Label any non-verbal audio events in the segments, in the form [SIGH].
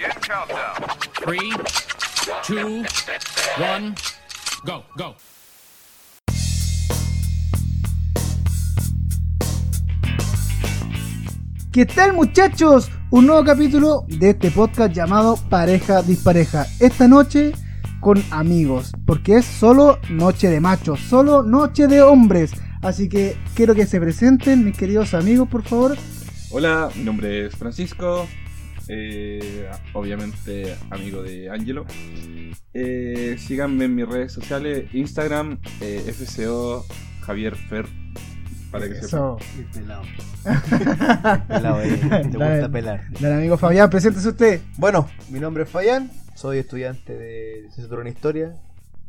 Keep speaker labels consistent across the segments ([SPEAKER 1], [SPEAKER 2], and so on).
[SPEAKER 1] countdown.
[SPEAKER 2] Three, two, one, go, go.
[SPEAKER 3] ¿Qué tal muchachos? Un nuevo capítulo de este podcast llamado Pareja Dispareja. Esta noche con amigos, porque es solo noche de machos, solo noche de hombres. Así que quiero que se presenten mis queridos amigos, por favor.
[SPEAKER 4] Hola, mi nombre es Francisco, eh, obviamente amigo de Angelo. Eh, síganme en mis redes sociales, Instagram, eh, FCO Javier Fer, para que sepan.
[SPEAKER 3] Eso.
[SPEAKER 5] El [LAUGHS] pelado. pelado, eh. Te
[SPEAKER 3] Dale.
[SPEAKER 5] gusta pelar.
[SPEAKER 3] Dale amigo Fabián, preséntese
[SPEAKER 6] [LAUGHS]
[SPEAKER 3] usted.
[SPEAKER 5] Bueno, mi nombre es Fayán, soy estudiante de licenciatura en historia.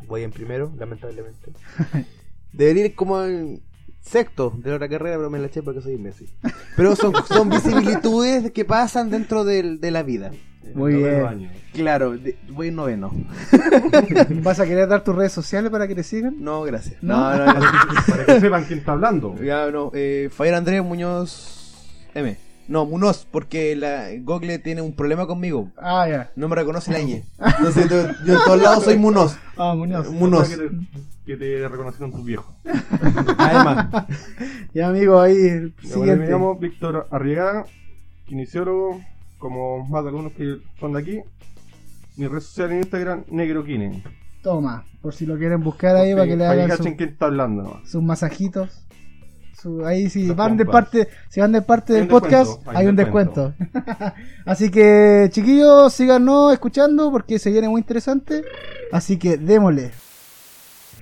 [SPEAKER 5] Voy en primero, [LAUGHS] lamentablemente. Debería ir como en sexto de la otra carrera, pero me la eché porque soy imbécil. Pero son, son visimilitudes que pasan dentro del- de la vida.
[SPEAKER 6] Eh,
[SPEAKER 3] Muy bien.
[SPEAKER 5] Claro, de- voy en noveno.
[SPEAKER 3] ¿Vas a querer dar tus redes sociales para que te sigan?
[SPEAKER 5] No, gracias.
[SPEAKER 3] No.
[SPEAKER 5] No, no, no.
[SPEAKER 6] Para que sepan quién está
[SPEAKER 5] [LAUGHS]
[SPEAKER 6] hablando.
[SPEAKER 5] Ya, no, eh, Fire Andrés Muñoz M. No, Muñoz, porque la Google tiene un problema conmigo.
[SPEAKER 3] Ah, ya.
[SPEAKER 5] No me reconoce la ñ. Entonces, yo, yo en todos lados soy Munoz.
[SPEAKER 3] Ah, Muñoz.
[SPEAKER 5] Munoz.
[SPEAKER 6] Que te, que te reconocieron tus viejos.
[SPEAKER 5] Además,
[SPEAKER 3] Ya amigo, ahí el
[SPEAKER 6] Ya, Bueno, me
[SPEAKER 3] siguiente.
[SPEAKER 6] llamo Víctor Arriagada, kinesiólogo, como más de algunos que son de aquí. Mi red social en Instagram, NegroKine.
[SPEAKER 3] Toma, por si lo quieren buscar ahí para que le hagan
[SPEAKER 6] que
[SPEAKER 3] su-
[SPEAKER 6] cachen quién está hablando. nomás.
[SPEAKER 3] sus masajitos. su- ahí si
[SPEAKER 6] Las
[SPEAKER 3] van de
[SPEAKER 6] pompas.
[SPEAKER 3] parte, si van de parte
[SPEAKER 6] Hay
[SPEAKER 3] del
[SPEAKER 6] un
[SPEAKER 3] podcast,
[SPEAKER 6] descuento,
[SPEAKER 3] hay, un descuento. [LAUGHS] Así que chiquillos, síganos escuchando porque se viene muy interesante. Así que démosle.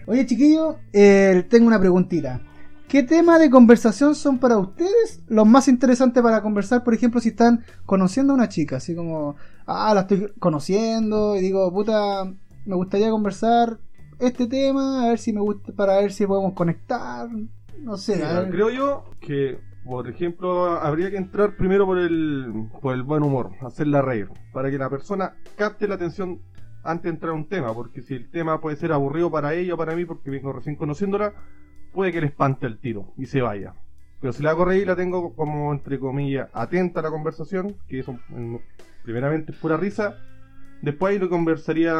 [SPEAKER 3] Oye chiquillos, eh, tengo una preguntita. ¿Qué tema de conversación son para ustedes los más interesantes para conversar? Por ejemplo, si están conociendo a una chica, así como, ah, la estoy conociendo y digo, puta, me gustaría conversar este tema, a ver si me gusta, para ver si podemos conectar. No sé, a
[SPEAKER 6] Mira,
[SPEAKER 3] ver.
[SPEAKER 6] creo yo que, por ejemplo, habría que entrar primero por el, por el buen humor, hacerla reír, para que la persona capte la atención antes de entrar a un tema, porque si el tema puede ser aburrido para ella o para mí, porque vengo recién conociéndola, puede que le espante el tiro y se vaya. Pero si la hago reír, la tengo como, entre comillas, atenta a la conversación, que eso, mm, primeramente, es pura risa. Después ahí lo conversaría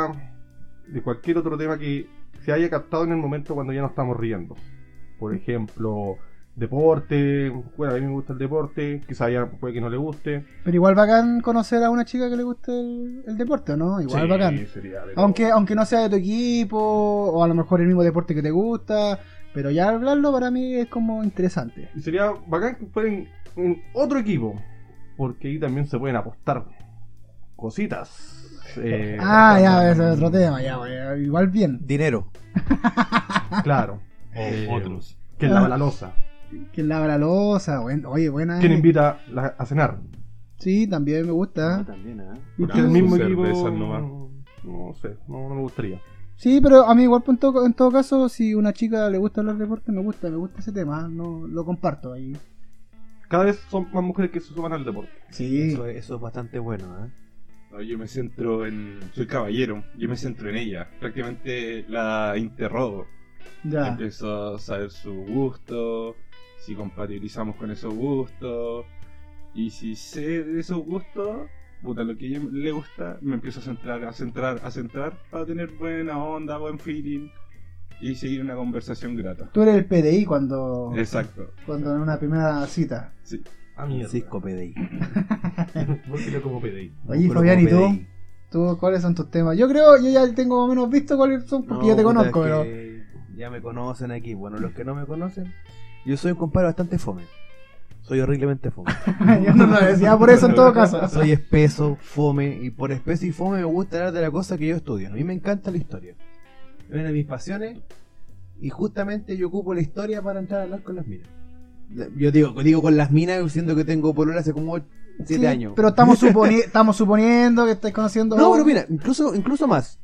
[SPEAKER 6] de cualquier otro tema que se haya captado en el momento cuando ya no estamos riendo por ejemplo, deporte, bueno, a mí me gusta el deporte, quizá ya puede que no le guste.
[SPEAKER 3] Pero igual bacán conocer a una chica que le guste el, el deporte, ¿o ¿no? Igual
[SPEAKER 6] Sí,
[SPEAKER 3] bacán.
[SPEAKER 6] sería de todo.
[SPEAKER 3] Aunque, aunque no sea de tu equipo, o a lo mejor el mismo deporte que te gusta, pero ya hablarlo para mí es como interesante.
[SPEAKER 6] Y sería bacán que fueran en otro equipo, porque ahí también se pueden apostar cositas. eh,
[SPEAKER 3] ah, ya, ese es otro tema, ya, ya, igual bien.
[SPEAKER 5] dinero.
[SPEAKER 4] [LAUGHS]
[SPEAKER 6] Claro. Eh, ¿Quién
[SPEAKER 3] Ah.
[SPEAKER 6] lava la losa?
[SPEAKER 3] ¿Quién labra losa? Buen- oye, buena.
[SPEAKER 6] ¿Quién
[SPEAKER 3] eh.
[SPEAKER 6] invita Ah, la- a cenar?
[SPEAKER 3] Sí, también me gusta.
[SPEAKER 5] También, ¿ah?
[SPEAKER 3] ¿Y
[SPEAKER 6] Porque el
[SPEAKER 3] tú?
[SPEAKER 6] mismo
[SPEAKER 4] Ah, Sus
[SPEAKER 6] equipo.
[SPEAKER 4] cervezas nomás.
[SPEAKER 6] No sé, no, no me gustaría.
[SPEAKER 3] Sí, pero a mí igual pues, en todo, en todo caso, si una chica le gusta los deportes, me gusta, me gusta ese tema, no lo comparto ahí.
[SPEAKER 6] Cada vez son más mujeres que se suman al deporte.
[SPEAKER 3] Sí.
[SPEAKER 5] Eso, eso es bastante bueno, ¿eh?
[SPEAKER 4] No, yo me centro en. Soy caballero, yo me centro en ella. Prácticamente la interrogo.
[SPEAKER 3] Ya.
[SPEAKER 4] Empiezo a saber su gusto, si compatibilizamos con esos gustos. Y si sé de esos gustos, puta, lo que a ella le gusta, me empiezo a centrar, a centrar, a centrar para tener buena onda, buen feeling y seguir una conversación grata.
[SPEAKER 3] Tú eres el PDI cuando,
[SPEAKER 4] Exacto.
[SPEAKER 3] cuando en una primera cita.
[SPEAKER 4] [LAUGHS]
[SPEAKER 6] A
[SPEAKER 5] Francisco PDI.
[SPEAKER 6] Porque yo como PDI.
[SPEAKER 3] Oye,
[SPEAKER 5] Calculo
[SPEAKER 3] Fabián,
[SPEAKER 5] como
[SPEAKER 3] ¿y tú?
[SPEAKER 5] PDI.
[SPEAKER 3] ¿Tú cuáles son tus temas? Yo creo, yo ya tengo más o menos visto cuáles son, porque
[SPEAKER 5] No,
[SPEAKER 3] ya te
[SPEAKER 5] puta,
[SPEAKER 3] conozco,
[SPEAKER 5] es
[SPEAKER 3] pero.
[SPEAKER 5] que Ya me conocen aquí. Bueno, los que no me conocen, yo soy un compadre bastante fome. Soy horriblemente fome.
[SPEAKER 3] [LAUGHS] yo no lo decía por eso en
[SPEAKER 5] [LAUGHS]
[SPEAKER 3] todo caso.
[SPEAKER 5] Soy espeso, fome, y por espeso y fome me gusta hablar de la cosa que yo estudio. A mí me encanta la historia. Es una de mis pasiones, y justamente yo ocupo la historia para entrar a hablar con las minas. La- Yo digo, digo con las minas, siento que tengo polola hace como 7
[SPEAKER 3] Sí,
[SPEAKER 5] años.
[SPEAKER 3] Pero estamos,
[SPEAKER 5] [LAUGHS]
[SPEAKER 3] suponi- estamos suponiendo que estáis conociendo.
[SPEAKER 5] No, pero mira, incluso, incluso más.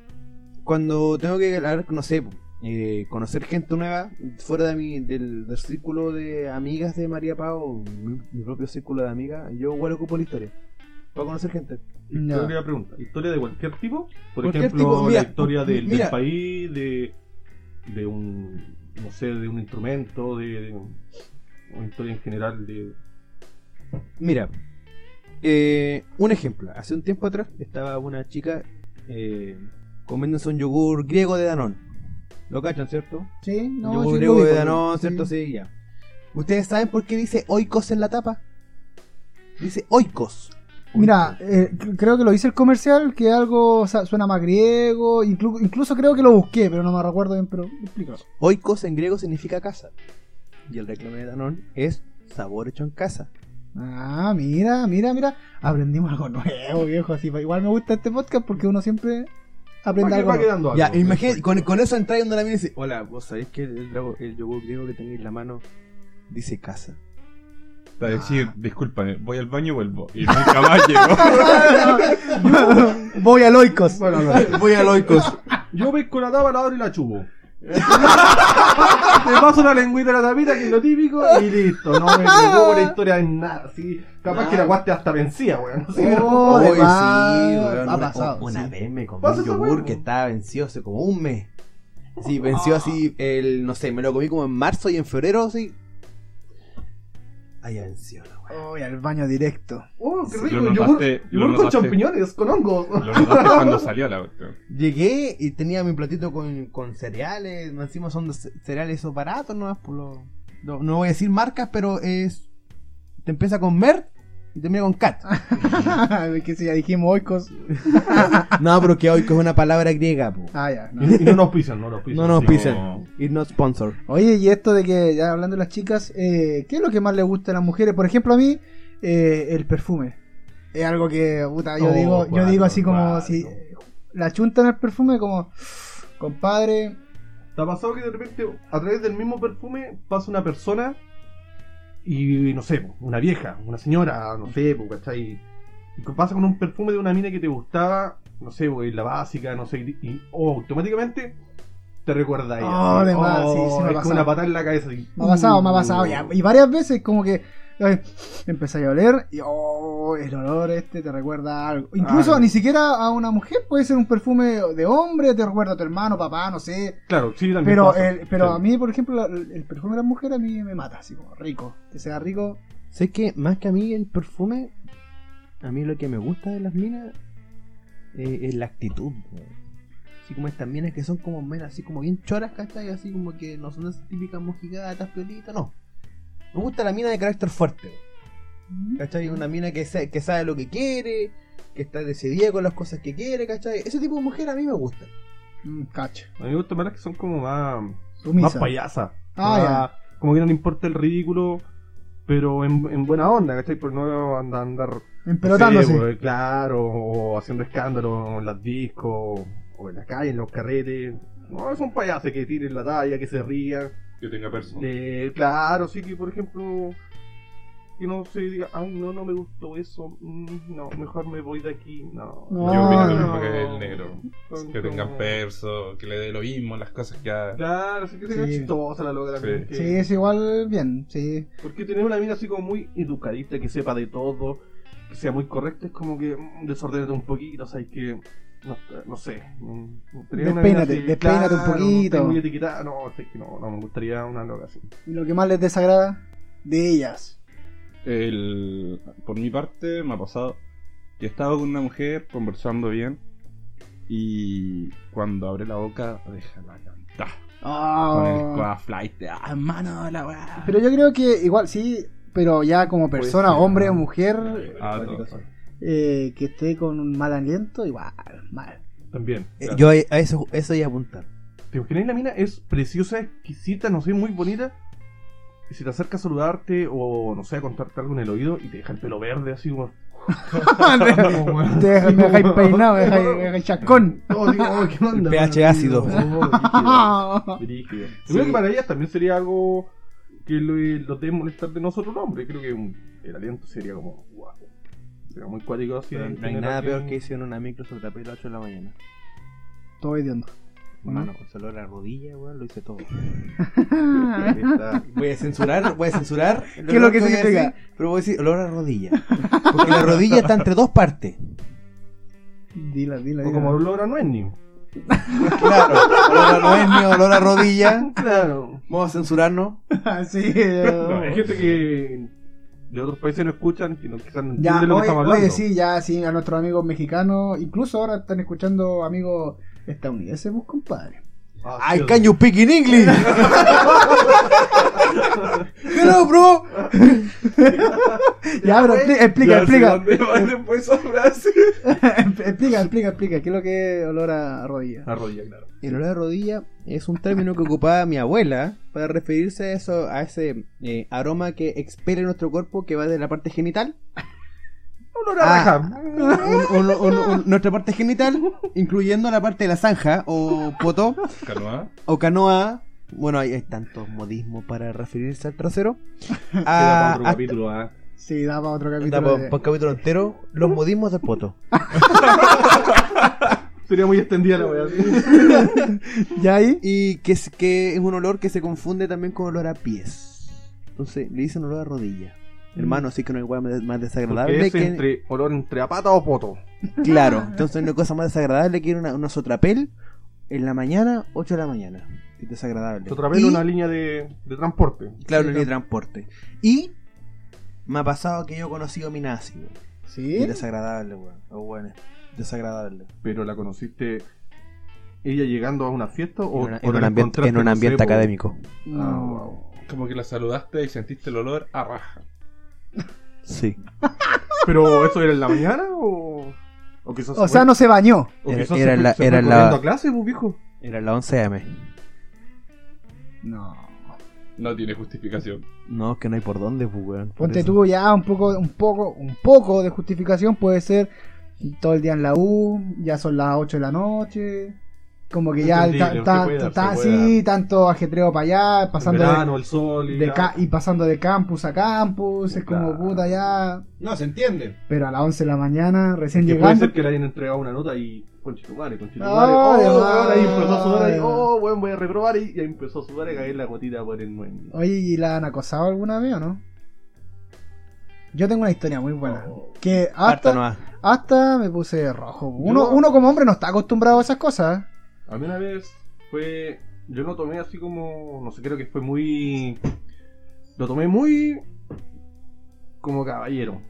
[SPEAKER 5] Cuando tengo que hablar, no sé, eh, conocer gente nueva fuera de mi, del, del círculo de amigas de María Pau, mi, mi propio círculo de amigas, yo igual ocupo la historia. Para conocer gente.
[SPEAKER 3] Ya.
[SPEAKER 6] Historia pregunta. ¿Historia de cualquier tipo? Por
[SPEAKER 5] Cualquier
[SPEAKER 6] ejemplo,
[SPEAKER 5] tipo, mira,
[SPEAKER 6] la historia del,
[SPEAKER 5] mira.
[SPEAKER 6] del país, de, de un, no sé, de un instrumento, de, de un- una historia en general de...
[SPEAKER 5] Mira, Eh, un ejemplo, hace un tiempo atrás estaba una chica eh, comiéndose un yogur griego de Danón. Lo cachan, ¿cierto?
[SPEAKER 3] Sí, no,
[SPEAKER 5] yogur
[SPEAKER 3] sí,
[SPEAKER 5] griego
[SPEAKER 3] lo
[SPEAKER 5] de
[SPEAKER 3] ubico,
[SPEAKER 5] Danón,
[SPEAKER 3] sí.
[SPEAKER 5] ¿cierto? Sí, ya. ¿Ustedes saben por qué dice oikos en la tapa? Dice oikos.
[SPEAKER 3] Mira, eh, cr- creo que lo hice el comercial, que algo sa- suena más griego, inclu- incluso creo que lo busqué, pero no me recuerdo bien, pero explícalo.
[SPEAKER 5] Oikos en griego significa casa. Y el reclamo de Danón es sabor hecho en casa.
[SPEAKER 3] Ah, mira, mira, mira, aprendimos algo nuevo, viejo, así, pa- igual me gusta este podcast porque uno siempre aprende
[SPEAKER 6] Va,
[SPEAKER 3] algo
[SPEAKER 6] va
[SPEAKER 3] nuevo.
[SPEAKER 6] quedando
[SPEAKER 5] ya,
[SPEAKER 6] algo.
[SPEAKER 5] imagínate, con, con eso entra donde la mina y dice: Hola, vos sabés que el, drago- el yogur griego que tenéis en la mano dice casa.
[SPEAKER 4] Para decir, discúlpame, voy al baño y vuelvo. Y nunca más llegó.
[SPEAKER 3] Voy a Loicos.
[SPEAKER 6] Bueno, no.
[SPEAKER 5] Voy a oikos. [LAUGHS]
[SPEAKER 6] Yo pesco la tapa, la abro y la chupo. Te paso la lengüita a la tapita, que es lo típico, y listo. No me preocupo la historia en nada. sí. Capaz que la guaste hasta vencida, weón. Sí,
[SPEAKER 3] Oh,
[SPEAKER 5] Oye,
[SPEAKER 3] de
[SPEAKER 5] sí,
[SPEAKER 3] más.
[SPEAKER 5] weón,
[SPEAKER 3] Ha
[SPEAKER 5] una,
[SPEAKER 3] pasado,
[SPEAKER 5] o- una
[SPEAKER 3] sí.
[SPEAKER 5] vez me comí
[SPEAKER 6] Pasa
[SPEAKER 5] un
[SPEAKER 6] esa
[SPEAKER 5] yogur
[SPEAKER 6] weá,
[SPEAKER 5] que
[SPEAKER 6] po.
[SPEAKER 5] estaba vencido hace como un mes. Sí, venció así el, no sé, me lo comí como en marzo y en febrero, así. Ahí venció la weá.
[SPEAKER 3] Voy al baño directo.
[SPEAKER 6] Oh, qué
[SPEAKER 4] Lo
[SPEAKER 6] rico.
[SPEAKER 4] notaste-
[SPEAKER 6] yogur
[SPEAKER 4] lo
[SPEAKER 6] yogur con
[SPEAKER 4] notaste.
[SPEAKER 6] champiñones, con
[SPEAKER 4] [LAUGHS]
[SPEAKER 6] hongos.
[SPEAKER 4] Lo notaste cuando salió la cuestión.
[SPEAKER 5] Llegué y tenía mi platito con, con cereales, más encima son de ce- cereales esos baratos, no, Por lo- no, no voy a decir marcas, pero es... Te empieza con Mert y termina con Cat.
[SPEAKER 3] [LAUGHS] que si ya dijimos Oikos.
[SPEAKER 5] [LAUGHS] no, pero que hoy que es una palabra griega, po.
[SPEAKER 3] Ah, ya.
[SPEAKER 5] [LAUGHS]
[SPEAKER 3] no.
[SPEAKER 6] Y, y no nos pisan, no nos pisan.
[SPEAKER 5] No nos
[SPEAKER 6] sí,
[SPEAKER 5] pisan.
[SPEAKER 6] como-
[SPEAKER 5] It's not sponsor.
[SPEAKER 3] Oye, y esto de que, ya hablando de las chicas, eh, ¿qué es lo que más le gusta a las mujeres? Por ejemplo, a mí, eh, el perfume. Es algo que, puta, yo
[SPEAKER 6] Oh,
[SPEAKER 3] digo, yo
[SPEAKER 6] cuático,
[SPEAKER 3] digo así como
[SPEAKER 6] cuático.
[SPEAKER 3] si la chuntan al perfume, como, compadre,
[SPEAKER 6] ¿Te ha pasado que de repente a través del mismo perfume pasa una persona y no sé, una vieja, una señora, no sé, po, ¿cachai? Y que pasa con un perfume de una mina que te gustaba, no sé, po, y la básica, no sé, y, y- oh, automáticamente te recuerda a ella.
[SPEAKER 3] Oh,
[SPEAKER 6] así,
[SPEAKER 3] de más, sí, sí me ha
[SPEAKER 6] es como
[SPEAKER 3] pasado.
[SPEAKER 6] una patada en la cabeza. así,
[SPEAKER 3] me ha pasado, me ha
[SPEAKER 6] uh,
[SPEAKER 3] pasado. ya. Y varias veces, como que eh, empecé a oler y, oh, el olor este te recuerda a algo. Incluso
[SPEAKER 6] Ah.
[SPEAKER 3] ni siquiera a una mujer, puede ser un perfume de hombre, te recuerda a tu hermano, papá, no sé.
[SPEAKER 6] Claro, sí, también.
[SPEAKER 3] Pero,
[SPEAKER 6] pasa.
[SPEAKER 3] el, pero
[SPEAKER 6] Sí.
[SPEAKER 3] a mí, por ejemplo, la- el, perfume de las mujeres a mí me mata, así como rico. Que sea rico.
[SPEAKER 5] Sé que más que a mí el perfume, a mí lo que me gusta de las minas eh, es la actitud. weón. Así como estas minas que son como meras, así como bien choras, ¿cachai? Así como que no son esas típicas mojigatas, piolitas, no. Me gusta la mina de carácter fuerte, weón, ¿cachai? Una mina que, sa- que sabe lo que quiere, que está decidida con las cosas que quiere, ¿cachai? Ese tipo de mujer a mí me gusta.
[SPEAKER 3] Mm, cacho.
[SPEAKER 6] A mí me gustan más las que son como más. más
[SPEAKER 3] Sumisa.
[SPEAKER 6] payasa.
[SPEAKER 3] Ah,
[SPEAKER 6] Más- Como que no le importa el ridículo, pero en, en buena onda, ¿cachai? Por no andar, andar
[SPEAKER 3] Empelotándose.
[SPEAKER 6] Sí, pues, claro, o haciendo escándalo en las discos, o en la calle, en los carretes. No, es un payaso que tiren la talla, que se ría.
[SPEAKER 4] Yo tengo persona.
[SPEAKER 6] Eh, claro, sí que, por ejemplo, que no se diga, ay, no, no me gustó eso, mm, no, mejor me voy de aquí, no.
[SPEAKER 3] No,
[SPEAKER 4] Yo opino lo
[SPEAKER 3] no.
[SPEAKER 4] mismo que el negro.
[SPEAKER 6] Son
[SPEAKER 4] Que tengan
[SPEAKER 6] como-
[SPEAKER 4] perso, que le dé lo mismo, las cosas que ha...
[SPEAKER 6] Claro, sí que se
[SPEAKER 3] Sí.
[SPEAKER 6] chistosa la loca también.
[SPEAKER 4] Sí.
[SPEAKER 6] que-
[SPEAKER 3] Sí, es igual bien. Sí.
[SPEAKER 6] Porque tener una mina así como muy educadita, que sepa de todo, que sea muy correcta, es como que mm, desordénate un poquito, o sea, hay que. No, no sé. mm, tener una mina
[SPEAKER 3] Despeínate, despeínate un poquito.
[SPEAKER 6] tengo que etiquetar, no, o sea, que no, no, me gustaría una loca así.
[SPEAKER 3] ¿Y lo que más les desagrada? De ellas.
[SPEAKER 4] El, por mi parte, me ha pasado. Yo estaba con una mujer conversando bien. Y cuando abre la boca, déjala cantar. Con el
[SPEAKER 3] Ah.
[SPEAKER 4] coa flight. Ah, hermano, la weá.
[SPEAKER 3] Pero yo creo que igual sí, pero ya como persona,
[SPEAKER 6] ser,
[SPEAKER 3] hombre o
[SPEAKER 6] ¿no?
[SPEAKER 3] mujer,
[SPEAKER 4] Ah, todo.
[SPEAKER 3] eh, que esté con un mal aliento, igual,
[SPEAKER 6] [LAUGHS]
[SPEAKER 3] mal. [LAUGHS]
[SPEAKER 6] También. claro.
[SPEAKER 5] Eh, Yo a eso, eso iba a apuntar.
[SPEAKER 6] ¿Te imaginas la mina? Es preciosa, exquisita, no sé, muy bonita. Y se te acerca a saludarte o, no sé, a contarte algo en el oído y te deja el pelo verde así como.
[SPEAKER 3] Te deja- me dejáis peinado, me dejáis
[SPEAKER 6] [LAUGHS]
[SPEAKER 3] me dejáis chascón.
[SPEAKER 6] Oh, digo, oh, ¿qué
[SPEAKER 5] El
[SPEAKER 6] onda?
[SPEAKER 5] pH ácido.
[SPEAKER 6] Oh, brígido.
[SPEAKER 3] [LAUGHS]
[SPEAKER 6] Brígido. Yo creo que para ellas también sería algo que lo, lo debe molestar de nosotros los hombres. Creo que un- el aliento sería como guau. Sería muy cuático así.
[SPEAKER 5] No hay
[SPEAKER 6] tener
[SPEAKER 5] nada
[SPEAKER 6] alguien-
[SPEAKER 5] peor que irse en una micro sobre tapete a las 8 de la mañana. ¿Mm?
[SPEAKER 3] Todo hediondo.
[SPEAKER 5] Hermano, con solo la rodilla, weón, lo hice todo. Ah. Voy a censurar, voy a [LAUGHS] censurar.
[SPEAKER 3] ¿Qué es lo que
[SPEAKER 5] voy a
[SPEAKER 3] significa?
[SPEAKER 5] decir, Pero voy a decir olor a rodilla. Porque la rodilla está entre dos partes.
[SPEAKER 3] Dila, dila,
[SPEAKER 6] O
[SPEAKER 3] dila.
[SPEAKER 6] como olor a no es ni.
[SPEAKER 5] Claro, olor a no es ni olor a rodilla.
[SPEAKER 6] Claro.
[SPEAKER 5] Vamos a censurarnos.
[SPEAKER 3] [LAUGHS] sí,
[SPEAKER 6] No, hay gente que de otros países no escuchan, que no, quizás no
[SPEAKER 3] Ya,
[SPEAKER 6] entienden lo
[SPEAKER 3] oye,
[SPEAKER 6] que estamos
[SPEAKER 3] oye,
[SPEAKER 6] hablando.
[SPEAKER 3] sí, ya, sí, a nuestros amigos mexicanos, incluso ahora están escuchando amigos estadounidenses, pues, compadre.
[SPEAKER 6] Ah,
[SPEAKER 7] I can you speak in
[SPEAKER 5] [LAUGHS]
[SPEAKER 7] English? Hello, bro.
[SPEAKER 3] Ya, pero expli- explica,
[SPEAKER 8] Ya sé
[SPEAKER 3] explica,
[SPEAKER 8] dónde va después esa frase.
[SPEAKER 3] [LAUGHS] explica, explica, explica, ¿qué es lo que es olor a rodilla?
[SPEAKER 6] La rodilla, claro.
[SPEAKER 5] El olor a rodilla es un término que ocupaba mi abuela para referirse a eso, a ese eh, aroma que expele nuestro cuerpo que va de la parte genital.
[SPEAKER 6] Olor
[SPEAKER 5] Ah.
[SPEAKER 6] a raja.
[SPEAKER 5] Un- un- un- un- nuestra parte genital, incluyendo la parte de la zanja o potó
[SPEAKER 8] Calma.
[SPEAKER 4] ¿ah?
[SPEAKER 5] o canoa. Bueno, hay, hay tantos modismos para referirse al [LAUGHS] trasero.
[SPEAKER 3] Ah,
[SPEAKER 6] Queda para
[SPEAKER 5] A-
[SPEAKER 6] otro
[SPEAKER 5] a-
[SPEAKER 6] capítulo, ah.
[SPEAKER 3] Sí, da para
[SPEAKER 5] ah,
[SPEAKER 3] otro capítulo.
[SPEAKER 7] Da pa-
[SPEAKER 3] de-
[SPEAKER 7] pa' un capítulo entero, los modismos del poto.
[SPEAKER 6] Sería muy extendida la wea. ¿sí?
[SPEAKER 3] ¿Ya ahí?
[SPEAKER 5] y que es, que es un olor que se confunde también con olor a pies. Entonces le dicen olor a rodilla. Hermano, así que no hay hueá más más
[SPEAKER 6] Porque
[SPEAKER 5] desagradable
[SPEAKER 6] es
[SPEAKER 5] que...
[SPEAKER 6] entre olor entre a pata o poto. [LAUGHS]
[SPEAKER 5] Claro, entonces no hay cosa más desagradable que ir a una, una sotrapel en la mañana, 8 de la mañana. Es desagradable.
[SPEAKER 6] Sotrapel
[SPEAKER 5] Y-
[SPEAKER 6] una línea de, de transporte.
[SPEAKER 5] Claro, una línea de transporte. Y me ha pasado que yo he conocido mi nazi, weón. Y
[SPEAKER 3] Sí.
[SPEAKER 5] es desagradable, weón. O bueno, desagradable.
[SPEAKER 6] Pero la conociste ella llegando a una fiesta o
[SPEAKER 7] En una-
[SPEAKER 6] o
[SPEAKER 7] en un
[SPEAKER 6] la
[SPEAKER 7] ambiente,
[SPEAKER 6] encontraste,
[SPEAKER 7] en un
[SPEAKER 6] no sé,
[SPEAKER 7] ambiente
[SPEAKER 6] po.
[SPEAKER 7] académico.
[SPEAKER 3] No.
[SPEAKER 6] Ah, wow.
[SPEAKER 8] Como que la saludaste y sentiste el olor a raja.
[SPEAKER 7] Sí.
[SPEAKER 6] Pero eso era en la mañana o o quizás
[SPEAKER 3] O sea, no se bañó.
[SPEAKER 6] o
[SPEAKER 7] Era-
[SPEAKER 6] quizás se
[SPEAKER 7] era
[SPEAKER 6] fue-
[SPEAKER 7] la-
[SPEAKER 6] se fue
[SPEAKER 7] era la-
[SPEAKER 6] corriendo a clase, pues, viejo.
[SPEAKER 7] Era la 11 AM.
[SPEAKER 3] No.
[SPEAKER 8] No tiene justificación.
[SPEAKER 7] No, que no hay por dónde, pues, weón. Por
[SPEAKER 3] Ponte
[SPEAKER 7] eso.
[SPEAKER 3] tú ya un poco, un poco, un poco de justificación puede ser todo el día en la U, ya son las 8 de la noche, como que ya
[SPEAKER 6] Entendible,
[SPEAKER 3] ta-
[SPEAKER 6] se
[SPEAKER 3] ta-
[SPEAKER 6] puede dar,
[SPEAKER 3] ta-
[SPEAKER 6] se puede
[SPEAKER 3] sí, tanto ajetreo para allá,
[SPEAKER 6] el
[SPEAKER 3] pasando
[SPEAKER 6] verano,
[SPEAKER 3] de,
[SPEAKER 6] el sol y
[SPEAKER 3] de
[SPEAKER 6] la-
[SPEAKER 3] ca- y pasando de campus a campus, es como
[SPEAKER 6] Claro.
[SPEAKER 3] puta ya,
[SPEAKER 4] No, se entiende.
[SPEAKER 3] pero a las 11 de la mañana recién
[SPEAKER 6] que puede
[SPEAKER 3] llegando,
[SPEAKER 6] ser que le hayan entregado una nota y conchetumare, conchetumare.
[SPEAKER 3] Ah,
[SPEAKER 6] oh,
[SPEAKER 3] de
[SPEAKER 6] weón, ahí empezó a sudar ahí,
[SPEAKER 3] madre.
[SPEAKER 6] oh, weón, voy a reprobar y, y ahí empezó a sudar y caer la gotita por el nueve.
[SPEAKER 3] Oye, ¿y la han acosado alguna vez o no? Yo tengo una historia muy buena. Que
[SPEAKER 7] Harta
[SPEAKER 3] hasta,
[SPEAKER 7] nomás.
[SPEAKER 3] hasta me puse rojo. Uno,
[SPEAKER 6] Oh. Yo-
[SPEAKER 3] uno como hombre no está acostumbrado a esas cosas. ¿eh?
[SPEAKER 6] A mí una vez fue. Yo lo tomé así como. No sé, creo que fue muy. Lo tomé muy. Como caballero.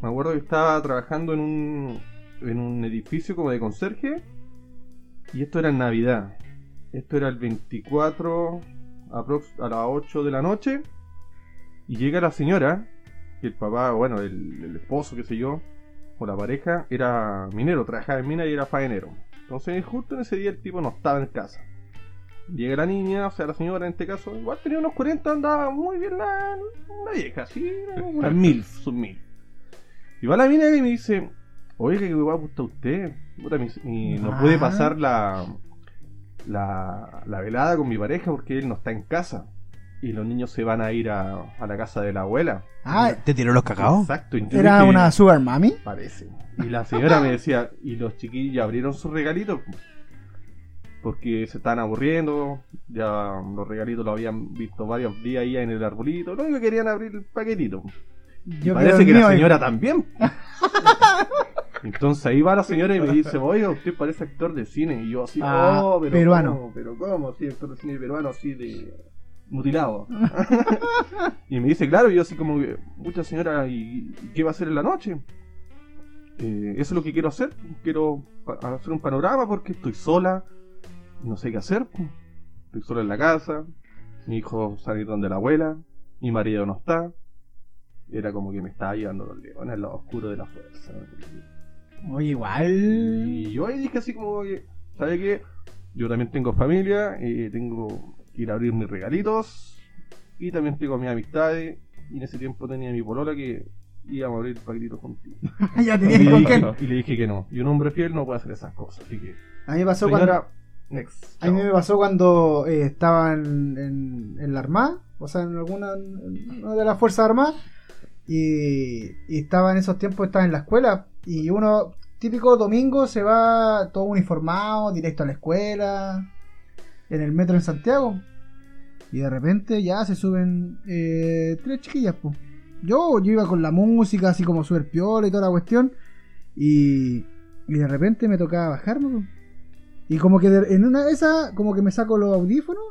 [SPEAKER 6] Me acuerdo que estaba trabajando en un. En un edificio como de conserje. Y esto era en Navidad. Esto era el 24. aprox- A las 8 de la noche. Y llega la señora. Y el papá, bueno, el, el esposo, qué sé yo. O la pareja. Era minero. Trabajaba en mina y era faenero. Entonces, justo en ese día el tipo no estaba en casa. Llega la niña, o sea, la señora en este caso, igual tenía unos 40, andaba muy bien la, la vieja, así, una mil, sus mil. Y va la mina y me dice, oiga, que guapo está usted. Puta, mi- mi- no pude
[SPEAKER 3] Ah.
[SPEAKER 6] pasar la, la, la velada con mi pareja porque él no está en casa. Y los niños se van a ir a, a la casa de la abuela.
[SPEAKER 3] Ah,
[SPEAKER 7] ¿Te tiró los cacaos?
[SPEAKER 6] Exacto. y yo
[SPEAKER 3] era
[SPEAKER 6] dije,
[SPEAKER 3] una sugar mami.
[SPEAKER 6] Parece. Y la señora me decía, y los chiquillos abrieron sus regalitos. Porque se estaban aburriendo, ya los regalitos los habían visto varios días ahí en el arbolito, lo único que querían abrir el paquetito.
[SPEAKER 3] Yo creo
[SPEAKER 6] Parece que
[SPEAKER 3] el
[SPEAKER 6] la
[SPEAKER 3] mío es-
[SPEAKER 6] señora también. Entonces ahí va la señora y me dice, oiga, usted parece actor de cine. Y yo así,
[SPEAKER 3] Ah,
[SPEAKER 6] oh, pero
[SPEAKER 3] peruano.
[SPEAKER 6] ¿cómo? pero ¿cómo? Sí, actor de cine peruano así de
[SPEAKER 3] [LAUGHS]
[SPEAKER 6] mutilado. y me dice, claro, y yo así como que, mucha señora, ¿y qué va a hacer en la noche? Eh, eso es lo que quiero hacer, quiero pa- hacer un panorama porque estoy sola, no sé qué hacer, estoy sola en la casa, mi hijo salieron de la abuela, mi marido no está, era como que me estaba llevando los leones lo oscuro de la fuerza.
[SPEAKER 3] Oye, igual.
[SPEAKER 6] Y yo ahí dije así como que, ¿sabe qué? Yo también tengo familia, eh, tengo que ir a abrir mis regalitos y también tengo mis amistades y en ese tiempo tenía mi polola que íbamos a abrir paquetitos contigo.
[SPEAKER 3] [LAUGHS] ya
[SPEAKER 6] Y
[SPEAKER 3] tenías
[SPEAKER 6] le,
[SPEAKER 3] con
[SPEAKER 6] dije,
[SPEAKER 3] quién.
[SPEAKER 6] y le dije que no. Y un hombre fiel no puede hacer esas cosas. Así que,
[SPEAKER 3] A mí me pasó cuando.
[SPEAKER 6] señora, next.
[SPEAKER 3] A mí
[SPEAKER 6] Chao.
[SPEAKER 3] me pasó cuando eh, estaba en, en- en la Armada, o sea, en alguna en una de las Fuerzas Armadas, y, y estaba en esos tiempos, estaba en la escuela, y uno, típico domingo, se va todo uniformado, directo a la escuela, en el metro en Santiago, y de repente ya se suben eh, tres chiquillas, pues. Yo, yo iba con la música, así como super piola y toda la cuestión, y, y de repente me tocaba bajarme, pues. Y como que de- en una de esas, como que me saco los audífonos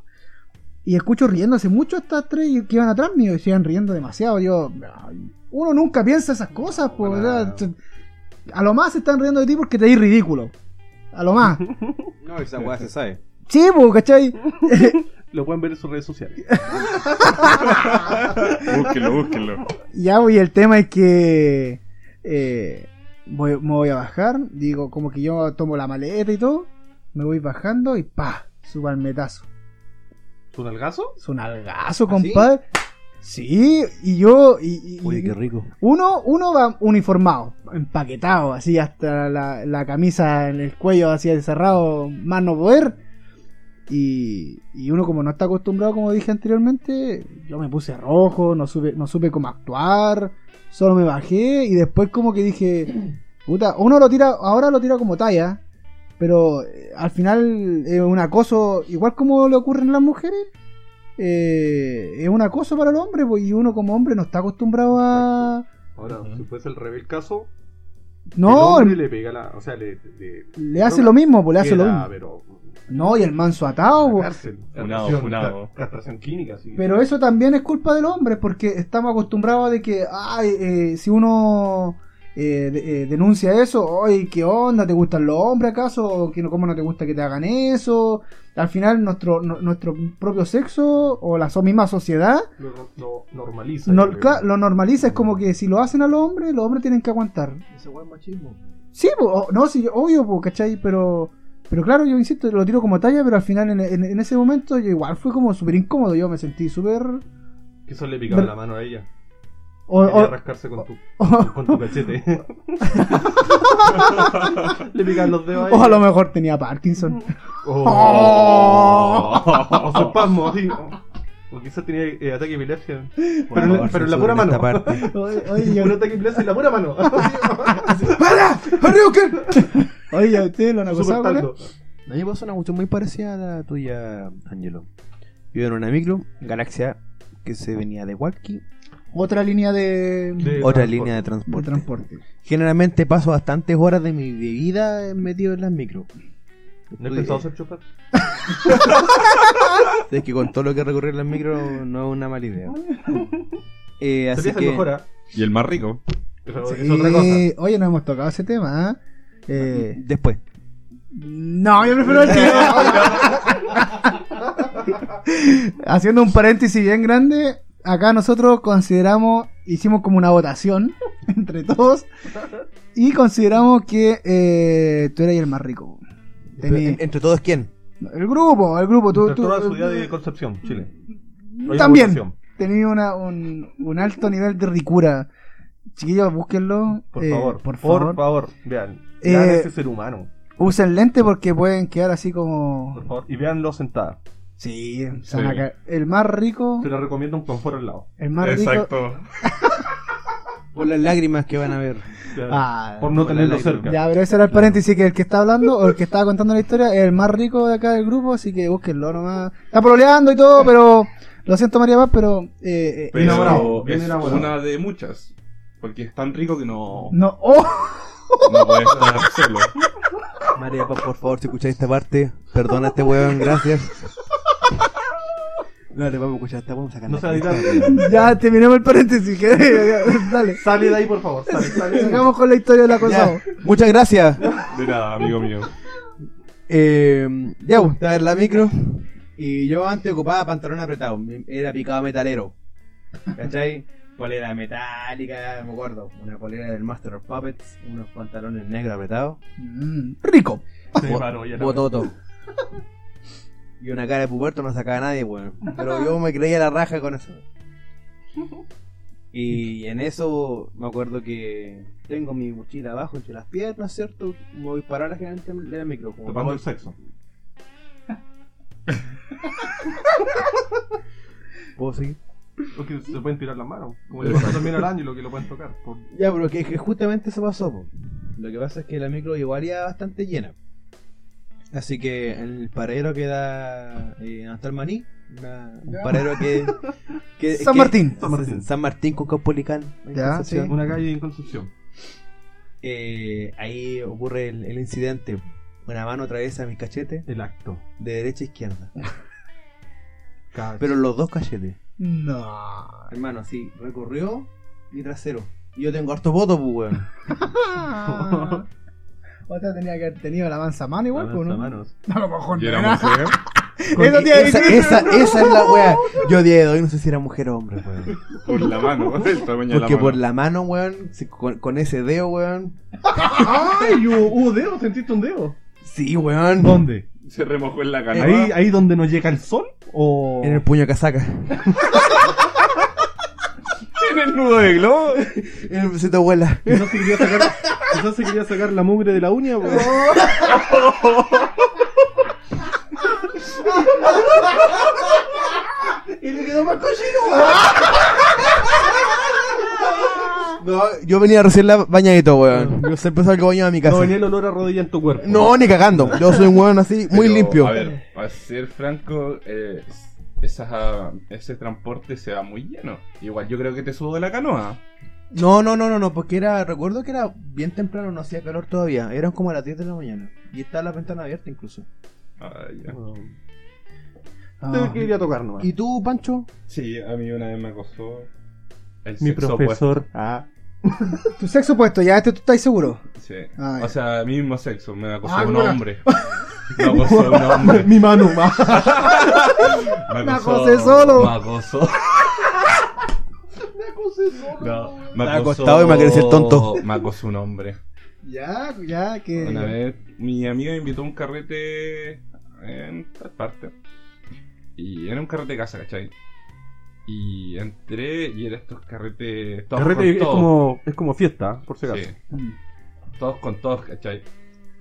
[SPEAKER 3] Y escucho riendo hace mucho a estas tres que iban atrás mío y sigan riendo demasiado. Yo, ay, uno nunca piensa esas cosas, pues. o sea, t- a lo más se están riendo de ti porque te di ridículo. A lo más.
[SPEAKER 9] No, esa weá se sabe.
[SPEAKER 3] Sí, pues, ¿cachai?
[SPEAKER 6] Lo pueden ver en sus
[SPEAKER 3] [LAUGHS]
[SPEAKER 6] redes sociales.
[SPEAKER 4] Búsquenlo, búsquenlo.
[SPEAKER 3] Ya, voy, el tema es que. eh, voy- me voy a bajar. Digo, como que yo tomo la maleta y todo. Me voy bajando y pa, subo al metazo.
[SPEAKER 6] ¿Su nalgazo?
[SPEAKER 3] Es un algazo,
[SPEAKER 5] ¿Ah,
[SPEAKER 3] compadre. Sí, y yo. Y, y-
[SPEAKER 5] Oye, qué rico.
[SPEAKER 3] uno, uno va uniformado, empaquetado, así hasta la, la camisa en el cuello, así encerrado, más no poder. Y, y uno, como no está acostumbrado, como dije anteriormente, yo me puse rojo, no supe, no supe cómo actuar, solo me bajé y después, como que dije, [CLEARS THROAT] puta, uno lo tira, ahora lo tira como talla, pero eh, al final es un acoso, igual como le ocurren a las mujeres, eh, es un acoso para el hombre, pues, y uno como hombre no está acostumbrado a.
[SPEAKER 6] Ahora, si fuese el revés caso,
[SPEAKER 3] No,
[SPEAKER 6] el hombre
[SPEAKER 3] le,
[SPEAKER 6] le pega la. O sea, le. le
[SPEAKER 3] hace lo mismo, pues le hace lo
[SPEAKER 6] queda,
[SPEAKER 3] mismo.
[SPEAKER 6] pero.
[SPEAKER 3] No, y el manso atado,
[SPEAKER 6] la
[SPEAKER 3] pues.
[SPEAKER 6] cárcel,
[SPEAKER 4] Funado,
[SPEAKER 6] castración,
[SPEAKER 4] funado.
[SPEAKER 6] ca- Castración clínica, sí.
[SPEAKER 3] Pero eso también es culpa del hombre, porque estamos acostumbrados de que, ay, eh, si uno eh, de- eh, denuncia eso, ay, ¿qué onda? ¿Te gustan los hombres acaso? ¿O que no- ¿Cómo no te gusta que te hagan eso? Al final, nuestro, no- nuestro propio sexo o la so- misma sociedad
[SPEAKER 6] Lo, lo- lo normaliza.
[SPEAKER 3] no-
[SPEAKER 6] yo creo.
[SPEAKER 3] cla- lo normaliza. Es como que si lo hacen a los hombres, los hombres tienen que aguantar.
[SPEAKER 5] Ese weón machismo.
[SPEAKER 3] Sí, po, o- no, sí, obvio, po, ¿cachai? Pero, pero claro, yo insisto, lo tiro como talla, pero al final en, en- en ese momento yo igual fue como súper incómodo, yo me sentí súper...
[SPEAKER 6] Que eso le picaba
[SPEAKER 3] Ver-
[SPEAKER 6] la mano a ella.
[SPEAKER 3] o-
[SPEAKER 6] Quería
[SPEAKER 3] o-
[SPEAKER 6] rascarse con tu,
[SPEAKER 3] o- [LAUGHS]
[SPEAKER 6] con tu cachete. le picaban los dedos a
[SPEAKER 3] o
[SPEAKER 6] ella.
[SPEAKER 3] a lo mejor tenía Parkinson.
[SPEAKER 6] O su Oh. espasmo, así. O quizás tenía eh, ataque de epilepsia. Pero, en la- pero en la pura mano.
[SPEAKER 3] [LAUGHS]
[SPEAKER 6] [LAUGHS]
[SPEAKER 3] Oye, oye, yo-
[SPEAKER 6] Un ataque de epilepsia en la pura
[SPEAKER 3] [LAUGHS]
[SPEAKER 6] mano. [LAUGHS]
[SPEAKER 3] ¡Para! ¡Arriuken! [LAUGHS] Oye, ¿a ustedes lo han acosado,
[SPEAKER 6] Super
[SPEAKER 3] ¿verdad?
[SPEAKER 6] taldo.
[SPEAKER 5] A mí me pasó una cuestión muy parecida a la tuya, Angelo. Yo en una micro, Galaxia, que se venía de Walkie,
[SPEAKER 3] Otra línea de, de
[SPEAKER 6] De
[SPEAKER 5] otra
[SPEAKER 6] transporte.
[SPEAKER 5] línea de transporte.
[SPEAKER 3] transporte.
[SPEAKER 5] Generalmente paso bastantes horas de mi vida metido en las micro.
[SPEAKER 6] ¿No he
[SPEAKER 5] Estudié-
[SPEAKER 6] pensado ser chofer?
[SPEAKER 5] Es que con todo lo que recorrí en las micro no es una mala
[SPEAKER 6] [LAUGHS]
[SPEAKER 5] idea. Eh,
[SPEAKER 6] Así
[SPEAKER 5] así
[SPEAKER 6] el mejor,
[SPEAKER 5] que
[SPEAKER 6] ¿ah?
[SPEAKER 4] Y el más rico.
[SPEAKER 6] Pero
[SPEAKER 3] Sí,
[SPEAKER 6] es otra cosa.
[SPEAKER 3] Oye, no hemos tocado ese tema, ¿ah? ¿eh?
[SPEAKER 5] después.
[SPEAKER 3] No, yo prefiero el [LAUGHS] Haciendo un paréntesis bien grande, acá nosotros consideramos, hicimos como una votación [LAUGHS] entre todos y consideramos que eh, tú eras el más rico. Tení-
[SPEAKER 5] En- entre todos quién.
[SPEAKER 3] El grupo, el grupo, tú,
[SPEAKER 6] Doctor
[SPEAKER 3] tú-
[SPEAKER 6] Toda su vida de Concepción, Chile. Oye,
[SPEAKER 3] también
[SPEAKER 6] votación.
[SPEAKER 3] tenías una- un, un alto nivel de ricura. Chiquillos, búsquenlo.
[SPEAKER 6] Por
[SPEAKER 3] eh,
[SPEAKER 6] favor,
[SPEAKER 3] por favor.
[SPEAKER 6] vean.
[SPEAKER 3] Eh,
[SPEAKER 6] Vean ese ser humano.
[SPEAKER 3] Usen lente porque pueden quedar así como...
[SPEAKER 6] Por favor. Y véanlo sentada.
[SPEAKER 3] Sí,
[SPEAKER 4] Sí.
[SPEAKER 3] Sanaka. El más rico.
[SPEAKER 6] Se le recomiendo un confort al lado.
[SPEAKER 3] El más rico.
[SPEAKER 4] Exacto.
[SPEAKER 5] Por las lágrimas que van a ver.
[SPEAKER 3] Ah,
[SPEAKER 6] por no tenerlo cerca.
[SPEAKER 3] ya, pero ese era el paréntesis que el que está hablando o el que estaba contando la historia es el más rico de acá del grupo, así que búsquenlo nomás. Está pololeando y todo, pero lo siento María Paz, pero, eh, eh,
[SPEAKER 4] Pero
[SPEAKER 6] enamorado, bien
[SPEAKER 4] es
[SPEAKER 6] enamorado.
[SPEAKER 4] una de muchas. Porque es tan rico que no,
[SPEAKER 3] no. ¡Oh! [LAUGHS]
[SPEAKER 4] no puedes estar solo.
[SPEAKER 5] María, Paz, por favor, si escucháis esta parte, perdona a este weón, gracias. No le vamos a escuchar esta, vamos a sacar
[SPEAKER 6] No
[SPEAKER 5] la
[SPEAKER 6] se va a
[SPEAKER 5] cresta.
[SPEAKER 6] editar.
[SPEAKER 3] Ya terminamos el paréntesis. [LAUGHS] que- Dale.
[SPEAKER 6] Sale de ahí, por favor. Sale, sale. de ahí.
[SPEAKER 3] Sigamos con la historia del acosado.
[SPEAKER 5] Ya, Muchas gracias.
[SPEAKER 4] De nada, amigo mío.
[SPEAKER 5] Eh, ya, pues, estaba en la micro. Y yo antes ocupaba pantalón apretado. Era picado metalero. ¿Cachai? Polera metálica, me acuerdo. Una polera del Master of Puppets. Unos pantalones negros apretados.
[SPEAKER 3] Mm, rico.
[SPEAKER 6] Se paró, ya la-
[SPEAKER 5] Bototo. Y una cara de puberto no sacaba a nadie, weón. Pero yo me creía la raja con eso. Y en eso me acuerdo que tengo mi mochila abajo entre las piernas, ¿cierto? Me voy para la gente de la micro. como
[SPEAKER 6] Tocando
[SPEAKER 5] para-
[SPEAKER 6] el sexo.
[SPEAKER 5] ¿Puedo seguir?
[SPEAKER 6] Porque se pueden tirar las manos. Como le pasa también al ángel que lo pueden tocar. Por...
[SPEAKER 5] Ya, pero que, que justamente eso pasó. po. Lo que pasa es que la micro igual iba bastante llena. Así que en el paradero que da eh, hasta el maní, una- un
[SPEAKER 3] Ya.
[SPEAKER 10] [LAUGHS]
[SPEAKER 5] paradero que, que-
[SPEAKER 3] San
[SPEAKER 5] que-
[SPEAKER 3] Martín.
[SPEAKER 6] San Martín.
[SPEAKER 5] San Martín con Caupolicán. en
[SPEAKER 3] Ya,
[SPEAKER 5] Concepción.
[SPEAKER 3] sí.
[SPEAKER 6] Una calle en Concepción.
[SPEAKER 5] Eh, ahí ocurre el, el incidente. Una mano atraviesa mis cachetes
[SPEAKER 6] El acto.
[SPEAKER 5] de derecha a izquierda.
[SPEAKER 3] Cacha.
[SPEAKER 5] Pero los dos cachetes. [LAUGHS]
[SPEAKER 3] No.
[SPEAKER 10] Hermano, así, recorrió mi trasero. Y yo tengo hartos votos, pues, weón.
[SPEAKER 3] Otra tenía que haber tenido la mansa mano igual, pues, ¿no?
[SPEAKER 6] manos.
[SPEAKER 3] No lo cojo
[SPEAKER 6] Y era
[SPEAKER 3] nada.
[SPEAKER 6] mujer.
[SPEAKER 3] Eso te iba a
[SPEAKER 5] esa,
[SPEAKER 3] decir,
[SPEAKER 5] esa,
[SPEAKER 3] no.
[SPEAKER 5] esa es la weá. Yo día de hoy no sé si era mujer o hombre, weón.
[SPEAKER 6] Por
[SPEAKER 4] [LAUGHS]
[SPEAKER 6] la mano. El tamaño de la
[SPEAKER 5] Porque
[SPEAKER 6] mano.
[SPEAKER 5] por la mano, weón, si- con, con ese dedo, weón.
[SPEAKER 6] ¡Ay! Hubo, hubo dedo, sentiste un dedo.
[SPEAKER 5] Sí, weón.
[SPEAKER 6] ¿Dónde?
[SPEAKER 4] Se remojó en la cara. [LAUGHS]
[SPEAKER 6] ¿Ahí, ahí donde nos llega el sol? ¿O.?
[SPEAKER 5] En el puño de casaca.
[SPEAKER 6] en el nudo de globo.
[SPEAKER 5] En el besito abuela.
[SPEAKER 6] Quizás se quería sacar, quizás se quería sacar la mugre de la uña. po.
[SPEAKER 5] No, yo venía recién la bañadito, weón. Yo siempre salgo bañado a mi casa. No,
[SPEAKER 6] No venía el olor a rodilla en tu cuerpo.
[SPEAKER 5] ni cagando. Yo soy un weón así, muy
[SPEAKER 4] Pero,
[SPEAKER 5] limpio.
[SPEAKER 4] A ver, para ser franco, eh, esas, ah, ese transporte se va muy lleno. Igual yo creo que te subo de la canoa.
[SPEAKER 10] No, no, no, no, no, porque era, recuerdo que era bien temprano, no hacía calor todavía. Eran como las 10 de la mañana. Y estaba la ventana abierta incluso.
[SPEAKER 4] Ah, ya.
[SPEAKER 3] Ah.
[SPEAKER 6] Tengo que ir a tocar nomás.
[SPEAKER 10] ¿Y tú, Pancho?
[SPEAKER 4] Sí, a mí una vez me acosó el
[SPEAKER 6] Mi
[SPEAKER 4] sexo
[SPEAKER 6] profesor.
[SPEAKER 5] Ah.
[SPEAKER 3] Tu sexo opuesto, ya este tú estás seguro.
[SPEAKER 4] opuesto. Sí.
[SPEAKER 3] Ah, ya.
[SPEAKER 4] o sea, mi mismo sexo, me acosó
[SPEAKER 3] Ah,
[SPEAKER 4] un
[SPEAKER 3] bueno.
[SPEAKER 4] hombre. [LAUGHS] Me acosó un hombre.
[SPEAKER 6] Mi mano. ma.
[SPEAKER 4] Me
[SPEAKER 3] Me
[SPEAKER 4] acosó,
[SPEAKER 3] acosé solo.
[SPEAKER 4] Me acosó. No, me
[SPEAKER 5] Me
[SPEAKER 4] acosó.
[SPEAKER 5] acostado y me quería decir tonto.
[SPEAKER 4] Me acosó un hombre.
[SPEAKER 3] [LAUGHS] Ya, ya, que.
[SPEAKER 4] Una vez mi amiga me invitó a un carrete en tal parte. Y era un carrete de casa, ¿cachai? Y entré y era estos carretes. Todos
[SPEAKER 6] Carrete
[SPEAKER 4] con
[SPEAKER 6] es
[SPEAKER 4] todos.
[SPEAKER 6] como, es como fiesta, por si acaso.
[SPEAKER 4] Sí. Todos con todos, ¿cachai?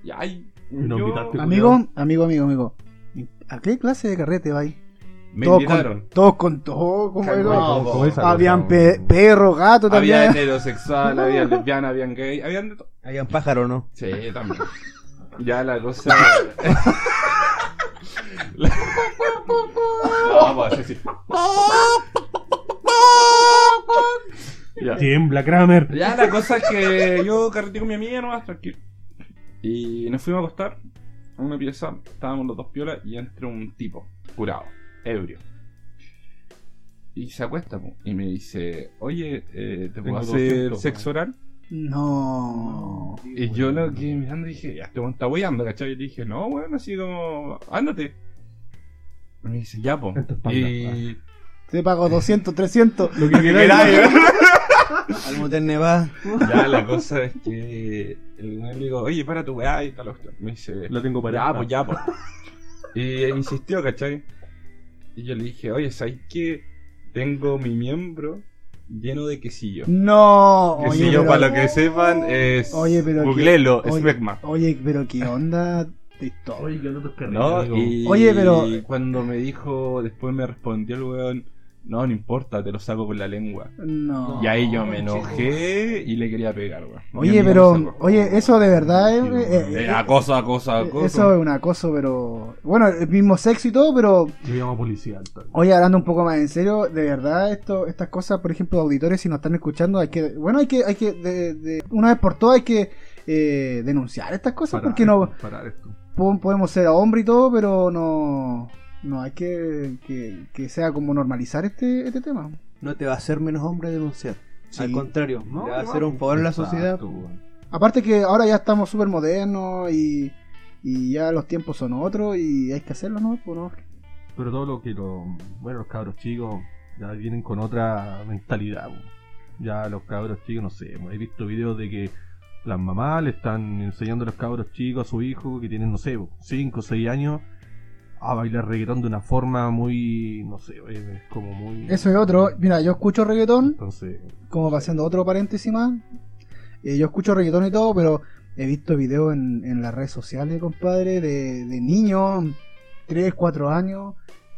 [SPEAKER 4] Y ay,
[SPEAKER 6] No
[SPEAKER 4] yo-
[SPEAKER 6] invitaste,
[SPEAKER 3] Amigo, amigo, amigo, amigo. ¿A qué clase de carrete va ahí?
[SPEAKER 4] me
[SPEAKER 3] Todos
[SPEAKER 4] invitaron.
[SPEAKER 3] con, todos con todo, como
[SPEAKER 4] Cagüey,
[SPEAKER 3] era.
[SPEAKER 4] como-
[SPEAKER 6] como esa cosa,
[SPEAKER 3] Habían
[SPEAKER 6] como-
[SPEAKER 3] pe- perro, gato
[SPEAKER 4] Había
[SPEAKER 3] también.
[SPEAKER 4] heterosexual,
[SPEAKER 3] [LAUGHS]
[SPEAKER 4] había lesbiana, había gay, habían de todo.
[SPEAKER 5] Había un pájaro, ¿no?
[SPEAKER 4] Sí, también. Ya la cosa. La- [LAUGHS] No, pues, así, sí. Ya.
[SPEAKER 6] Tiembla, Kramer.
[SPEAKER 4] Ya la cosa es que yo carreteé con mi amiga nomás, tranquilo. Y nos fuimos a acostar a una pieza, estábamos los dos piolas y entra un tipo, curado, ebrio. Y se acuesta po, y me dice, oye, eh, ¿te puedo
[SPEAKER 6] Tengo
[SPEAKER 4] hacer
[SPEAKER 6] 200,
[SPEAKER 4] sexo oral?
[SPEAKER 3] No.
[SPEAKER 4] Y yo lo que mirando dije, ya, este weón está weyando, ¿cachai? Y le dije, no, weón, así como, ándate. Y me dice, ya, po.
[SPEAKER 6] En tu espalda,
[SPEAKER 4] Y...
[SPEAKER 3] Te pago 200, 300.
[SPEAKER 6] Lo que queráis.
[SPEAKER 5] Al motel Neva.
[SPEAKER 4] Ya, la cosa es que el weón le digo, oye, para tu weá y tal, hostia. Me dice,
[SPEAKER 6] Lo tengo para.
[SPEAKER 4] Ya, pues ya, pues. Y él insistió, ¿cachai? Y yo le dije, oye, ¿sabes qué? Tengo mi miembro lleno de quesillo.
[SPEAKER 3] No.
[SPEAKER 4] quesillo,
[SPEAKER 3] pero-
[SPEAKER 4] para lo que sepan, es.
[SPEAKER 3] Oye, pero que-
[SPEAKER 4] Googlelo, es
[SPEAKER 3] oye-
[SPEAKER 4] Beckman.
[SPEAKER 3] Oye, pero qué onda de historia.
[SPEAKER 6] Oye, yo no te
[SPEAKER 4] ¿No? Y
[SPEAKER 3] Oye, pero-
[SPEAKER 4] Cuando me dijo, después me respondió el weón, no, no importa, te lo saco con la lengua.
[SPEAKER 3] No.
[SPEAKER 4] Y ahí yo me enojé y le quería pegar, weón. Mi
[SPEAKER 3] Oye,
[SPEAKER 4] amigo me
[SPEAKER 3] pero,
[SPEAKER 4] sacó.
[SPEAKER 3] oye, eso de verdad es, eh,
[SPEAKER 4] Eh, acoso, acoso,
[SPEAKER 3] eh,
[SPEAKER 4] acoso.
[SPEAKER 3] eso es un acoso, pero bueno, el mismo sexo y todo, pero
[SPEAKER 6] Yo llamo a policía. entonces.
[SPEAKER 3] oye, hablando un poco más en serio, de verdad esto, estas cosas, por ejemplo, auditores si nos están escuchando, hay que, bueno, hay que, hay que, de- de- una vez por todas hay que eh, denunciar estas cosas,
[SPEAKER 6] Parar
[SPEAKER 3] porque no
[SPEAKER 6] esto, Parar esto.
[SPEAKER 3] po- podemos ser hombre y todo, pero no, no hay que, que, que sea como normalizar este, este tema.
[SPEAKER 10] No te va a hacer menos hombre denunciar.
[SPEAKER 3] Sí.
[SPEAKER 10] Al contrario,
[SPEAKER 6] No,
[SPEAKER 10] te va a
[SPEAKER 6] no.
[SPEAKER 10] hacer un favor a la
[SPEAKER 6] Exacto,
[SPEAKER 10] sociedad.
[SPEAKER 6] weón.
[SPEAKER 3] Aparte que ahora ya estamos súper modernos y, y ya los tiempos son otros y hay que hacerlo, ¿no? Pues, ¿no?
[SPEAKER 6] Pero todo lo que los. Bueno, los cabros chicos ya vienen con otra mentalidad. weón. Ya los cabros chicos, no sé. weón, He visto videos de que las mamás le están enseñando a los cabros chicos, a su hijo, que tienen, no sé, 5 o 6 años, a bailar reggaetón de una forma muy. No sé, weón, es como muy.
[SPEAKER 3] Eso es otro. Mira, yo escucho reggaetón,
[SPEAKER 6] Entonces.
[SPEAKER 3] como pasando otro paréntesis más. eh, yo escucho reggaetón y todo, pero he visto videos en, en las redes sociales, compadre, de, de niños, 3, 4 años,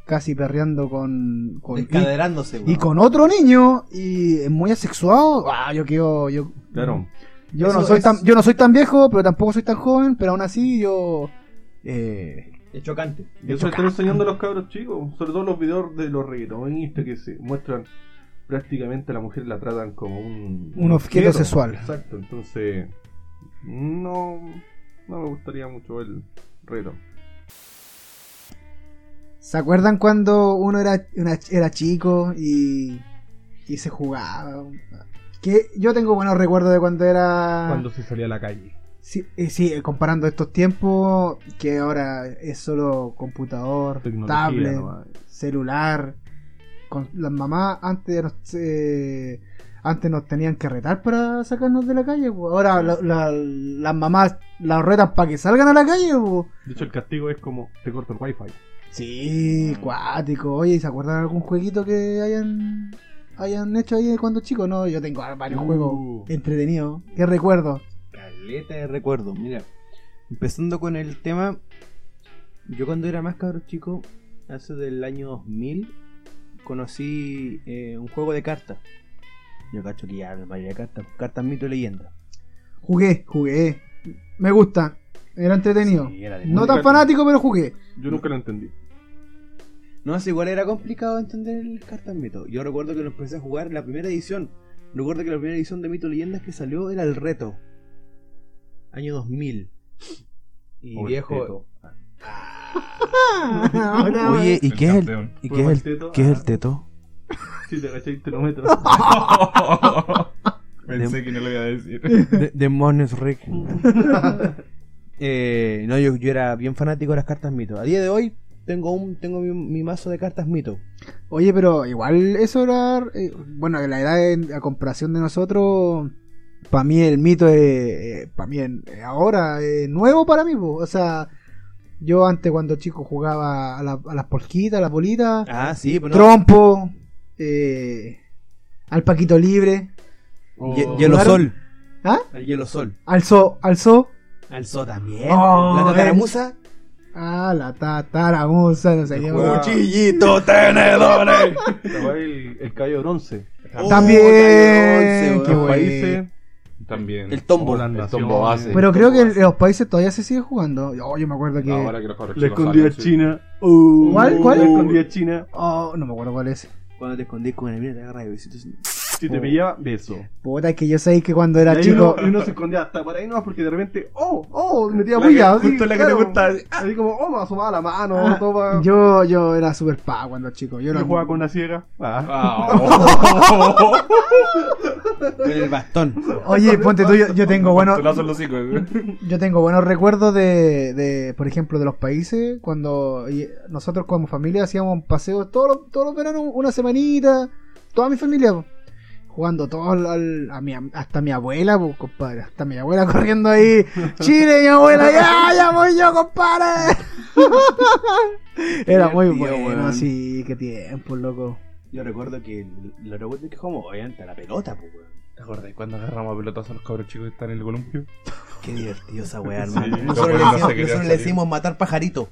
[SPEAKER 3] casi perreando con... con y,
[SPEAKER 10] Encaderándose,
[SPEAKER 3] y con otro niño y es muy asexuado. Ah, yo quiero... Yo, Mm.
[SPEAKER 6] Claro.
[SPEAKER 3] Yo
[SPEAKER 10] Eso
[SPEAKER 3] no soy
[SPEAKER 10] es-
[SPEAKER 3] tan, yo no soy tan viejo, pero tampoco soy tan joven, pero aún así yo eh,
[SPEAKER 10] Es chocante.
[SPEAKER 6] Y eso están enseñando a los cabros chicos, sobre todo los videos de los reggaetonistas que se muestran prácticamente a la mujer la tratan como un,
[SPEAKER 3] Un objeto sexual.
[SPEAKER 6] Exacto, entonces no, no me gustaría mucho el reto.
[SPEAKER 3] ¿Se acuerdan cuando uno era, una- era chico y, y se jugaba? Que yo tengo buenos recuerdos de cuando era...
[SPEAKER 6] Cuando se salía a la calle.
[SPEAKER 3] Sí, eh, sí, eh, comparando estos tiempos, que ahora es solo computador,
[SPEAKER 6] Tecnología
[SPEAKER 3] tablet,
[SPEAKER 6] nomás.
[SPEAKER 3] celular. Con, las mamás antes nos, eh, antes nos tenían que retar para sacarnos de la calle. po. Ahora la- la- las mamás las retan para que salgan a la calle. po.
[SPEAKER 6] De hecho, el castigo es como te corto el wifi.
[SPEAKER 5] Mm.
[SPEAKER 3] Sí, cuático. Oye, ¿se acuerdan de algún jueguito que hayan, hayan hecho ahí cuando chicos? No, yo tengo varios
[SPEAKER 6] Uh.
[SPEAKER 3] juegos entretenidos. ¿Qué recuerdo?
[SPEAKER 5] Caleta de recuerdo, mira. Empezando con el tema, yo cuando era más cabro chico, hace del año 2000, conocí eh, un juego de cartas. Yo cacho que ya me mayoría de cartas, cartas mito y leyenda.
[SPEAKER 3] Jugué, jugué. Me gusta. Era entretenido.
[SPEAKER 5] Sí, era de-
[SPEAKER 3] no tan
[SPEAKER 6] Nunca-
[SPEAKER 3] fanático, pero jugué.
[SPEAKER 6] Yo nunca lo entendí.
[SPEAKER 5] No sé, igual era complicado entender las cartas mito. Yo recuerdo que lo empecé a jugar en la primera edición. Recuerdo que la primera edición de Mito y Leyendas que salió era el reto. Año 2000. Y
[SPEAKER 6] O el teto.
[SPEAKER 5] viejo.
[SPEAKER 3] [LAUGHS] Ahora,
[SPEAKER 11] Oye, ¿y
[SPEAKER 4] El
[SPEAKER 11] qué es el,
[SPEAKER 4] campeón.
[SPEAKER 11] ¿y
[SPEAKER 6] Fue
[SPEAKER 11] qué es el,
[SPEAKER 6] Marteto,
[SPEAKER 11] qué es el
[SPEAKER 6] ah.
[SPEAKER 11] teto?
[SPEAKER 6] Si te agacháis, te lo meto.
[SPEAKER 4] Pensé que no lo iba a
[SPEAKER 5] [LAUGHS]
[SPEAKER 4] decir.
[SPEAKER 11] De- Demonios,
[SPEAKER 4] [LAUGHS]
[SPEAKER 11] Rick.
[SPEAKER 5] Eh, no, yo, yo era bien fanático de las cartas mito. A día de hoy tengo un tengo mi, mi mazo de cartas mito.
[SPEAKER 3] Oye, pero igual eso era. eh, Bueno, la edad en- a comparación de nosotros. Para mí el mito es. para mí en- eh, ahora es nuevo para mí. po. O sea, yo antes cuando chico jugaba a, la- a las polquitas, a las bolitas.
[SPEAKER 5] Ah, sí, pero
[SPEAKER 3] Trompo. eh, al Paquito Libre.
[SPEAKER 4] Oh.
[SPEAKER 5] Ye- hielo
[SPEAKER 3] ¿Jugaron?
[SPEAKER 5] sol.
[SPEAKER 3] ¿Ah?
[SPEAKER 5] El hielo sol.
[SPEAKER 3] Alzó, alzó.
[SPEAKER 5] Al sol también.
[SPEAKER 3] Oh,
[SPEAKER 5] la
[SPEAKER 3] eh.
[SPEAKER 5] tataramusa.
[SPEAKER 3] Ah, la tataramusa, no sé qué.
[SPEAKER 5] Wow.
[SPEAKER 3] más.
[SPEAKER 5] Cuchillito,
[SPEAKER 3] [LAUGHS]
[SPEAKER 5] tenedores.
[SPEAKER 6] El, el caballo de bronce.
[SPEAKER 5] Oh,
[SPEAKER 3] También,
[SPEAKER 5] calle once,
[SPEAKER 3] qué bueno.
[SPEAKER 5] weón.
[SPEAKER 6] Países.
[SPEAKER 4] También.
[SPEAKER 5] El tombo.
[SPEAKER 6] Holanda.
[SPEAKER 4] El tombo base.
[SPEAKER 3] Pero creo que en los países todavía se sigue jugando. Oh, Yo, yo me acuerdo que.
[SPEAKER 4] Ahora que los cabros
[SPEAKER 6] La
[SPEAKER 4] chicos
[SPEAKER 6] escondida
[SPEAKER 4] salen, sí.
[SPEAKER 6] china. Uh,
[SPEAKER 3] ¿Cuál? ¿Cuál?
[SPEAKER 6] La escondida china.
[SPEAKER 3] Oh, no me acuerdo cuál es.
[SPEAKER 5] Cuando te escondís con el mira, te agarras de besitos.
[SPEAKER 6] Si te pillaba, beso.
[SPEAKER 3] Puta, es que yo sabía que cuando era
[SPEAKER 6] y ahí
[SPEAKER 3] chico.
[SPEAKER 6] uno, y uno se escondía hasta por ahí nomás porque de repente, oh, oh, metía
[SPEAKER 3] La que-
[SPEAKER 6] bulla. así,
[SPEAKER 3] justo la que
[SPEAKER 6] claro.
[SPEAKER 3] te gustaba,
[SPEAKER 6] Así como, oh, me asomaba la mano,
[SPEAKER 3] Ah,
[SPEAKER 6] toma. Yo,
[SPEAKER 3] yo, yo era super pa cuando chico. Yo era.
[SPEAKER 6] jugaba con una ciega. Ah.
[SPEAKER 4] Ah, oh.
[SPEAKER 5] Con el bastón.
[SPEAKER 6] [LAUGHS]
[SPEAKER 3] Oye, ponte tú, yo, yo [LAUGHS] tengo bueno,
[SPEAKER 4] Pastelazo en los hocicos, eh.
[SPEAKER 3] yo tengo buenos recuerdos de, de, por ejemplo, de los países cuando y- nosotros como familia hacíamos un paseo todos los, todos los veranos, una semanita, toda mi familia po, jugando todos al- a mi am- hasta mi abuela, po, compadre, hasta mi abuela [LAUGHS] corriendo ahí, Chile, mi abuela, ya, ya voy yo,
[SPEAKER 4] [LAUGHS]
[SPEAKER 3] compadre. Era muy
[SPEAKER 5] Divertido,
[SPEAKER 3] bueno,
[SPEAKER 5] weón.
[SPEAKER 3] sí, qué tiempo, loco.
[SPEAKER 5] Yo recuerdo que lo recuerdo que como obviamente a la pelota, pues, weón.
[SPEAKER 4] ¿Te acordás cuando agarramos a pelotazos a los cabros chicos que están en el columpio?
[SPEAKER 5] Qué divertido esa weá,
[SPEAKER 4] Sí,
[SPEAKER 5] hermano.
[SPEAKER 4] los buenos
[SPEAKER 5] nosotros le
[SPEAKER 4] no se
[SPEAKER 5] decimos,
[SPEAKER 4] querían
[SPEAKER 5] nosotros le
[SPEAKER 4] salir.
[SPEAKER 5] decimos matar pajarito.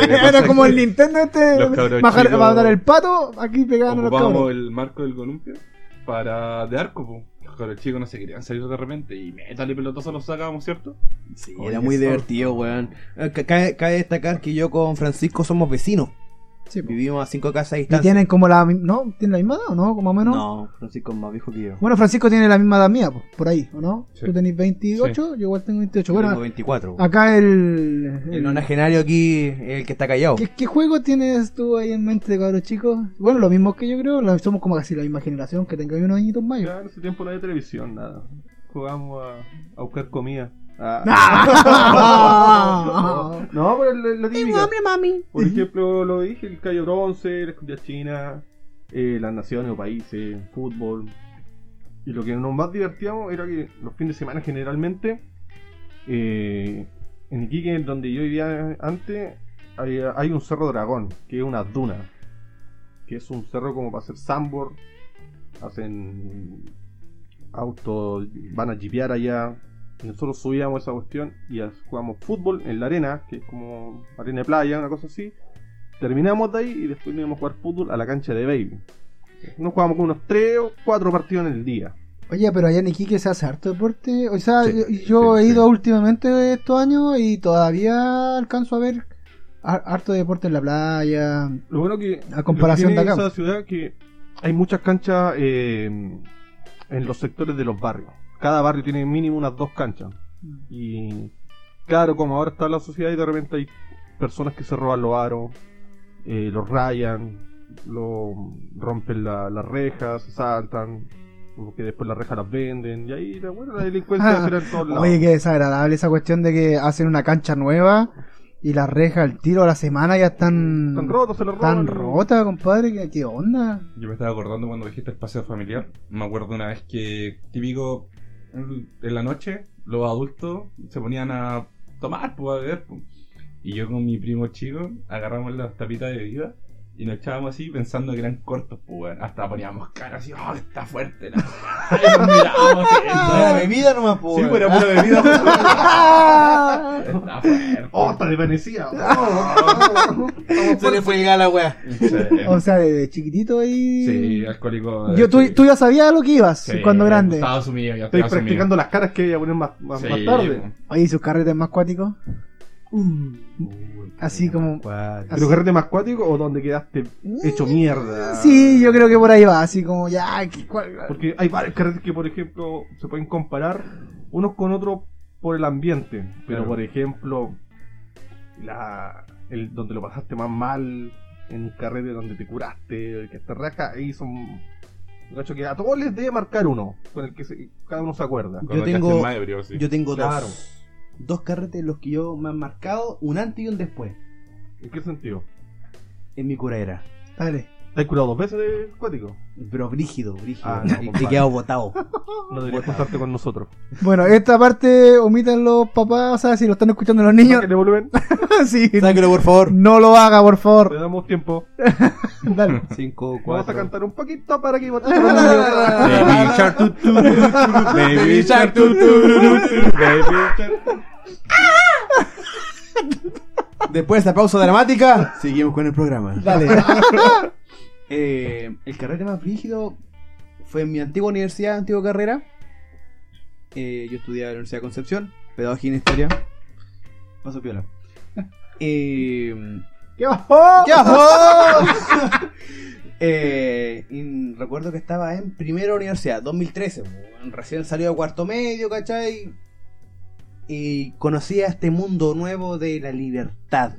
[SPEAKER 3] [LAUGHS] Era como el Nintendo este,
[SPEAKER 4] Los cabros
[SPEAKER 3] bajar,
[SPEAKER 4] chicos-
[SPEAKER 3] mandar el pato, aquí pegaban a los cabros.
[SPEAKER 4] Ocupábamos el marco del columpio para de arco, po. Los cabros chicos no se querían salir de repente y métale pelotazo los sacábamos, ¿cierto?
[SPEAKER 5] Sí,
[SPEAKER 4] Oye,
[SPEAKER 5] era muy
[SPEAKER 4] eso.
[SPEAKER 5] divertido, weón. Eh, ca- Cabe, cabe destacar que yo con Francisco somos vecinos.
[SPEAKER 3] Sí, po.
[SPEAKER 5] Vivimos a cinco casas de
[SPEAKER 3] Y
[SPEAKER 5] distancia.
[SPEAKER 3] tienen como la mi- ¿No? ¿Tienen la misma edad o no? Como menos.
[SPEAKER 5] No, Francisco es más viejo que yo.
[SPEAKER 3] Bueno, Francisco tiene la misma edad mía, po, por ahí, ¿o no?
[SPEAKER 4] Sí.
[SPEAKER 3] Tú tenés 28, yo igual tengo 28.
[SPEAKER 5] Yo
[SPEAKER 3] Bueno,
[SPEAKER 5] tengo 24. weón.
[SPEAKER 3] acá el.
[SPEAKER 5] El
[SPEAKER 3] el-
[SPEAKER 5] nonagenario aquí, el que está callado.
[SPEAKER 3] ¿Qué, qué juego tienes tú ahí en mente de cabros chicos? Bueno, lo mismo que yo creo, la- somos como casi la misma generación, que tengo ahí unos añitos más. yo.
[SPEAKER 6] Ya en ese tiempo no había televisión, nada. Jugábamos a, a buscar comida. Ah.
[SPEAKER 3] [LAUGHS]
[SPEAKER 6] [LAUGHS] No, pero la, la típica.
[SPEAKER 3] mami!
[SPEAKER 6] Por ejemplo, lo dije, el Cayo Bronce, la escondida china, eh, las naciones o países, fútbol. Y lo que nos más divertíamos era que los fines de semana generalmente, eh, en Iquique, donde yo vivía antes, hay, hay un cerro dragón, que es una duna. Que es un cerro como para hacer sambor. Hacen autos, van a jipear allá. Y Nosotros subíamos esa cuestión y as- jugamos fútbol en la arena, que es como arena de playa, una cosa así. Terminamos de ahí y después nos íbamos a jugar fútbol a la cancha de baby. Nos jugábamos con unos 3 o 4 partidos en el día.
[SPEAKER 3] Oye, pero allá en Iquique se hace harto deporte. O sea,
[SPEAKER 4] Sí,
[SPEAKER 3] yo, yo
[SPEAKER 4] sí,
[SPEAKER 3] he
[SPEAKER 4] sí.
[SPEAKER 3] ido últimamente estos años y todavía alcanzo a ver har- harto deporte en la playa.
[SPEAKER 6] Lo bueno que
[SPEAKER 3] A comparación
[SPEAKER 6] lo que
[SPEAKER 3] de
[SPEAKER 6] tiene
[SPEAKER 3] acá.
[SPEAKER 6] esa ciudad que hay muchas canchas eh, en los sectores de los barrios. Cada barrio tiene mínimo unas dos canchas. Y claro, como ahora está la sociedad y de repente hay personas que se roban los aros, eh, lo rayan, lo rompen la- las rejas, saltan, porque después las rejas las venden, y ahí la, bueno, la delincuencia será en todos lados.
[SPEAKER 3] Ah, Oye, qué desagradable esa cuestión de que hacen una cancha nueva y las rejas al tiro a la semana ya están.
[SPEAKER 6] Están rotos, se los
[SPEAKER 3] Están
[SPEAKER 6] roban.
[SPEAKER 3] rotas, compadre. ¿Qué, qué onda?
[SPEAKER 4] [LAUGHS] Yo me estaba acordando cuando dijiste el paseo familiar. Me acuerdo una vez que, típico, en en la noche, los adultos se ponían a tomar, pues a beber. pues. Y yo con mi primo chico agarramos las tapitas de bebida y nos echábamos así pensando que eran cortos, pues weón. Hasta poníamos cara así, oh, está fuerte. La... [LAUGHS] Y nos mirábamos así,
[SPEAKER 7] Era
[SPEAKER 4] entonces,
[SPEAKER 7] bebida nomás, po.
[SPEAKER 4] Sí,
[SPEAKER 7] weón.
[SPEAKER 4] pues era pura bebida. pues. Está fuerte.
[SPEAKER 6] ¡Oh,
[SPEAKER 3] [LAUGHS]
[SPEAKER 6] está ¡Oh, desvanecida!
[SPEAKER 5] Ah,
[SPEAKER 7] Se le fue el gala, weá.
[SPEAKER 3] O sea, desde chiquitito ahí.
[SPEAKER 4] Sí, alcohólico.
[SPEAKER 3] Yo, tú, tú ya sabías lo que ibas
[SPEAKER 4] Sí,
[SPEAKER 3] cuando grande.
[SPEAKER 4] Estaba asumido, ya
[SPEAKER 6] Estoy
[SPEAKER 4] estaba asumido.
[SPEAKER 6] practicando las caras que voy a poner más, más, más
[SPEAKER 4] Sí, pues,
[SPEAKER 6] tarde.
[SPEAKER 3] Oye, ¿y sus carretes más cuáticos.
[SPEAKER 4] Uy,
[SPEAKER 3] Así como.
[SPEAKER 6] ¿Pero carrete más cuático o donde quedaste hecho mierda?
[SPEAKER 3] mm, Sí, yo creo que por ahí va, así como ya. ¿qué- cuál-
[SPEAKER 6] Porque hay varios carretes que, por ejemplo, se pueden comparar unos con otros por el ambiente. Pero,
[SPEAKER 4] Claro.
[SPEAKER 6] por ejemplo, la, el, donde lo pasaste más mal, en un carrete donde te curaste, que te raja, ahí son... Cacho que a todos les debe marcar uno, con el que se- cada uno se acuerda.
[SPEAKER 4] Cuando
[SPEAKER 5] tengo-
[SPEAKER 4] quedaste más ebrio, sí.
[SPEAKER 5] Yo tengo
[SPEAKER 6] Claro.
[SPEAKER 5] dos. Dos carretes los que yo me han marcado, un antes y un después,
[SPEAKER 6] ¿En qué sentido?
[SPEAKER 5] en mi curadera.
[SPEAKER 3] Dale.
[SPEAKER 6] ¿Te has curado dos veces de cuático?
[SPEAKER 5] Pero brígido, brígido.
[SPEAKER 6] Ah, no,
[SPEAKER 5] [LAUGHS] y- y
[SPEAKER 6] compadre.
[SPEAKER 5] he quedado botado.
[SPEAKER 6] No deberías contarte con nosotros.
[SPEAKER 3] Bueno, esta parte omitan los papás, o sea, si lo están escuchando los niños.
[SPEAKER 6] ¿Qué te vuelven?
[SPEAKER 3] [LAUGHS] sí,
[SPEAKER 7] Sáquelo, por
[SPEAKER 5] [LAUGHS]
[SPEAKER 7] favor.
[SPEAKER 3] no lo haga, por
[SPEAKER 6] Le
[SPEAKER 3] favor.
[SPEAKER 6] damos tiempo.
[SPEAKER 3] Dale.
[SPEAKER 7] 5,
[SPEAKER 6] Vamos a
[SPEAKER 7] 4.
[SPEAKER 6] cantar un poquito para que...
[SPEAKER 4] [LAUGHS] Baby Shark tu, tu, tu, tu, Baby Shark tu, tu, tu, tu, tu, Baby Shark.
[SPEAKER 7] Después de esta pausa dramática, seguimos con el programa.
[SPEAKER 3] Dale.
[SPEAKER 5] [LAUGHS] Eh, el carrete más brígido fue en mi antigua universidad, antigua carrera. Eh, yo estudiaba en la Universidad de Concepción, pedagogía en historia. Paso
[SPEAKER 3] [LAUGHS]
[SPEAKER 5] piola. Eh,
[SPEAKER 3] ¡Qué bajo! [LAUGHS]
[SPEAKER 5] ¡Ya fue! Eh, y recuerdo que estaba en primera universidad, 2013. weón, Recién salido de cuarto medio, ¿cachai? Y conocía este mundo nuevo de la libertad.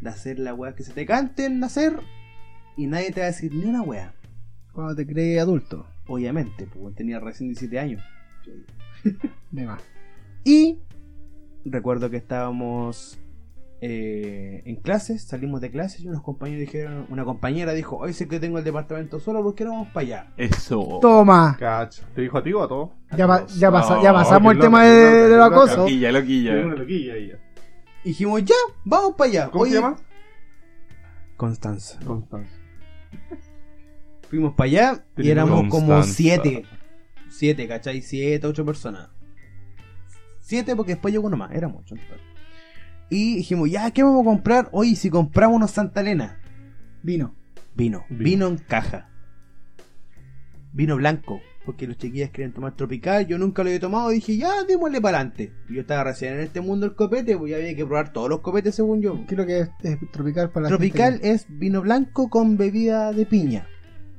[SPEAKER 5] De hacer la weá que se te canten, de hacer. Y nadie te va a decir ni una weá.
[SPEAKER 3] Cuando te crees adulto.
[SPEAKER 5] Obviamente, porque tenía recién 17 años.
[SPEAKER 3] De más.
[SPEAKER 5] Y recuerdo que estábamos eh, en clases, salimos de clases y unos compañeros dijeron, una compañera dijo, hoy sé que tengo el departamento solo, ¿por qué no vamos para allá?
[SPEAKER 4] Eso.
[SPEAKER 3] Toma.
[SPEAKER 6] Cacho. ¿Te dijo a ti o a todos?
[SPEAKER 3] Ya, pa- ya, pasa- ya
[SPEAKER 4] Oh,
[SPEAKER 3] pasamos
[SPEAKER 6] qué
[SPEAKER 3] el tema
[SPEAKER 6] loca, qué
[SPEAKER 3] de-
[SPEAKER 6] loca,
[SPEAKER 3] del
[SPEAKER 6] qué loca.
[SPEAKER 3] acoso.
[SPEAKER 4] Loquilla,
[SPEAKER 6] Tiene una
[SPEAKER 4] loquilla.
[SPEAKER 6] loquilla ella.
[SPEAKER 5] Y dijimos, ya, vamos para allá.
[SPEAKER 6] ¿Cómo
[SPEAKER 5] Oye,
[SPEAKER 6] se llama?
[SPEAKER 5] Constanza.
[SPEAKER 6] Constanza.
[SPEAKER 5] Fuimos para allá y
[SPEAKER 4] Pero
[SPEAKER 5] éramos como
[SPEAKER 4] Constanza.
[SPEAKER 5] siete. Siete, ¿cachai? Siete, ocho personas. Siete porque después llegó uno más, éramos ocho. en total. Y dijimos, ya, ¿qué vamos a comprar? Oye, si compramos unos Santa Elena.
[SPEAKER 3] Vino.
[SPEAKER 5] Vino,
[SPEAKER 6] Vino.
[SPEAKER 5] vino, en caja. Vino blanco, porque los chiquillas quieren tomar tropical, yo nunca lo había tomado, dije, ya, démosle para adelante. Yo estaba recién en este mundo del copete, pues ya había que probar todos los copetes según yo. pues.
[SPEAKER 3] ¿Qué es lo que es, es tropical para la
[SPEAKER 5] Tropical
[SPEAKER 3] gente
[SPEAKER 5] es vino blanco con bebida de piña.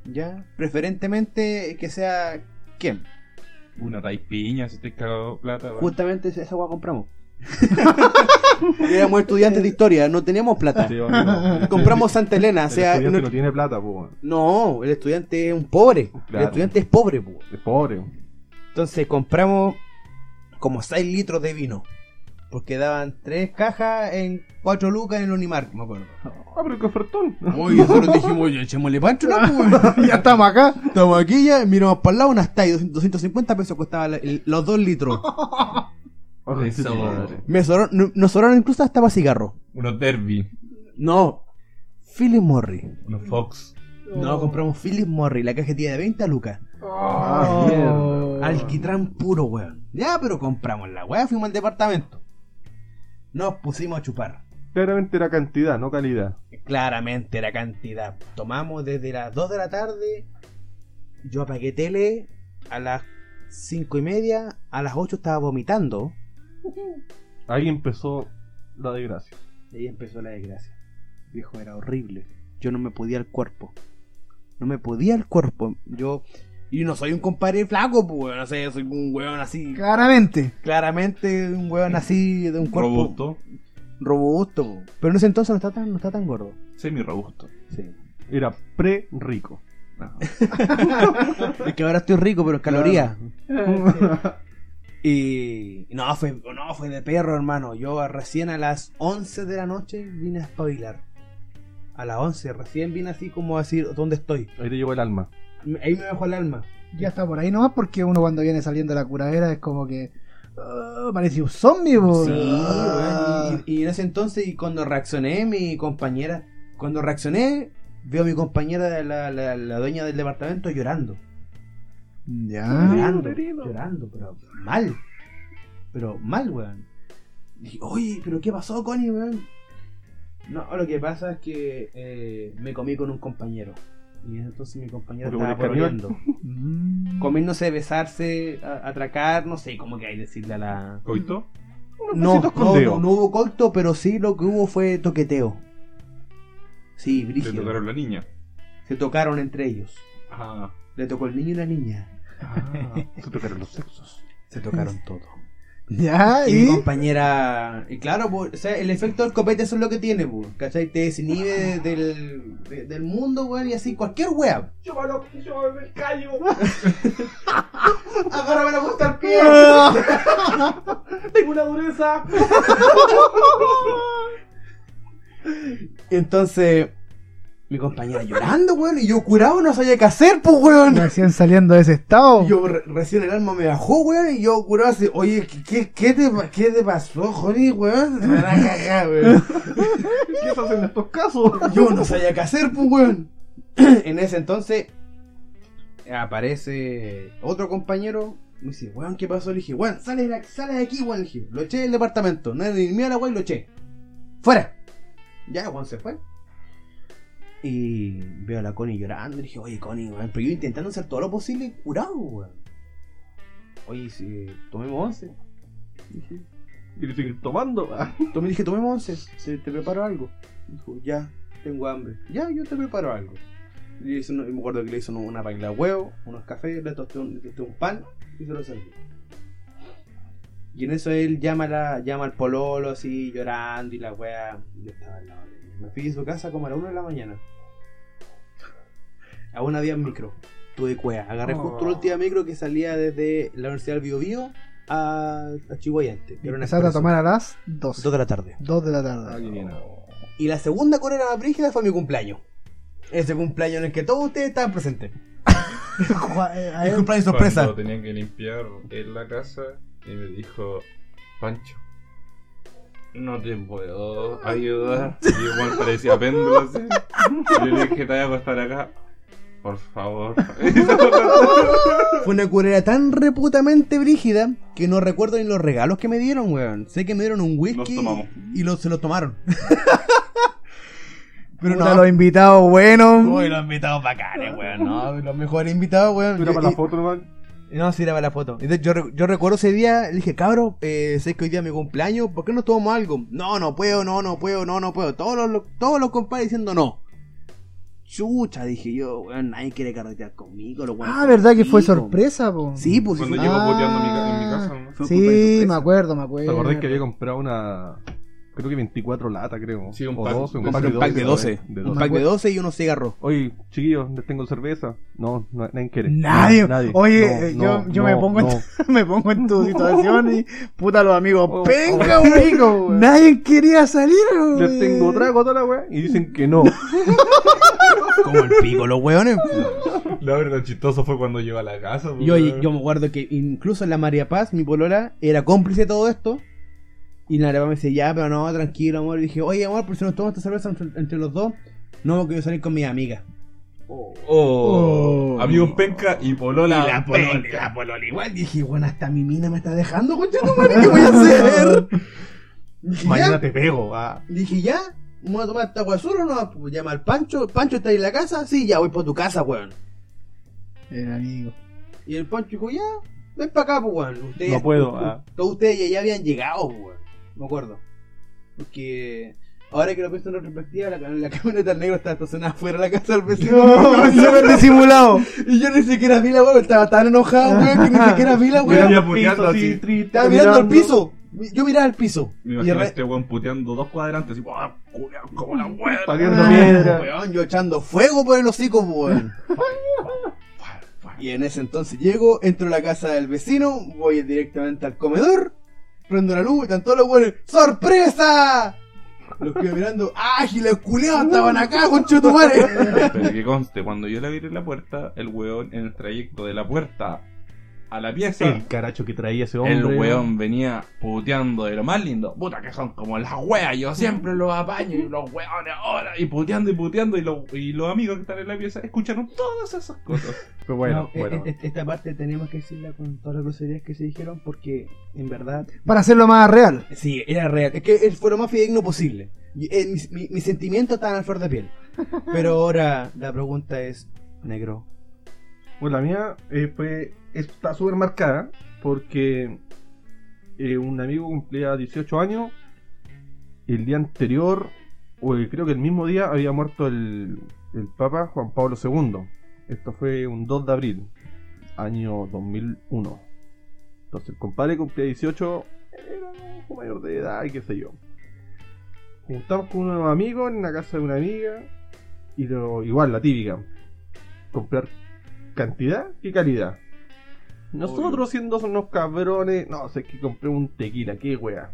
[SPEAKER 5] Ya, preferentemente que sea ¿quién?
[SPEAKER 4] Una taipiña, si te cago plata. weón.
[SPEAKER 5] Justamente esa agua compramos. [LAUGHS] Éramos estudiantes de historia, no teníamos plata. [LAUGHS]
[SPEAKER 6] Sí, amigo.
[SPEAKER 5] Compramos Santa Elena, o
[SPEAKER 6] El
[SPEAKER 5] sea,
[SPEAKER 6] estudiante
[SPEAKER 5] no,
[SPEAKER 6] no tiene plata, po, weón.
[SPEAKER 5] no, el estudiante es un pobre. El
[SPEAKER 6] Claro.
[SPEAKER 5] estudiante es pobre, pues.
[SPEAKER 6] Es pobre.
[SPEAKER 5] Entonces compramos como 6 litros de vino. Porque daban 3 cajas en 4 lucas en el Unimark, me acuerdo.
[SPEAKER 6] Ah, pero qué ofertón.
[SPEAKER 5] Oye, nosotros dijimos, oye, echémosle
[SPEAKER 3] [LAUGHS]
[SPEAKER 5] pancho, ¿no? pues,
[SPEAKER 3] ya estamos acá.
[SPEAKER 5] Estamos aquí ya, miramos para el lado, unas tallas, 250 pesos costaba la- el- los 2 [LAUGHS] litros.
[SPEAKER 6] Oye, sí,
[SPEAKER 4] Eso.
[SPEAKER 6] madre.
[SPEAKER 5] Me sobró- no- nos sobraron incluso hasta para cigarro.
[SPEAKER 4] Unos derby.
[SPEAKER 5] No, Philip Morris.
[SPEAKER 4] Unos fox.
[SPEAKER 5] No, compramos Philip Morris, la cajetilla de 20 lucas.
[SPEAKER 3] Oh,
[SPEAKER 6] Ah, mierda.
[SPEAKER 5] Oh. Alquitrán puro, weón. Ya, pero compramos la weá, fuimos al departamento. Nos pusimos a chupar.
[SPEAKER 6] [LAUGHS] Claramente era cantidad, no calidad.
[SPEAKER 5] Claramente la cantidad. Tomamos desde las 2 de la tarde. Yo apagué tele a las 5 y media. A las 8 estaba vomitando.
[SPEAKER 6] Ahí empezó la desgracia.
[SPEAKER 5] Y ahí empezó la desgracia. Viejo, era horrible. Yo no me podía el cuerpo. No me podía el cuerpo. Yo. Y no soy un compadre flaco, pues, no sé, soy un weón así.
[SPEAKER 3] Claramente.
[SPEAKER 5] Claramente un weón así de un cuerpo.
[SPEAKER 4] Robusto.
[SPEAKER 5] robusto, po. pero en ese entonces no está tan, no está tan gordo.
[SPEAKER 4] Semi robusto.
[SPEAKER 5] Sí.
[SPEAKER 6] Era
[SPEAKER 5] [LAUGHS]
[SPEAKER 6] pre-rico.
[SPEAKER 5] Es que ahora estoy rico, pero en calorías. Y no fue, no, fue de perro, hermano. Yo recién a las 11 de la noche vine a espabilar. A las 11, recién vine así como a decir, ¿dónde estoy?
[SPEAKER 6] Ahí te llegó el alma.
[SPEAKER 5] Ahí me bajó el alma.
[SPEAKER 3] Ya está por ahí nomás porque uno cuando viene saliendo de la curadera es como que. ah, parece un zombie, po.
[SPEAKER 5] Sí,
[SPEAKER 3] Ah.
[SPEAKER 5] weón, y, y en ese entonces, y cuando reaccioné, mi compañera, cuando reaccioné, veo a mi compañera, la, la, la dueña del departamento, llorando.
[SPEAKER 3] Ya.
[SPEAKER 5] llorando, llorando, pero mal. Pero mal, weón. Dije, oye, pero ¿qué pasó, Connie, weón? No, lo que pasa es que eh, me comí con un compañero. Y entonces mi compañero
[SPEAKER 6] Porque
[SPEAKER 5] estaba
[SPEAKER 6] huele cañón.
[SPEAKER 5] pololeando.
[SPEAKER 3] Mm.
[SPEAKER 5] [LAUGHS] Comiéndose, besarse, a- atracar, no sé cómo que hay decirle a la.
[SPEAKER 4] ¿Coito?
[SPEAKER 5] No,
[SPEAKER 6] besitos con
[SPEAKER 5] no,
[SPEAKER 6] dedo.
[SPEAKER 5] no, no hubo coito, pero sí lo que hubo fue toqueteo. Sí,
[SPEAKER 4] Le
[SPEAKER 5] brígido.
[SPEAKER 4] tocaron la niña.
[SPEAKER 5] Se tocaron entre ellos.
[SPEAKER 4] Ah.
[SPEAKER 5] Le tocó el niño y la niña.
[SPEAKER 6] Ah, Se tocaron los sexos.
[SPEAKER 5] Se [LAUGHS] tocaron todo.
[SPEAKER 3] Ya,
[SPEAKER 5] Y mi
[SPEAKER 3] y.
[SPEAKER 5] compañera. Y claro, po, o sea, el efecto del copete eso es lo que tiene, po, ¿cachai? Te desinhibe del, de- del mundo, weón, y así cualquier weá.
[SPEAKER 6] Yo me
[SPEAKER 5] [LAUGHS]
[SPEAKER 6] callo.
[SPEAKER 5] Agárrame la puesta al pie.
[SPEAKER 6] [LAUGHS] Tengo una dureza.
[SPEAKER 5] Entonces, mi compañera llorando, weón, y yo curado no sabía qué hacer, pues, weón.
[SPEAKER 3] Recién saliendo de ese estado.
[SPEAKER 5] Yo re- recién el alma me bajó, weón, y yo curado así, oye, ¿qué- ¿qué, qué, te, pa- qué te pasó, Johnny, weón? Te van a cagar, weón.
[SPEAKER 6] ¿Qué se hacen en estos casos?
[SPEAKER 5] Yo no sabía qué hacer, pues, weón. [CLEARS THROAT] En ese entonces aparece otro compañero. Me dice, weón, ¿qué pasó? Le dije, weón, sale de, la- sale de aquí, weón. Le dije, lo eché del departamento. No era ni mía la weón, lo eché. ¡Fuera! Ya, weón, se fue. Y veo a la Connie llorando. Le dije, oye, Connie, weón. Pero yo intentando hacer todo lo posible, curado, weón. Oye, si tomemos once.
[SPEAKER 6] [LAUGHS] Y le siguen tomando.
[SPEAKER 5] [LAUGHS] Entonces me dije, tomemos once, se- te preparo algo. Dijo, ya, tengo hambre. Ya, yo te preparo algo. Y le hizo uno- me acuerdo que le hizo uno- una paila de huevo, unos cafés, le tosté un, le tosté un pan y se lo serví. Y en eso él llama, a la, llama al pololo así, llorando y la wea. Yo estaba al lado de él. Me fui a su casa como a las 1 de la mañana. Aún había micro. Tuve cuea. Agarré
[SPEAKER 3] Oh.
[SPEAKER 5] justo la última micro que salía desde la Universidad del Bio Bio a, a Chihuayante. que era un
[SPEAKER 3] Empezaste a
[SPEAKER 5] expreso.
[SPEAKER 3] tomar a las 2.
[SPEAKER 5] Dos de la tarde.
[SPEAKER 3] 2 de la tarde.
[SPEAKER 5] Y la segunda corona más brígida fue mi cumpleaños. Ese cumpleaños en el que todos ustedes estaban
[SPEAKER 6] [LAUGHS]
[SPEAKER 5] presentes.
[SPEAKER 6] eh,
[SPEAKER 5] El cumpleaños sorpresa.
[SPEAKER 4] Cuando tenía que limpiar en la casa y me dijo, Pancho, no te puedo ayudar. Y igual parecía péndulo así. Y Yo le dije, te voy a acostar acá. Por favor.
[SPEAKER 5] Fue una curera tan reputamente brígida que no recuerdo ni los regalos que me dieron, weón. Sé que me dieron un
[SPEAKER 4] Nos
[SPEAKER 5] whisky
[SPEAKER 4] tomamos.
[SPEAKER 5] y lo- se lo
[SPEAKER 6] [LAUGHS]
[SPEAKER 5] tomaron. Pero
[SPEAKER 3] Puta,
[SPEAKER 5] no,
[SPEAKER 3] los invitados, bueno.
[SPEAKER 5] Uy, los invitados bacanes, weón. No, [LAUGHS] los mejores invitados, weón.
[SPEAKER 6] Mira
[SPEAKER 5] Yo-
[SPEAKER 6] para
[SPEAKER 5] y-
[SPEAKER 6] la foto, hermano.
[SPEAKER 5] No, sí, era para la foto. Entonces, yo, re- yo recuerdo ese día, le dije, cabro, eh, sé que hoy día es mi cumpleaños, ¿por qué no tomamos algo? No, no puedo, no, no puedo, no, no puedo. Todos los, los- todos los compadres diciendo no. Chucha, dije yo, weón, nadie quiere carretear conmigo. Los weones
[SPEAKER 3] Ah, verdad que fue
[SPEAKER 5] conmigo.
[SPEAKER 3] sorpresa, po.
[SPEAKER 5] Sí, pues
[SPEAKER 4] Cuando
[SPEAKER 5] sí,
[SPEAKER 4] llego
[SPEAKER 3] Ah.
[SPEAKER 4] boteando mi ca- en mi casa. ¿no?
[SPEAKER 5] fue culpa de
[SPEAKER 3] Sí, me
[SPEAKER 5] sorpresa.
[SPEAKER 3] acuerdo, me
[SPEAKER 6] ¿Te
[SPEAKER 3] acuerdo.
[SPEAKER 6] acordás que había comprado una. Creo que 24 latas, creo.
[SPEAKER 4] Sí, un
[SPEAKER 6] O
[SPEAKER 4] pack-
[SPEAKER 6] 12,
[SPEAKER 4] un pack-
[SPEAKER 5] Un pack de 12.
[SPEAKER 6] De
[SPEAKER 5] Un
[SPEAKER 6] 12.
[SPEAKER 5] pack de 12 y unos cigarros.
[SPEAKER 6] Oye, chiquillos, les tengo cerveza. No, na- nadie quiere.
[SPEAKER 3] Nadie. Oye, eh, yo- yo me pongo en- [LAUGHS]
[SPEAKER 6] no.
[SPEAKER 3] me pongo en tu situación y puta los amigos
[SPEAKER 6] Oh,
[SPEAKER 3] penca,
[SPEAKER 6] oh,
[SPEAKER 3] güey.
[SPEAKER 6] rico, güey.
[SPEAKER 3] Nadie quería salir, güey.
[SPEAKER 6] Les tengo trago a toda la weá y dicen que no.
[SPEAKER 5] Como el pico, los [LAUGHS] weones.
[SPEAKER 4] La verdad, chistoso fue cuando llegó a la casa.
[SPEAKER 5] Y oye, yo me acuerdo que incluso la María Paz, mi polola, era cómplice de todo esto. Y la María Paz me dice, ya, pero no, tranquilo, amor. Y dije, oye, amor, por si nos tomamos esta cerveza entre, entre los dos, no quiero salir con mi amiga.
[SPEAKER 4] Oh, Amigos penca y polola. penca.
[SPEAKER 5] la polola igual. Dije, bueno, hasta mi mina me está dejando, concha tu madre, ¿qué voy a [LAUGHS] hacer? Dije,
[SPEAKER 6] Mañana
[SPEAKER 5] ya,
[SPEAKER 6] te pego. ah.
[SPEAKER 5] dije, ya, vamos a tomar esta agua solo, no, Pues llama al Pancho, Pancho está ahí en la casa, sí, ya voy por tu casa, weón.
[SPEAKER 3] El amigo. [LAUGHS]
[SPEAKER 5] Y el Pancho dijo, ya, ven para acá, pues, weón. Ustedes-
[SPEAKER 6] No puedo, ah.
[SPEAKER 5] Todos ustedes ya- ya habían llegado, pues, weón. Me acuerdo. Porque ahora que lo pienso en retrospectiva, la, la camioneta del negro estaba estacionada fuera de la casa del vecino.
[SPEAKER 3] disimulado.
[SPEAKER 5] Y yo ni siquiera vi la weón, estaba tan enojado, weón, que ni siquiera vi la
[SPEAKER 6] Mirando
[SPEAKER 5] weón.
[SPEAKER 6] al piso,
[SPEAKER 5] Estaba mirando al
[SPEAKER 6] mirando.
[SPEAKER 5] piso. mi- yo miraba al piso.
[SPEAKER 4] Me
[SPEAKER 5] y
[SPEAKER 4] imagino
[SPEAKER 5] re-
[SPEAKER 4] a este weón puteando dos cuadrantes y ¡ah, culiao, como la weón!
[SPEAKER 6] Pariendo
[SPEAKER 3] Ah.
[SPEAKER 6] piedra.
[SPEAKER 5] Weón, yo echando fuego por el hocico, pues, weón. Y en ese entonces llego, entro a la casa del vecino, voy directamente al comedor, prendo la luz y tanto los weones, ¡sorpresa! Los quedo mirando, ágiles culeados, estaban acá, conchetumare.
[SPEAKER 4] Pero que conste, cuando yo le abrí la puerta, el weón en el trayecto de la puerta a la pieza,
[SPEAKER 7] El caracho que traía ese hombre.
[SPEAKER 4] el weón venía puteando de lo más lindo. Puta que son como las weas, yo siempre los apaño y los weones ahora, y puteando y puteando, y, los- y los amigos que están en la pieza escucharon todas esas cosas.
[SPEAKER 6] Pero bueno,
[SPEAKER 5] No,
[SPEAKER 6] bueno.
[SPEAKER 5] e- e- Esta parte tenemos que decirla con todas las groserías que se dijeron porque en verdad
[SPEAKER 3] Para hacerlo más real.
[SPEAKER 5] Sí, era real. Es que él fue lo más fidedigno posible. Y, eh, mis, mi- mis sentimientos estaban al flor de piel. Pero ahora la pregunta es, negro.
[SPEAKER 6] Pues la mía eh, fue, está súper marcada porque eh, un amigo cumplía 18 años. El día anterior, o el- creo que el mismo día, había muerto el, el Papa Juan Pablo II. Esto fue un 2 de abril, año 2001. Entonces el compadre cumplía 18, era un poco mayor de edad y qué sé yo. Juntamos con unos amigos en la casa de una amiga. Y lo, igual, la típica. Comprar cantidad y calidad. Nosotros siendo unos cabrones, no sé, que compré un tequila, qué wea.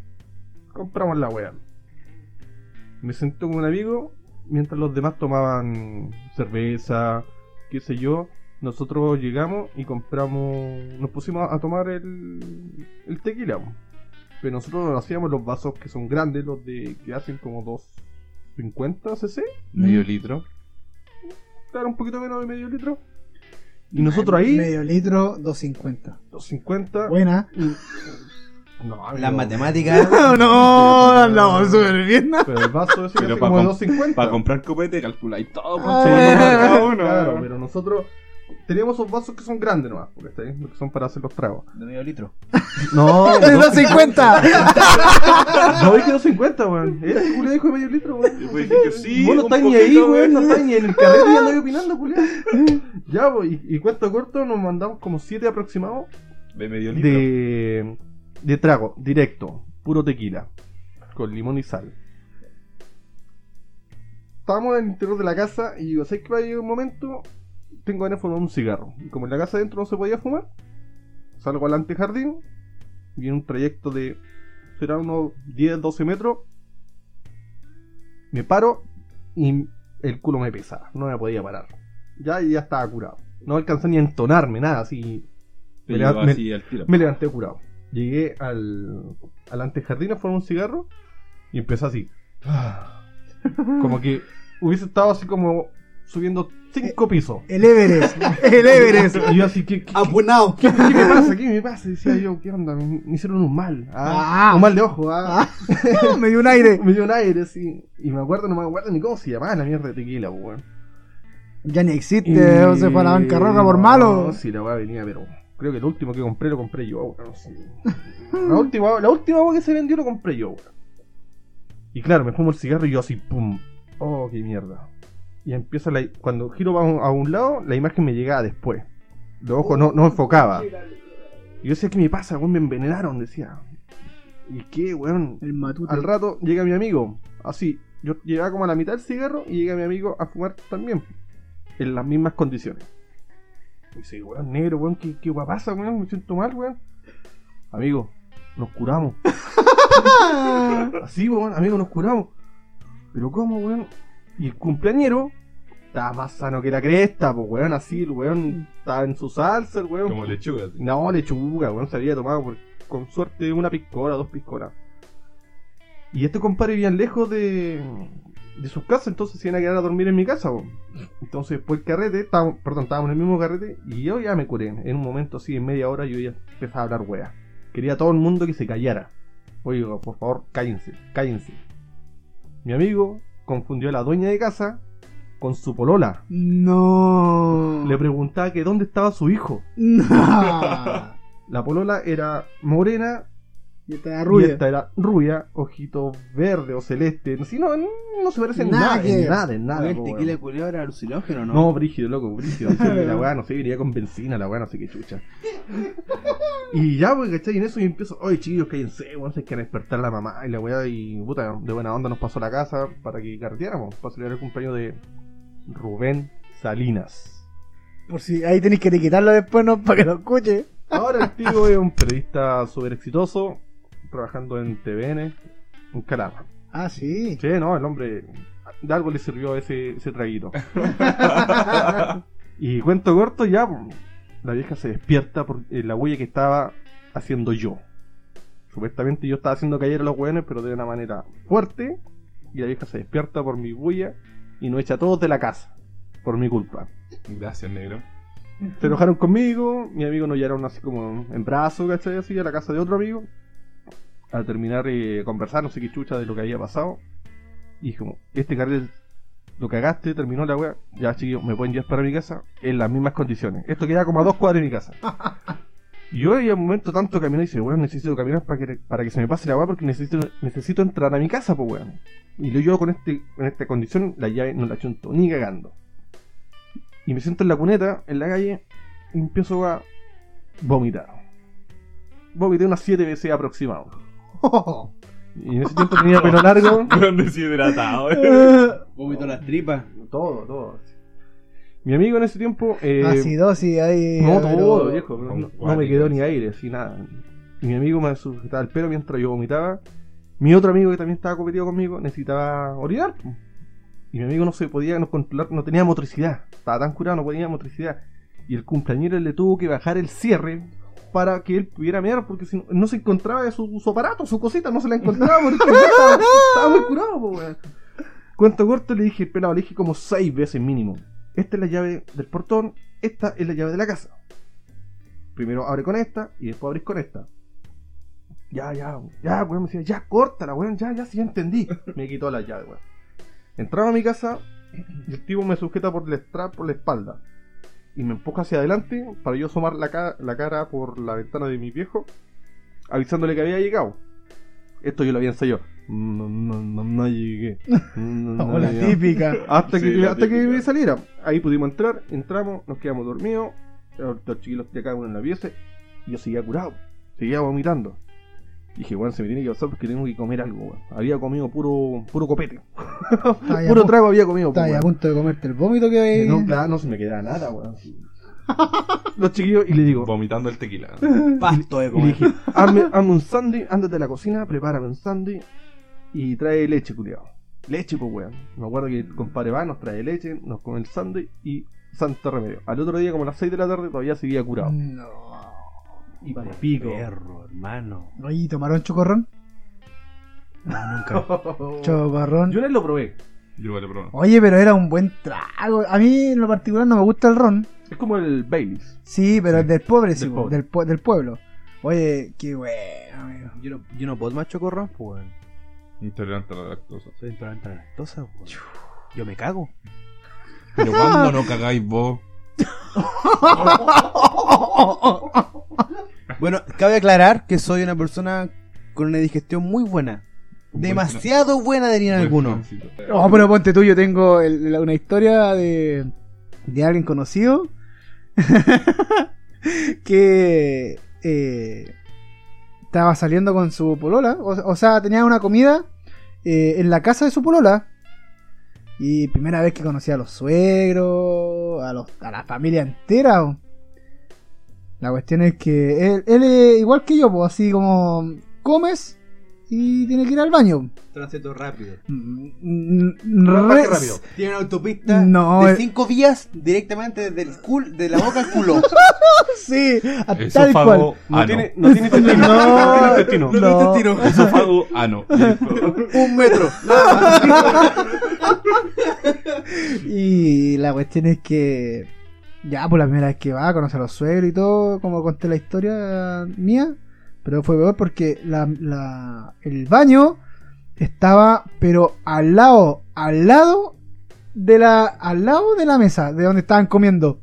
[SPEAKER 6] Compramos la wea. Me senté con un amigo, mientras los demás tomaban cerveza, qué sé yo. Nosotros llegamos y compramos, nos pusimos a tomar el, el tequila. po. Pero nosotros nos hacíamos los vasos que son grandes, los de que hacen como 250 cc,
[SPEAKER 4] Medio litro.
[SPEAKER 6] claro, un poquito menos de medio litro. Y nosotros ahí,
[SPEAKER 3] Medio litro, 250.
[SPEAKER 6] 250,
[SPEAKER 3] Buena.
[SPEAKER 6] No, amigo,
[SPEAKER 5] Las matemáticas...
[SPEAKER 3] [LAUGHS] no, andamos súper [LAUGHS] bien.
[SPEAKER 6] Pero el vaso ese que
[SPEAKER 4] Pero
[SPEAKER 6] hace
[SPEAKER 4] pa'
[SPEAKER 6] como
[SPEAKER 4] com-
[SPEAKER 6] 250.
[SPEAKER 4] Para comprar copete, calculáis todo,
[SPEAKER 3] Ah,
[SPEAKER 4] con segundo
[SPEAKER 3] eh,
[SPEAKER 4] cada uno.
[SPEAKER 6] Claro, pero nosotros teníamos esos vasos que son grandes nomás, porque está bien, que son para hacer los tragos.
[SPEAKER 5] De medio litro.
[SPEAKER 6] [LAUGHS] No, no,
[SPEAKER 3] 250.
[SPEAKER 6] [LAUGHS] no vi que 250, weón. Este culiao dijo de medio litro,
[SPEAKER 4] Y
[SPEAKER 6] weón.
[SPEAKER 4] pues dije que sí,
[SPEAKER 6] Vos no
[SPEAKER 4] un
[SPEAKER 6] estáis ni
[SPEAKER 4] poquito,
[SPEAKER 6] ahí,
[SPEAKER 4] weón.
[SPEAKER 6] weón, no estáis ni en el carrete
[SPEAKER 4] [LAUGHS]
[SPEAKER 6] y andáis opinando, culiao. Ya, pues, y, y cuento corto, nos mandamos como 7 aproximados
[SPEAKER 4] De medio litro.
[SPEAKER 6] de, de trago, directo, puro tequila, con limón y sal. Estábamos en el interior de la casa y digo, ¿sabes que va a llegar un momento? Tengo ganas de fumar un cigarro. Y como en la casa adentro no se podía fumar, salgo al antejardín y en un trayecto de, será unos 10, 12 metros, me paro y el culo me pesaba, no me podía parar. Ya, y ya estaba curado. No alcancé ni a entonarme, nada, así
[SPEAKER 4] Te
[SPEAKER 6] me-
[SPEAKER 4] lleva
[SPEAKER 6] me-
[SPEAKER 4] así al tiro.
[SPEAKER 6] me levanté curado. Llegué al, al antejardín a fumar un cigarro y empecé así. Ah, Como que hubiese estado así como subiendo cinco pisos.
[SPEAKER 3] El Everest. El Everest.
[SPEAKER 6] Y yo así, ¿qué, qué,
[SPEAKER 5] Apunado.
[SPEAKER 6] qué- qué me pasa? ¿Qué me pasa? Decía yo, ¿qué onda? Me, me hicieron un mal. Ah,
[SPEAKER 3] Ah.
[SPEAKER 6] un mal de ojo. Ah.
[SPEAKER 3] Me dio un aire.
[SPEAKER 6] Me dio un aire así. Y me acuerdo, no me acuerdo ni cómo se llamaba la mierda de tequila, po, weón.
[SPEAKER 3] Ya ni existe. O se fue a la banca roja por malo.
[SPEAKER 6] No, Eh, sí, la weá venía, pero creo que el último que compré lo compré yo, weón. no sé. La última, la última weá que se vendió lo compré yo, weón. Y claro, me fumo el cigarro y yo así, pum. Oh, qué mierda. Y empieza la. Cuando giro a un, a un lado, la imagen me llegaba después. Los ojos no, no enfocaba. Y yo decía, ¿qué me pasa? Weón, me envenenaron, decía. ¿Y qué, weón?
[SPEAKER 3] El matuto.
[SPEAKER 6] Al rato llega mi amigo, así. Yo llegaba como a la mitad del cigarro y llega mi amigo a fumar también, en las mismas condiciones. Y dice, weón, negro, weón, qué, qué guapa pasa, weón, me siento mal, weón. Amigo, nos curamos. así, weón, amigo, nos curamos. Pero cómo, weón. Y el cumpleañero estaba más sano que la cresta, pues, weón, así, el weón estaba en su salsa, el weón.
[SPEAKER 4] Como lechuga. así.
[SPEAKER 6] No, lechuga, weón, se había tomado por- con suerte una piscola, dos piscolas. Y este compadre vivían lejos de, de sus casas, entonces se iban a quedar a dormir en mi casa, po. Entonces después el carrete, estábamos, perdón, estábamos en el mismo carrete y yo ya me curé. En un momento así, en media hora, yo ya empezaba a hablar wea. Quería a todo el mundo que se callara. Oiga, por favor, cállense, cállense. Mi amigo confundió a la dueña de casa con su polola.
[SPEAKER 3] No.
[SPEAKER 6] Le preguntaba que dónde estaba su hijo.
[SPEAKER 3] No.
[SPEAKER 6] La polola era morena,
[SPEAKER 3] Y estaba
[SPEAKER 6] Y
[SPEAKER 3] rubia.
[SPEAKER 6] esta era rubia, ojito verde o celeste. Si no, no se parece en
[SPEAKER 3] Nada
[SPEAKER 6] nada,
[SPEAKER 3] que
[SPEAKER 6] en
[SPEAKER 3] ver.
[SPEAKER 6] nada, en nada.
[SPEAKER 5] Oye, el
[SPEAKER 6] po,
[SPEAKER 5] tequila
[SPEAKER 6] weón.
[SPEAKER 5] culiao era alucinógeno, ¿no? [LAUGHS]
[SPEAKER 6] No, brígido, loco, brígido. Sí,
[SPEAKER 3] [LAUGHS]
[SPEAKER 6] la weá, no sé, venía con benzina, la weá, no sé qué chucha. Y ya, pues, ¿cachai? Y en eso yo empiezo, oye, chiquillos, cállense, weón, se que despertar la mamá y la weá, y puta, de buena onda nos pasó a la casa para que carteáramos, para celebrar el cumpleaños de Rubén Salinas.
[SPEAKER 3] Por si ahí tenéis que etiquetarlo después, ¿no? Para que lo escuche.
[SPEAKER 6] Ahora el tío es un periodista súper exitoso, trabajando en TVN, en Calama.
[SPEAKER 3] Ah, sí.
[SPEAKER 6] Sí, no, el hombre de algo le sirvió ese, ese traguito. y cuento corto, ya la vieja se despierta por eh, la huella que estaba haciendo yo. Supuestamente yo estaba haciendo caer a los hueones, pero de una manera fuerte. Y la vieja se despierta por mi huella y nos echa a todos de la casa. Por mi culpa.
[SPEAKER 4] Gracias, negro.
[SPEAKER 6] Se enojaron conmigo, mi amigo nos llevaron así como en brazo, ¿cachai? Así a la casa de otro amigo. Al terminar eh, conversar, no sé qué chucha de lo que había pasado. Y dije como, este carril lo cagaste, terminó la wea. Ya chiquillos, me pueden llevar para mi casa en las mismas condiciones. Esto queda como a dos cuadras de mi casa. Y yo en un momento tanto caminé y dije, weón, necesito caminar para que, para que se me pase la wea porque necesito, necesito entrar a mi casa, pues weón. Y yo, yo con este, en esta condición, la llave no la chunto ni cagando. Y me siento en la cuneta, en la calle, y empiezo a vomitar. Vomité unas 7 veces aproximado. Y en ese tiempo tenía pelo largo.
[SPEAKER 4] Weón deshidratado,
[SPEAKER 5] Vómito en las tripas.
[SPEAKER 6] todo, todo. Mi amigo en ese tiempo. Eh,
[SPEAKER 3] Acidosis Ah, ahí.
[SPEAKER 6] no,
[SPEAKER 3] pero-
[SPEAKER 6] todo, viejo. No,
[SPEAKER 4] Con
[SPEAKER 6] no me quedó ni
[SPEAKER 4] cuáticas.
[SPEAKER 6] aire, así nada. Y mi amigo me sujetaba el pelo mientras yo vomitaba. Mi otro amigo que también estaba competido conmigo necesitaba orinar. Y mi amigo no se podía no controlar, no tenía motricidad. Estaba tan curado, no podía motricidad. Y el cumpleañero le tuvo que bajar el cierre para que él pudiera mirar, porque si no, no se encontraba su, su aparato, su cosita, no se la encontraba porque estaba, estaba muy curado, po, weón. Cuento corto le dije, pelado, le dije como seis veces mínimo. Esta es la llave del portón, esta es la llave de la casa. Primero abre con esta y después abrís con esta. Ya, ya, ya, weón, me decía, ya, córtala, weón, ya, ya, sí, ya entendí. Me quitó la llave, weón. Entraba a mi casa y el tipo me sujeta por el strap, por la espalda. Y me empuja hacia adelante para yo asomar la, ca- la cara por la ventana de mi viejo, avisándole que había llegado. Esto yo lo había ensayado. No, no, no, no llegué. No, no,
[SPEAKER 3] Oh, la
[SPEAKER 6] no pues, llegué.
[SPEAKER 3] típica.
[SPEAKER 6] Hasta
[SPEAKER 4] Sí,
[SPEAKER 6] que,
[SPEAKER 4] la
[SPEAKER 6] hasta que
[SPEAKER 4] típica.
[SPEAKER 6] saliera. Ahí pudimos entrar, entramos, nos quedamos dormidos. Ahorita Los chiquilos de acá uno en la pieza. Y yo seguía curado, seguía vomitando. Y dije, bueno, se me tiene que pasar porque tengo que comer algo, weón. Había comido puro, puro copete. [LAUGHS]
[SPEAKER 3] ahí a
[SPEAKER 6] puro
[SPEAKER 3] pu-
[SPEAKER 6] trago había comido,
[SPEAKER 3] Estaba ahí
[SPEAKER 6] weón.
[SPEAKER 3] a punto de comerte el vómito que hay.
[SPEAKER 6] No, claro, no se me quedaba nada, weón. Los chiquillos, y le digo,
[SPEAKER 4] Vomitando el tequila.
[SPEAKER 5] Pasto de
[SPEAKER 6] [LAUGHS] y le
[SPEAKER 5] comer.
[SPEAKER 6] dije, hazme, hazme un sándwich, ándate a la cocina, prepárame un sándwich y trae leche, culiado. Leche, pues, weón. Me acuerdo que el compadre va, nos trae leche, nos come el sándwich y santo remedio. Al otro día, como a las 6 de la tarde, todavía seguía curado.
[SPEAKER 3] No.
[SPEAKER 6] Y me pico.
[SPEAKER 5] Perro, hermano.
[SPEAKER 3] Oye, ¿tomaron chocorrón?
[SPEAKER 5] Nunca.
[SPEAKER 3] Chocorrón.
[SPEAKER 6] Yo les lo probé.
[SPEAKER 4] Yo igual lo probé.
[SPEAKER 3] Oye, pero era un buen trago. A mí en lo particular no me gusta el ron.
[SPEAKER 6] Es como el Baileys.
[SPEAKER 3] Sí, pero es del pobre, sí,
[SPEAKER 6] Del
[SPEAKER 3] po,
[SPEAKER 6] pobre.
[SPEAKER 3] del, pue- del pueblo. Oye, qué bueno, amigo.
[SPEAKER 5] Yo no, [LAUGHS] yo no puedo tomar chocorrón, pues, weón.
[SPEAKER 4] Intolerante a la lactosa.
[SPEAKER 5] Soy intolerante a la lactosa, pues, weón. Yo me cago.
[SPEAKER 4] Pero cuando no cagáis vos.
[SPEAKER 5] [LAUGHS] Oh, Bueno, cabe aclarar que soy una persona con una digestión muy buena. Demasiado buena
[SPEAKER 4] pues,
[SPEAKER 5] dirían algunos.
[SPEAKER 3] Oh, pero ponte tú, yo tengo el- la- una historia de, de alguien conocido [LAUGHS] que eh, estaba saliendo con su polola, o, o sea, tenía una comida eh, en la casa de su polola. Y primera vez que conocí a los suegros, a, los, a la familia entera. o. La cuestión es que él, él es igual que yo, pues, así como comes y tiene que ir al baño.
[SPEAKER 5] Tránsito rápido.
[SPEAKER 3] Mm, mm,
[SPEAKER 6] Rápido,
[SPEAKER 3] res-
[SPEAKER 6] rápido.
[SPEAKER 5] Tiene una autopista
[SPEAKER 3] No,
[SPEAKER 5] de
[SPEAKER 3] eh.
[SPEAKER 5] cinco vías directamente desde el cul, de la boca al [LAUGHS] culo.
[SPEAKER 3] Sí, a tal cual.
[SPEAKER 4] Esófago
[SPEAKER 6] No
[SPEAKER 4] ano.
[SPEAKER 6] tiene, no tiene intestino.
[SPEAKER 3] No.
[SPEAKER 6] tiene intestino.
[SPEAKER 3] No.
[SPEAKER 4] Esófago ano.
[SPEAKER 5] Un [LAUGHS] metro.
[SPEAKER 3] [LAUGHS] Y la cuestión es que ya por la primera vez que va, conoce a los suegros y todo, como conté la historia mía, pero fue peor porque la, la- el baño estaba pero al lado, al lado de la al lado de la mesa de donde estaban comiendo.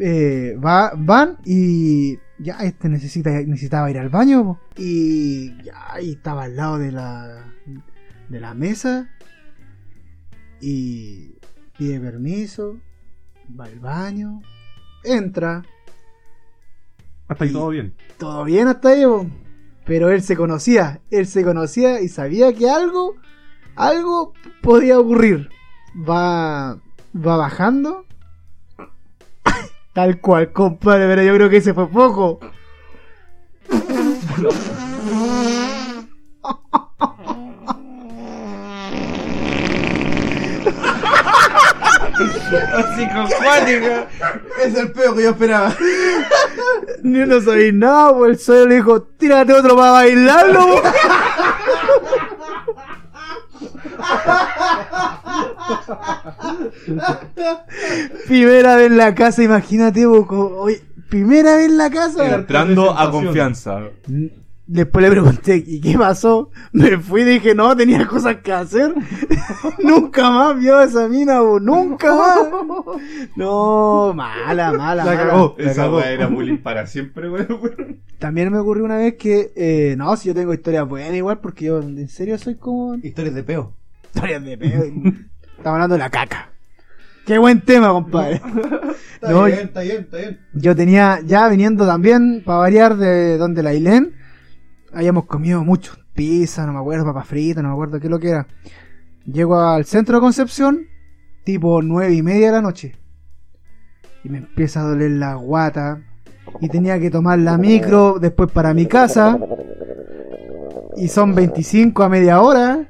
[SPEAKER 3] Eh, va, van y ya, este necesita, necesitaba ir al baño. po. Y ya, y estaba al lado de la, de la mesa. Y pide permiso, va al baño, entra,
[SPEAKER 6] Hasta ahí
[SPEAKER 3] Y-
[SPEAKER 6] todo bien.
[SPEAKER 3] todo bien hasta ahí, po. pero él se conocía, él se conocía y sabía que algo, algo podía ocurrir. Va, va bajando, [COUGHS] tal cual, compadre, pero yo creo que ese fue poco.
[SPEAKER 7] Es el peo que yo esperaba.
[SPEAKER 3] Ni no sabía nada, po. el suelo le dijo, tírate otro para bailarlo. po". primera vez en la casa, imagínate, po, co- oye, primera vez en la casa.
[SPEAKER 4] Entrando a confianza.
[SPEAKER 3] Después le pregunté, ¿y qué pasó? Me fui y dije, no, tenía cosas que hacer. [LAUGHS] nunca más vio a esa mina, po, nunca
[SPEAKER 4] [LAUGHS]
[SPEAKER 3] más. No, mala, mala. mala.
[SPEAKER 4] Esa weá era bullying para siempre, weón.
[SPEAKER 3] También me ocurrió una vez que, eh, no, si yo tengo historias buenas igual, porque yo en serio soy como... [LAUGHS]
[SPEAKER 5] Historias de peo.
[SPEAKER 3] Historias de pedo. Estamos hablando de la caca. Qué buen tema, compadre. No,
[SPEAKER 5] está bien, está bien.
[SPEAKER 3] Yo tenía, ya viniendo también, para variar de donde la Ailén, habíamos comido mucho. Pizza, no me acuerdo, papas fritas, no me acuerdo qué es lo que era. Llego al centro de Concepción, tipo nueve y media de la noche. Y me empieza a doler la guata. Y tenía que tomar la micro después para mi casa. Y son 25 a media hora.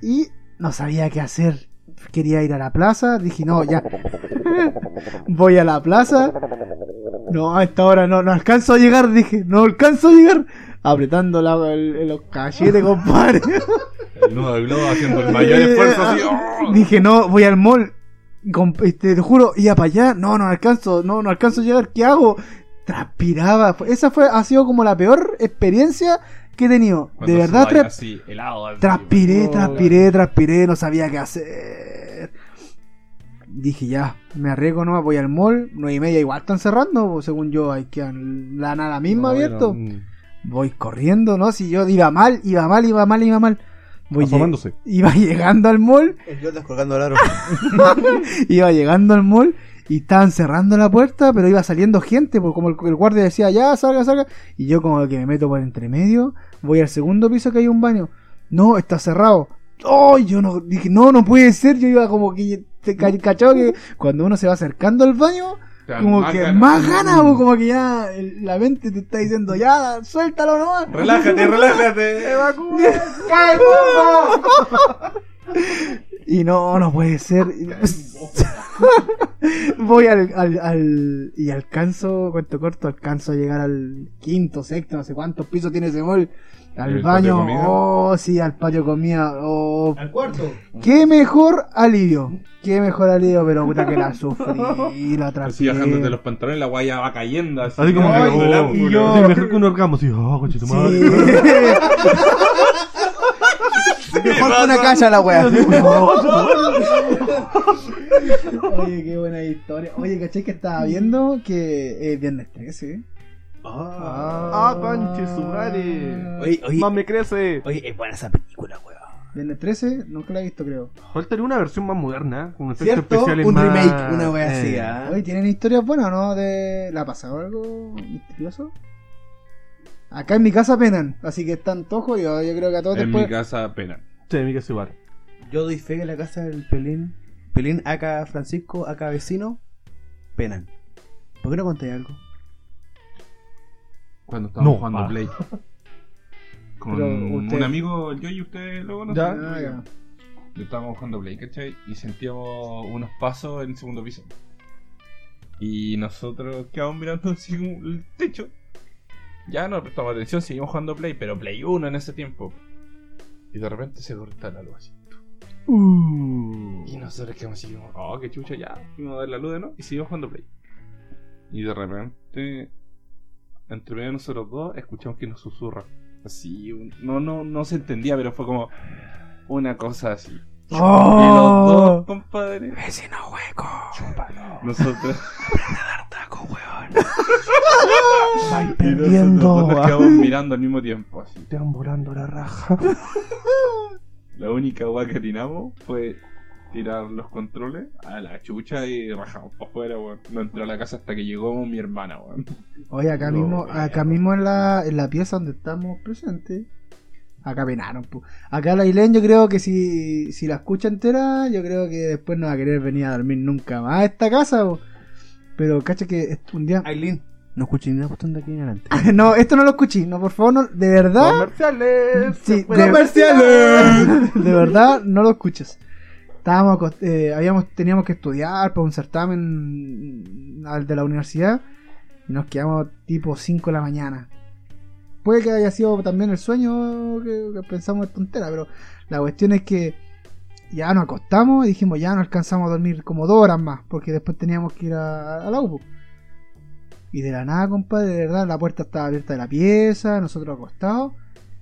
[SPEAKER 3] Y no sabía qué hacer. Quería ir a la plaza. Dije, no, ya. Voy a la plaza. No, a esta hora no, no alcanzo a llegar. Dije, no alcanzo a llegar. Apretando la- el- los cachetes, compadre.
[SPEAKER 4] El nudo de globo haciendo el mayor esfuerzo así. ¡oh!
[SPEAKER 3] Dije, no, voy al mall. Com- este, te juro, iba para allá. No, no alcanzo, no, no alcanzo a llegar. ¿Qué hago? Transpiraba. Esa fue, ha sido como la peor experiencia que he tenido. de
[SPEAKER 4] Cuando se
[SPEAKER 3] verdad,
[SPEAKER 4] baña
[SPEAKER 3] tra-
[SPEAKER 4] así, helado. así,
[SPEAKER 3] transpiré,
[SPEAKER 6] No,
[SPEAKER 3] transpiré, transpiré. No sabía qué hacer. Dije, ya, me arriesgo nomás, voy al mall. Nueve y media, igual están cerrando. pues, Según yo, hay que la nada misma abierto. Voy corriendo, ¿no? Si yo iba mal, iba mal, iba mal, iba mal. Voy lleg-
[SPEAKER 6] Asomándose.
[SPEAKER 3] iba [LAUGHS] llegando al mall
[SPEAKER 7] El Jordan colgando el aro.
[SPEAKER 3] [LAUGHS] iba llegando al mall y estaban cerrando la puerta, pero iba saliendo gente, porque como el, el guardia decía, ya, salga, salga, y yo como que me meto por entre medio, voy al segundo piso que hay un baño. No, está cerrado. Oh, yo no, dije, no, no puede ser, yo iba como que te ca- cachado que cuando uno se va acercando al baño,
[SPEAKER 4] Te dan
[SPEAKER 3] como
[SPEAKER 4] más
[SPEAKER 3] que
[SPEAKER 4] ganas.
[SPEAKER 3] más ganas, po, como que ya el- la mente te está diciendo, ya, suéltalo nomás.
[SPEAKER 4] Relájate, relájate.
[SPEAKER 3] Y no, no puede ser. [LAUGHS] Voy al, al, al- Y alcanzo, cuento corto, alcanzo a llegar al quinto, sexto, no sé cuántos pisos tiene ese mall. Al
[SPEAKER 4] ¿El patio de
[SPEAKER 3] baño,
[SPEAKER 4] comida?
[SPEAKER 3] oh, sí, al patio comía, oh.
[SPEAKER 5] Al cuarto.
[SPEAKER 3] Qué mejor alivio, qué mejor alivio, pero puta que la sufrí, la
[SPEAKER 4] Así
[SPEAKER 3] traté.
[SPEAKER 4] bajándote los pantalones, la guaya va cayendo. Así,
[SPEAKER 6] Así como
[SPEAKER 4] no,
[SPEAKER 6] que,
[SPEAKER 4] desde el
[SPEAKER 6] oh,
[SPEAKER 4] ángulo.
[SPEAKER 3] y yo-
[SPEAKER 6] Así mejor que un orgasmo. Así, oh, coche tu
[SPEAKER 3] [LAUGHS]
[SPEAKER 6] madre.
[SPEAKER 3] Sí.
[SPEAKER 7] Mejor que una cacha la wea.
[SPEAKER 6] [LAUGHS] oh,
[SPEAKER 3] Oye, qué buena historia. Oye, caché que
[SPEAKER 6] Mm.
[SPEAKER 3] estaba viendo que es viernes 13, ¿eh?
[SPEAKER 6] Ah, panche su madre.
[SPEAKER 5] Ah. Oye, oye,
[SPEAKER 6] Más me eh, crece.
[SPEAKER 5] oye, es buena esa película, weón.
[SPEAKER 3] Viernes 13, nunca la he visto, creo.
[SPEAKER 6] Falta una versión más moderna. Con efectos
[SPEAKER 5] ¿Cierto?
[SPEAKER 6] especiales
[SPEAKER 5] Un
[SPEAKER 6] más-
[SPEAKER 5] remake, una wea así,
[SPEAKER 6] Eh.
[SPEAKER 5] ¿ah?
[SPEAKER 3] Oye, ¿tienen historias buenas o no? De... ¿La ha pasado algo misterioso? Acá en mi casa penan, así que están todos jodidos. oh, Yo creo que a todos
[SPEAKER 4] En mi
[SPEAKER 3] después.
[SPEAKER 4] casa apenas.
[SPEAKER 6] Sí, mi casa igual.
[SPEAKER 5] Yo doy fe que la casa del Pelín. Pelín, acá Francisco, acá vecino. Penan. ¿Por qué no conté algo?
[SPEAKER 4] Cuando estábamos
[SPEAKER 6] No, ah.
[SPEAKER 4] jugando
[SPEAKER 3] [LAUGHS]
[SPEAKER 6] pa.
[SPEAKER 4] Play. Con
[SPEAKER 3] Pero
[SPEAKER 4] un
[SPEAKER 3] usted-
[SPEAKER 4] amigo, yo y usted lo conocen.
[SPEAKER 6] Ya.
[SPEAKER 3] Ah, ya.
[SPEAKER 4] Yo estábamos jugando Play, ¿cachai? Y sentíamos unos pasos en el segundo piso. Y nosotros quedamos mirando así como el techo. Ya no prestamos atención, seguimos jugando Play, pero Play 1 en ese tiempo. Y de repente se corta la luz así. Y nosotros quedamos así como, oh, qué chucha, ya. Fuimos a ver la luz, de ¿no? Y seguimos jugando Play. Y de repente, entre medio de nosotros dos, escuchamos que nos susurra. Así, un- no, no, no se entendía, pero fue como una cosa así. Y los dos,
[SPEAKER 3] ¡Oh!
[SPEAKER 4] compadre.
[SPEAKER 3] Vecino hueco.
[SPEAKER 4] Nosotros.
[SPEAKER 3] Vais
[SPEAKER 4] Y nosotros- nosotros
[SPEAKER 3] perdiendo.
[SPEAKER 4] quedamos mirando al mismo tiempo. Así.
[SPEAKER 6] Te van volando la raja.
[SPEAKER 4] La única weá que atinamos fue tirar los controles a la chucha y rajamos para afuera, weón. No entró a la casa hasta que llegó mi hermana, weón.
[SPEAKER 3] Oye, acá
[SPEAKER 4] No,
[SPEAKER 3] mismo,
[SPEAKER 4] vaya.
[SPEAKER 3] acá mismo en la, en la pieza donde estamos presentes, acá penaron. pu. Acá la Ailén, yo creo que si, si la escucha entera, yo creo que después no va a querer venir a dormir nunca más a esta casa. po. Pero cacha que est- un día.
[SPEAKER 5] [LAUGHS] Aileen, no escuché ni una cuestión de aquí en adelante.
[SPEAKER 3] [LAUGHS] no, esto no lo escuché, no, por favor, no, de verdad.
[SPEAKER 6] Comerciales.
[SPEAKER 3] Sí,
[SPEAKER 6] se fue
[SPEAKER 3] de-
[SPEAKER 6] la-
[SPEAKER 3] [LAUGHS] de verdad, no lo escuches. Estábamos, acos- eh, habíamos, teníamos que estudiar para un certamen al de la universidad y nos quedamos tipo 5 de la mañana. Puede que haya sido también el sueño que, que pensamos es tontera, pero la cuestión es que ya nos acostamos y dijimos ya no alcanzamos a dormir como dos horas más porque después teníamos que ir a, a la UPU. Y de la nada, compadre, de verdad, la puerta estaba abierta de la pieza, nosotros acostados.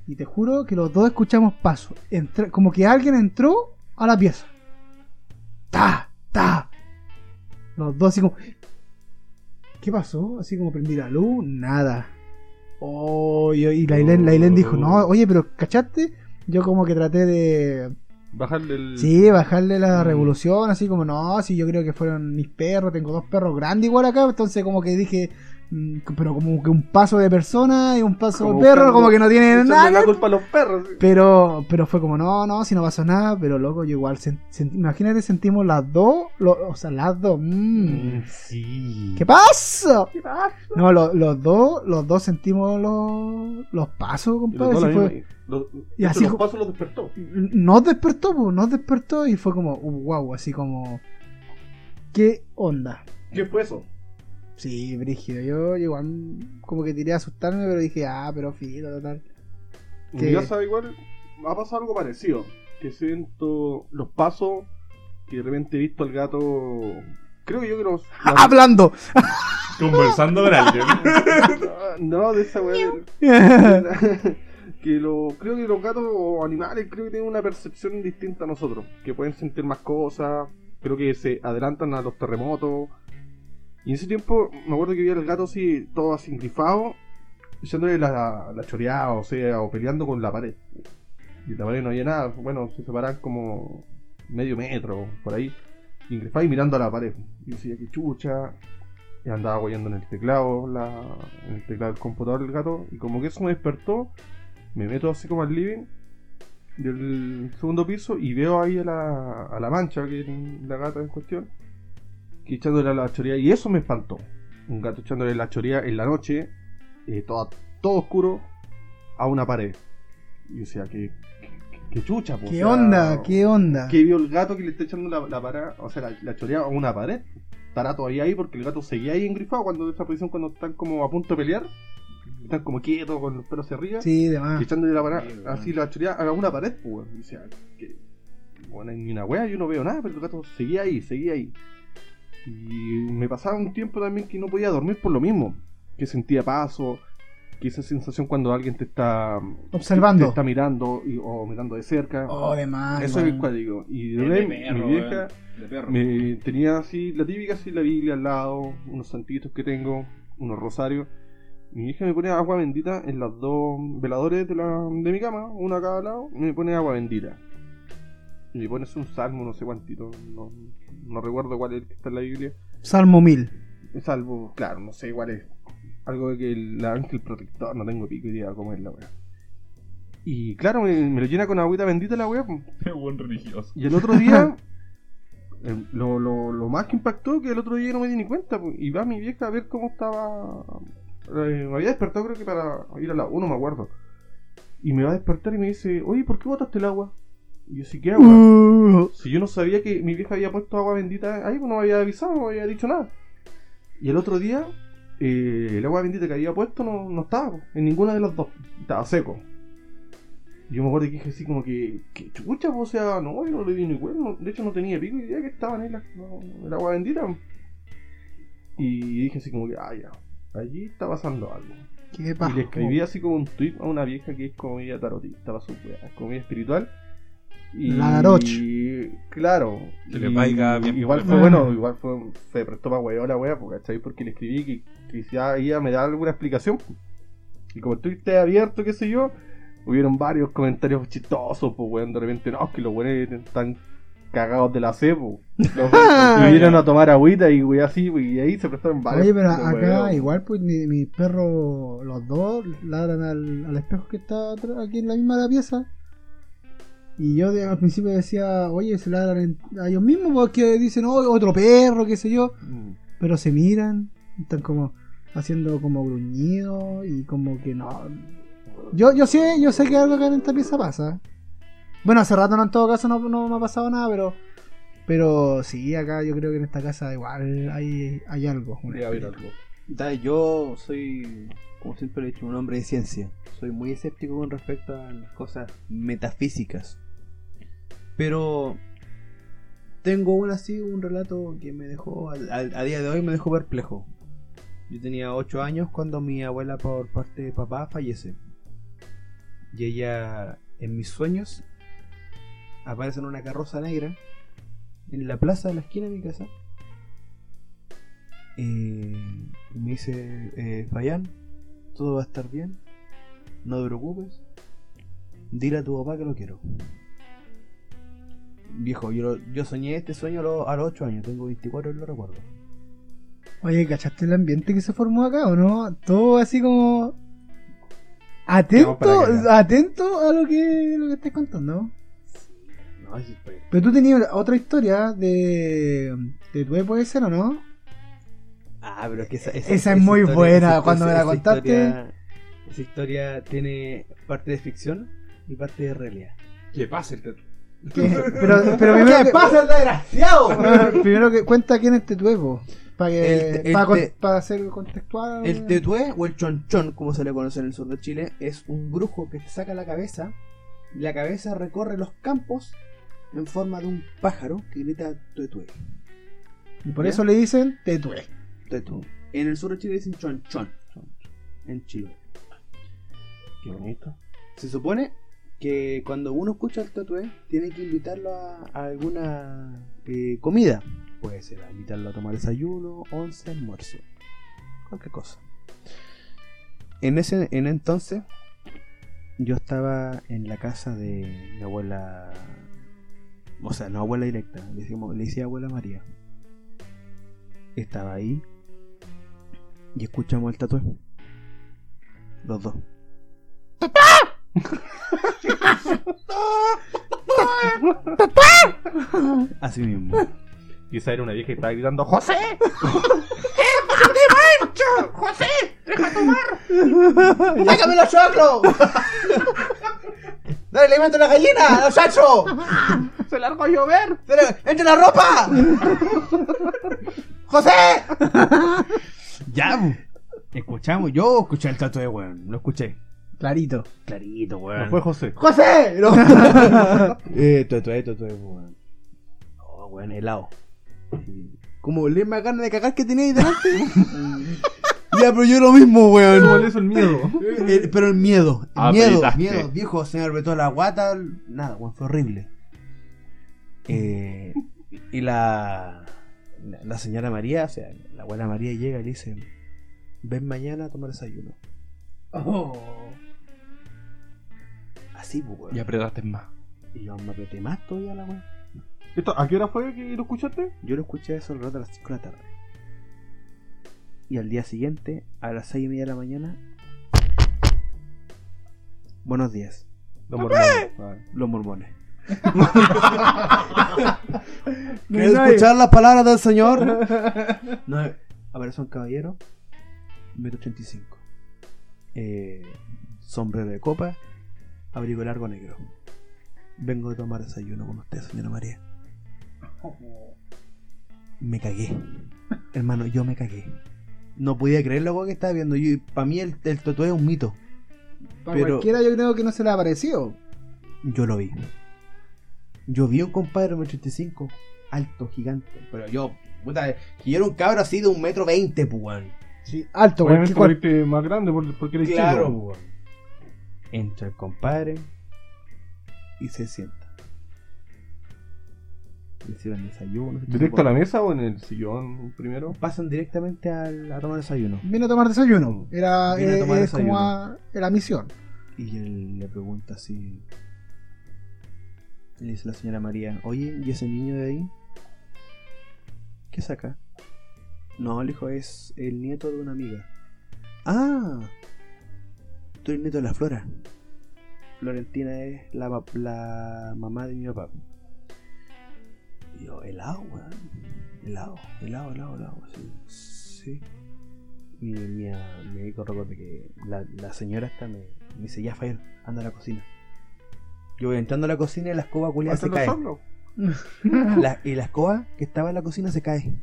[SPEAKER 3] Y te juro que los dos escuchamos pasos. Entra- como que alguien entró a la pieza. ¡Ta! ¡Ta! Los dos así como. ¿Qué pasó? Así como prendí la luz, nada. Oh, y, y la Ailén la Ailén dijo,
[SPEAKER 6] Oh.
[SPEAKER 3] no, oye, pero ¿cachaste? Yo como que traté de.
[SPEAKER 6] Bajarle el.
[SPEAKER 3] Sí, bajarle
[SPEAKER 6] Mm.
[SPEAKER 3] la revolución, así como, no, si yo creo que fueron mis perros, tengo dos perros grandes igual acá, entonces como que dije, mm, pero como que un paso de persona y un paso
[SPEAKER 6] Como
[SPEAKER 3] de perro,
[SPEAKER 6] buscando-
[SPEAKER 3] como que no tiene
[SPEAKER 6] echarle
[SPEAKER 3] nada.
[SPEAKER 6] la culpa a los perros.
[SPEAKER 3] Pero, pero fue como, no, no, si no pasó nada, pero loco, yo igual, sen- sent- imagínate, sentimos las dos, lo- o sea, las dos, mm.
[SPEAKER 4] Sí.
[SPEAKER 3] ¿Qué pasa? No, lo- los dos, los dos sentimos los, los pasos,
[SPEAKER 6] Y los
[SPEAKER 3] compadre,
[SPEAKER 6] dos
[SPEAKER 3] si
[SPEAKER 6] la
[SPEAKER 3] fue-
[SPEAKER 6] misma- los-
[SPEAKER 3] y así
[SPEAKER 6] los
[SPEAKER 3] co-
[SPEAKER 6] pasos los despertó.
[SPEAKER 3] nos despertó, pues, nos despertó y fue como, uh, wow, así como, ¿qué onda?
[SPEAKER 6] ¿Qué fue eso?
[SPEAKER 3] Sí, brígido, yo igual como que tiré a asustarme, pero dije, ah, pero filo, total.
[SPEAKER 6] En
[SPEAKER 3] ¿Qué?
[SPEAKER 6] Mi casa igual ha pasado algo parecido. Que siento los pasos que de repente he visto al gato. Creo que yo que no.
[SPEAKER 3] [LAUGHS] ¡Hablando!
[SPEAKER 4] Conversando con alguien.
[SPEAKER 6] [LAUGHS] no, de esa weá. del- [LAUGHS] que lo, creo que los gatos o animales creo que tienen una percepción distinta a nosotros, que pueden sentir más cosas, creo que se adelantan a los terremotos. Y en ese tiempo me acuerdo que vi al gato así, todo así grifado, echándole la, la choreada, o sea, o peleando con la pared. Y en la pared no había nada, bueno, se separaban como medio metro, por ahí. Y grifaba y mirando a la pared. Y decía que chucha, y andaba guayando en el teclado, la- en el teclado del computador el gato, y como que eso me despertó, me meto así como al living del segundo piso y veo ahí a la, a la mancha, que es la gata en cuestión, que echándole la choría, y eso me espantó. Un gato echándole la choría en la noche, eh, toda- todo oscuro, a una pared. Y o sea, que, que, que chucha, po, o
[SPEAKER 3] ¿Qué
[SPEAKER 6] sea,
[SPEAKER 3] onda? ¿Qué onda?
[SPEAKER 6] que vio el gato que le está echando la, la parada, o sea, la, la chorea a una pared. Estará todavía ahí porque el gato seguía ahí engrifado cuando en esa posición, cuando están como a punto de pelear, están como quietos con los pelos hacia arriba,
[SPEAKER 3] Sí, demás.
[SPEAKER 6] y echándole la parada, así la chorea a una pared, pues, weón. Y sea, que, bueno, ni una wea, yo no veo nada, pero el gato seguía ahí, seguía ahí. Y me pasaba un tiempo también que no podía dormir por lo mismo, que sentía paso, que esa sensación cuando alguien te está
[SPEAKER 3] Observando.
[SPEAKER 6] te está mirando y- o mirando de cerca.
[SPEAKER 3] Oh, de más.
[SPEAKER 6] Eso es cuático. Y de verdad, mi vieja me tenía así, la típica así, la Biblia al lado, unos santitos que tengo, unos rosarios. Mi vieja me pone agua bendita en las dos veladores de, la, de mi cama, una a cada lado, y me pone agua bendita. Y me pones un salmo, no sé cuántito, no, no recuerdo cuál es el que está en la Biblia.
[SPEAKER 3] Salmo 1000.
[SPEAKER 6] Salvo, claro, no sé cuál es. Algo de que el ángel protector, no tengo pico idea cómo es la wea. Y claro, me, me lo llena con agüita bendita la wea, po.
[SPEAKER 4] buen religioso.
[SPEAKER 6] Y el otro día, el- lo, lo- lo más que impactó que el otro día no me di ni cuenta. po. Y va mi vieja a ver cómo estaba. eh, me había despertado, creo que para ir a la 1, me acuerdo. Y me va a despertar y me dice: Oye, ¿por qué botaste el agua? Y yo, sí, ¿qué agua? Si yo no sabía que mi vieja había puesto agua bendita ahí, pues no me había avisado, no me había dicho nada. Y el otro día, eh, el agua bendita que había puesto no, no estaba po, en ninguna de las dos. Estaba seco. Y yo me acuerdo que dije así como que, que chucha, po, o sea, no, yo no le di ni cuerno. De hecho, no tenía pico idea que estaban ahí las, no, el agua bendita. Y dije así como que, ah, ya, allí está pasando algo.
[SPEAKER 3] ¿Qué
[SPEAKER 6] Y
[SPEAKER 3] pasó?
[SPEAKER 6] le escribí así como un tweet a una vieja que es como media tarotista para su wea, es como media espiritual. Y,
[SPEAKER 3] La Garoch.
[SPEAKER 6] Claro.
[SPEAKER 4] Que
[SPEAKER 6] y-
[SPEAKER 4] le vaiga bien
[SPEAKER 6] Igual
[SPEAKER 4] por
[SPEAKER 6] fue
[SPEAKER 3] el-
[SPEAKER 6] bueno, igual fue, se prestó para weón la wea, pues, porque, ¿cachai? Porque le escribí que y si ella me da alguna explicación. pues. Y como estoy te abierto, qué sé yo, hubieron varios comentarios chistosos, pues, weón, de repente, no, es que los weones están cagados de la C, pues.
[SPEAKER 3] [LAUGHS]
[SPEAKER 6] Los weones vinieron a tomar agüita y weón así, pues, y ahí se prestaron varios.
[SPEAKER 3] Oye, pero
[SPEAKER 6] pues,
[SPEAKER 3] acá
[SPEAKER 6] weón.
[SPEAKER 3] igual, pues mi, mi perro, los dos ladran al, al espejo que está atr- aquí en la misma pieza. Y yo de- al principio decía, oye, se ladran en- a ellos mismos porque dicen, oh, otro perro, qué sé yo.
[SPEAKER 6] Mm.
[SPEAKER 3] Pero se miran, están como haciendo como gruñido y como que no. Yo, yo sé, yo sé que algo acá en esta pieza pasa. Bueno, hace rato no, en todo caso no, no me ha pasado nada, pero. Pero sí, acá yo creo que en esta casa igual hay, hay algo. una
[SPEAKER 6] Debe haber
[SPEAKER 3] especie.
[SPEAKER 6] algo.
[SPEAKER 5] Da, yo soy, como siempre he dicho, un hombre de ciencia. Soy muy escéptico con respecto a las cosas metafísicas. Pero tengo aún así un relato que me dejó, al- al- a, día de hoy me dejó perplejo. Yo tenía 8 años cuando mi abuela por parte de papá fallece. Y ella, en mis sueños, aparece en una carroza negra en la plaza de la esquina de mi casa. Eh, me dice, eh, Fabián, todo va a estar bien, no te preocupes, dile a tu papá que lo quiero. Viejo, yo, lo- yo soñé este sueño a los, a los 8 años, tengo 24 y lo recuerdo.
[SPEAKER 3] Oye, ¿cachaste el ambiente que se formó acá o no? Todo así como. Atento,
[SPEAKER 4] Quedamos para
[SPEAKER 3] atento a lo que, lo que estás contando.
[SPEAKER 6] No, sí, está bien.
[SPEAKER 3] Pero tú tenías otra historia de. de tu puede ser o no?
[SPEAKER 5] Ah, pero es que esa,
[SPEAKER 3] Esa es muy buena,
[SPEAKER 5] esa-
[SPEAKER 3] cuando me la
[SPEAKER 5] esa
[SPEAKER 3] contaste.
[SPEAKER 5] historia- esa historia tiene parte de ficción y parte de realidad.
[SPEAKER 4] Que pase el teatro.
[SPEAKER 3] Que- pero, pero primero, que, [LAUGHS]
[SPEAKER 5] pasa, [LAUGHS] desgraciado?
[SPEAKER 3] bueno, primero que cuenta quién es Tetuepo. Para que,
[SPEAKER 5] El- el
[SPEAKER 3] pa' con-
[SPEAKER 5] te-
[SPEAKER 3] pa' hacer contextual.
[SPEAKER 5] El tetué o el chonchón, como se le conoce en el sur de Chile, es un brujo que se saca la cabeza y la cabeza recorre los campos en forma de un pájaro que grita tetué.
[SPEAKER 3] y por eso le dicen Tetue.
[SPEAKER 5] tetué. En el sur de Chile dicen chonchón. En Chile.
[SPEAKER 6] Qué bonito.
[SPEAKER 5] Se supone que cuando uno escucha al tetué, tiene que invitarlo a, a alguna eh, comida. Puede ser a invitarlo a tomar desayuno, once, almuerzo. Cualquier cosa. En ese en entonces, yo estaba en la casa de mi abuela. O sea, no abuela directa, le, decimos, le decía abuela María. Estaba ahí y escuchamos el tatuaje. Los dos. Así mismo.
[SPEAKER 6] Quizá era una vieja y estaba gritando, ¡José!
[SPEAKER 5] ¡Sácame los choclos! ¡Dale, le meto la gallina! ¡Los chachos!
[SPEAKER 6] ¡Se largó a llover!
[SPEAKER 5] ¡Entre la ropa! ¡José! ya, bu. escuchamos. Yo escuché el tatuaje, weón. Lo escuché.
[SPEAKER 3] Clarito.
[SPEAKER 5] Clarito,
[SPEAKER 6] No
[SPEAKER 5] weón.
[SPEAKER 6] fue José.
[SPEAKER 5] ¡José!
[SPEAKER 3] [LAUGHS]
[SPEAKER 5] No. eh, tatuaje, tatuaje, weón. Oh, weón, helado. Como le más ganas de cagar que tenía ahí delante. [LAUGHS] ya, pero yo lo mismo, weón.
[SPEAKER 6] ¿Cuál es el miedo? [LAUGHS]
[SPEAKER 5] El- pero el miedo, el miedo,
[SPEAKER 6] Apretaste.
[SPEAKER 5] miedo, viejo, se me apretó la guata, nada, weón, fue horrible. Eh, y la, la, la señora María, o sea, la abuela María llega y le dice, ven mañana a tomar desayuno. Así, pues, weón.
[SPEAKER 4] Y apretaste [LAUGHS] más.
[SPEAKER 5] Y yo me apreté más todavía la weón.
[SPEAKER 6] ¿Esto, ¿A qué hora fue que lo escuchaste?
[SPEAKER 5] Yo lo escuché eso alrededor de las 5 de la tarde. Y al día siguiente, a las 6 y media de la mañana, buenos días.
[SPEAKER 6] Los mormones. Ah. Vale.
[SPEAKER 3] [LAUGHS]
[SPEAKER 5] los mormones.
[SPEAKER 3] No
[SPEAKER 5] ¿Quieres
[SPEAKER 3] hay
[SPEAKER 5] escuchar las palabras del Señor? No, a ver, son caballero, 1,85 eh, sombrero de copa, abrigo largo negro. Vengo a tomar desayuno con usted, señora María. Me cagué. Hermano, yo me cagué. No podía creer lo que estaba viendo. Para mí el, el tatuaje es un mito.
[SPEAKER 3] Pa'
[SPEAKER 5] pero-
[SPEAKER 3] cualquiera yo creo que no se le ha parecido.
[SPEAKER 5] Yo lo vi. Yo vi a un compadre de 85, alto, gigante. Pero yo, puta, que yo era un cabro así de un metro veinte, pues, puan.
[SPEAKER 3] Sí, alto, güey.
[SPEAKER 6] Obviamente
[SPEAKER 3] ¿qué cual-
[SPEAKER 6] lo viste más grande por- porque eres chico.
[SPEAKER 5] puan. pues, Entra el compadre y se sienta. Le sirven desayuno. este tipo
[SPEAKER 6] ¿Directo a
[SPEAKER 5] de-
[SPEAKER 6] la mesa o en el sillón primero?
[SPEAKER 5] Pasan directamente al, a tomar desayuno.
[SPEAKER 3] Vino a tomar desayuno. Era,
[SPEAKER 5] Viene a
[SPEAKER 3] eh,
[SPEAKER 5] tomar
[SPEAKER 3] es
[SPEAKER 5] desayuno.
[SPEAKER 3] como a- era misión.
[SPEAKER 5] Y él le pregunta así. Le dice la señora María, oye, ¿y ese niño de ahí? ¿Qué saca? No, el hijo es el nieto de una amiga. Ah, tú eres nieto de la Flora. Florentina es la, ma- la mamá de mi papá. Y yo, el agua, el agua, el agua, el agua, el agua, sí. sí. Mi, mi, ah, mi médico recuerda que la, la señora esta me, me dice, ya Fabián, anda a la cocina. Yo voy entrando a la cocina y la escoba culiada se
[SPEAKER 6] ¿Hacen los
[SPEAKER 5] cae.
[SPEAKER 6] soplos?
[SPEAKER 5] La- y la escoba que estaba en la cocina se cae.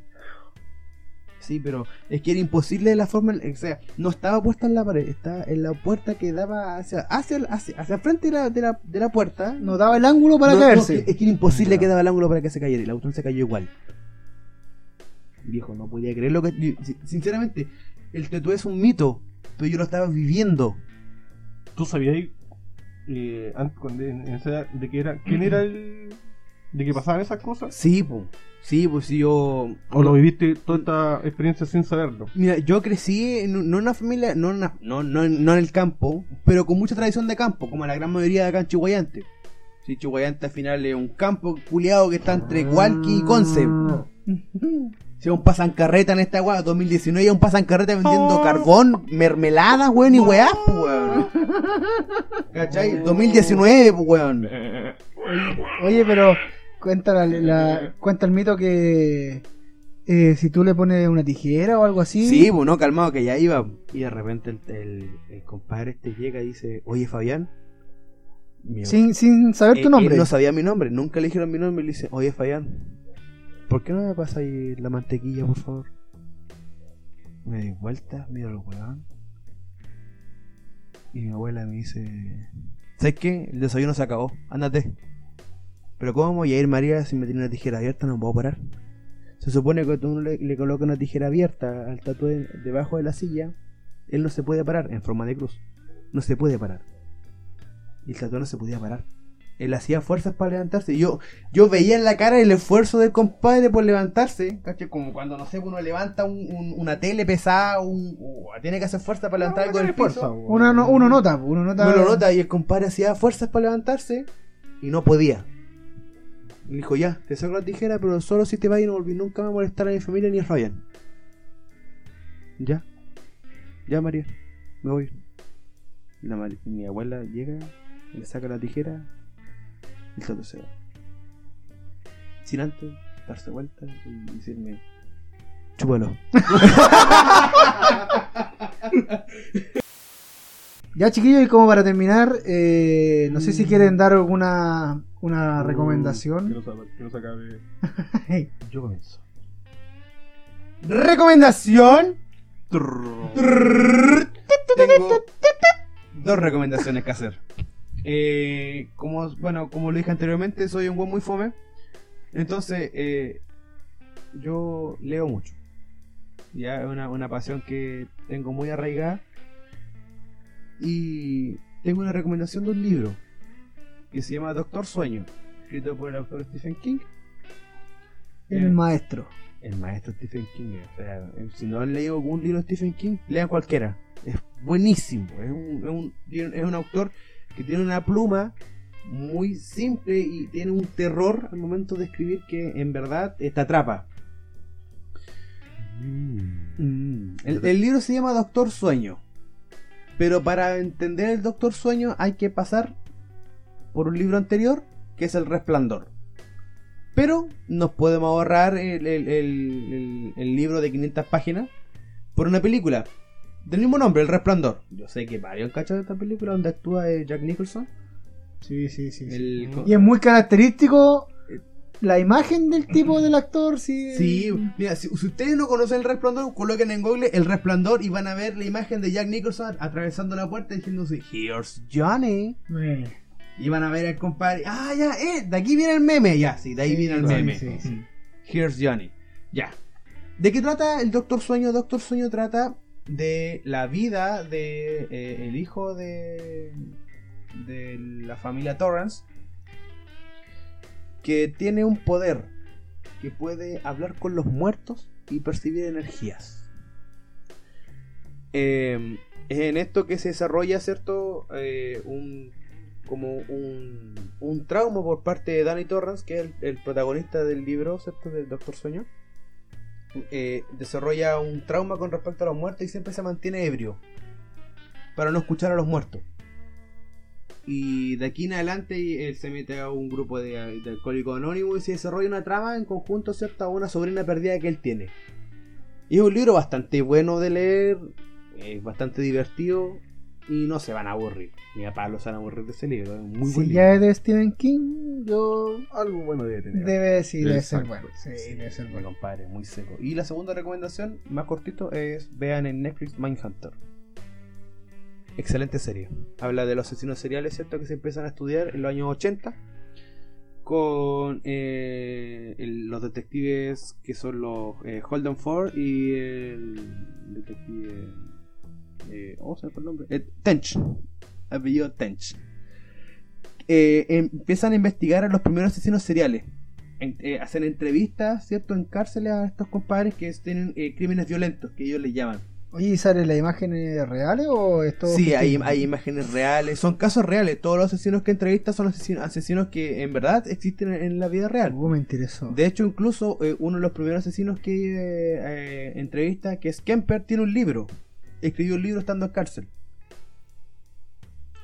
[SPEAKER 5] Sí, pero es que era imposible la forma, en- o sea, no estaba puesta en la pared, estaba en la puerta que daba hacia hacia, hacia, hacia el frente de la, de la, de la puerta.
[SPEAKER 3] Nos daba el ángulo para
[SPEAKER 5] No, Ah, no,
[SPEAKER 3] caerse.
[SPEAKER 5] que- es que era imposible que daba el ángulo para que se cayera. Y la botón se cayó igual. Viejo, no podía creer lo que. yo- si- Sinceramente, el tatuaje es un mito. Pero yo lo estaba viviendo.
[SPEAKER 6] ¿Tú sabías eh, antes, cuando- en- en esa edad, de que era, quién era el. de que pasaban esas cosas?
[SPEAKER 5] Sí, pues. Sí, pues sí, yo.
[SPEAKER 6] ¿O lo viviste toda esta experiencia sin saberlo?
[SPEAKER 5] Mira, yo crecí en, un- no en una familia, no, en una- no, no, en- no en el campo, pero con mucha tradición de campo, como la gran mayoría de acá en Chihuayante. Sí, Chihuayante al final es un campo culiado que está entre Hualqui y Conce. Si aún pasan carreta en esta weá, 2019 aún pasan carreta vendiendo carbón, mermeladas, weón, y weá, weón. ¿Cachai? 2019, pues, weón.
[SPEAKER 3] Oye, pero cuenta, la, la- cuenta el mito que eh, si tú le pones una tijera o algo así.
[SPEAKER 5] Sí, bueno, calmado que ya iba. Y de repente el, el- el compadre este llega y dice, oye Fabián. mi-
[SPEAKER 3] Sin, sin saber
[SPEAKER 5] Eh,
[SPEAKER 3] tu nombre.
[SPEAKER 5] él no sabía mi nombre, nunca le dijeron mi nombre. Le dice, oye, Fayán, ¿por qué no me pasa ahí la mantequilla, por favor? Me di vuelta, miro al weón. Y mi abuela me dice, ¿sabes qué? El desayuno se acabó, ándate. Pero ¿cómo voy a ir, María, si me tiene una tijera abierta? No puedo parar. Se supone que tú le, le colocas una tijera abierta al tatuaje debajo de la silla. Él no se puede parar en forma de cruz. No se puede parar. Y el tatuaje no se podía parar. Él hacía fuerzas para levantarse. Y Yo, yo veía en la cara el esfuerzo del compadre por levantarse. ¿cachai? Como cuando, no sé, uno levanta un- un- una tele pesada, un- o tiene que hacer fuerza para
[SPEAKER 6] Ah,
[SPEAKER 5] levantar algo del piso.
[SPEAKER 3] uno, no- uno nota, uno nota.
[SPEAKER 5] Uno lo nota y el compadre hacía fuerzas para levantarse y no podía. Y dijo, ya, te saco la tijera, pero solo si te vas y no volví nunca más a molestar a mi familia ni a Ryan. Ya. Ya, María. Me voy. Y la Mari- mi abuela llega, le saca la tijera y todo se va. Sin antes darse vuelta y decirme, chúpalo.
[SPEAKER 3] Ya, chiquillos, y como para terminar, eh, no sé
[SPEAKER 5] Mm.
[SPEAKER 3] si quieren dar alguna
[SPEAKER 5] Oh,
[SPEAKER 3] una recomendación.
[SPEAKER 6] Uh, Que no se- que no se acabe.
[SPEAKER 5] Yo comienzo.
[SPEAKER 3] ¿Recomendación?
[SPEAKER 5] tengo dos recomendaciones que hacer. Eh, como, bueno, como lo dije anteriormente, soy un buen muy fome. Entonces, eh, yo leo mucho. Ya es una, una pasión que tengo muy arraigada. Y tengo una recomendación de un libro que se llama Doctor Sueño, escrito por el autor Stephen King.
[SPEAKER 3] El maestro.
[SPEAKER 5] El maestro Stephen King. O sea, eh, si no han leído algún libro de Stephen King, lean cualquiera. Es buenísimo. Es un, es un- tiene- es un autor que tiene una pluma muy simple y tiene un terror al momento de escribir que en verdad eh, te atrapa. Mm. El, el libro se llama Doctor Sueño. Pero para entender el Doctor Sueño hay que pasar por un libro anterior que es El Resplandor. Pero nos podemos ahorrar el, el- el- el- el libro de 500 páginas por una película del mismo nombre, El Resplandor. Yo sé que varios cachos de esta película donde actúa eh, Jack Nicholson.
[SPEAKER 3] Sí, sí, sí.
[SPEAKER 5] El-
[SPEAKER 3] Y es muy característico la imagen del tipo del actor. Sí,
[SPEAKER 5] Sí, mira, si, si ustedes no conocen El Resplandor, coloquen en Google El Resplandor y van a ver la imagen de Jack Nicholson atravesando la puerta diciéndose Here's Johnny.
[SPEAKER 3] Eh,
[SPEAKER 5] Y van a ver al compadre. Ah, ya, eh, de aquí viene el meme. Ya, sí, de ahí viene el
[SPEAKER 3] sí,
[SPEAKER 5] meme.
[SPEAKER 3] sí, sí.
[SPEAKER 5] Here's Johnny. Ya. ¿De qué trata el Doctor Sueño? Doctor Sueño trata de la vida de eh, el hijo de de la familia Torrance que tiene un poder que puede hablar con los muertos y percibir energías. Eh, es en esto que se desarrolla, ¿cierto? Eh, un, como un, un trauma por parte de Danny Torrance, que es el, el protagonista del libro, ¿cierto? Del Doctor Sueño. Eh, desarrolla un trauma con respecto a los muertos y siempre se mantiene ebrio para no escuchar a los muertos. Y de aquí en adelante él se mete a un grupo de, de alcohólicos anónimos y se desarrolla una trama en conjunto, ¿cierto? A una sobrina perdida que él tiene. Y es un libro bastante bueno de leer, es bastante divertido y no se van a aburrir. Ni a Pablo se van a aburrir de ese libro, es un muy
[SPEAKER 3] si
[SPEAKER 5] buen
[SPEAKER 3] ya
[SPEAKER 5] libro.
[SPEAKER 3] es de Stephen King, yo
[SPEAKER 7] Algo bueno debe tener.
[SPEAKER 3] debe sí, debe ser
[SPEAKER 8] Exacto.
[SPEAKER 3] bueno. Sí, debe ser
[SPEAKER 5] Mi
[SPEAKER 3] bueno.
[SPEAKER 5] compadre, muy seco. Y la segunda recomendación, más cortito, es vean en Netflix Mindhunter. Excelente serie. Habla de los asesinos seriales, ¿cierto? Que se empiezan a estudiar en los años 80 con eh, el- los detectives que son los eh, Holden Ford y el detective... Eh, oh, se me fue el nombre. Eh, Tench. Apellido Tench. Eh, empiezan a investigar a los primeros asesinos seriales en- eh, hacen entrevistas, ¿cierto? En cárceles a estos compadres que tienen eh, crímenes violentos, que ellos les llaman.
[SPEAKER 3] Oye, ¿y salen las imágenes reales o es todo
[SPEAKER 5] Sí, hay,
[SPEAKER 3] ficticio?
[SPEAKER 5] hay imágenes reales, son casos reales. Todos los asesinos que entrevistas son asesinos, asesinos que en verdad existen en, en la vida real.
[SPEAKER 3] Uh, me interesó.
[SPEAKER 5] De hecho, incluso eh, uno de los primeros asesinos que eh, eh, entrevista, que es Kemper, tiene un libro. Escribió un libro estando en cárcel.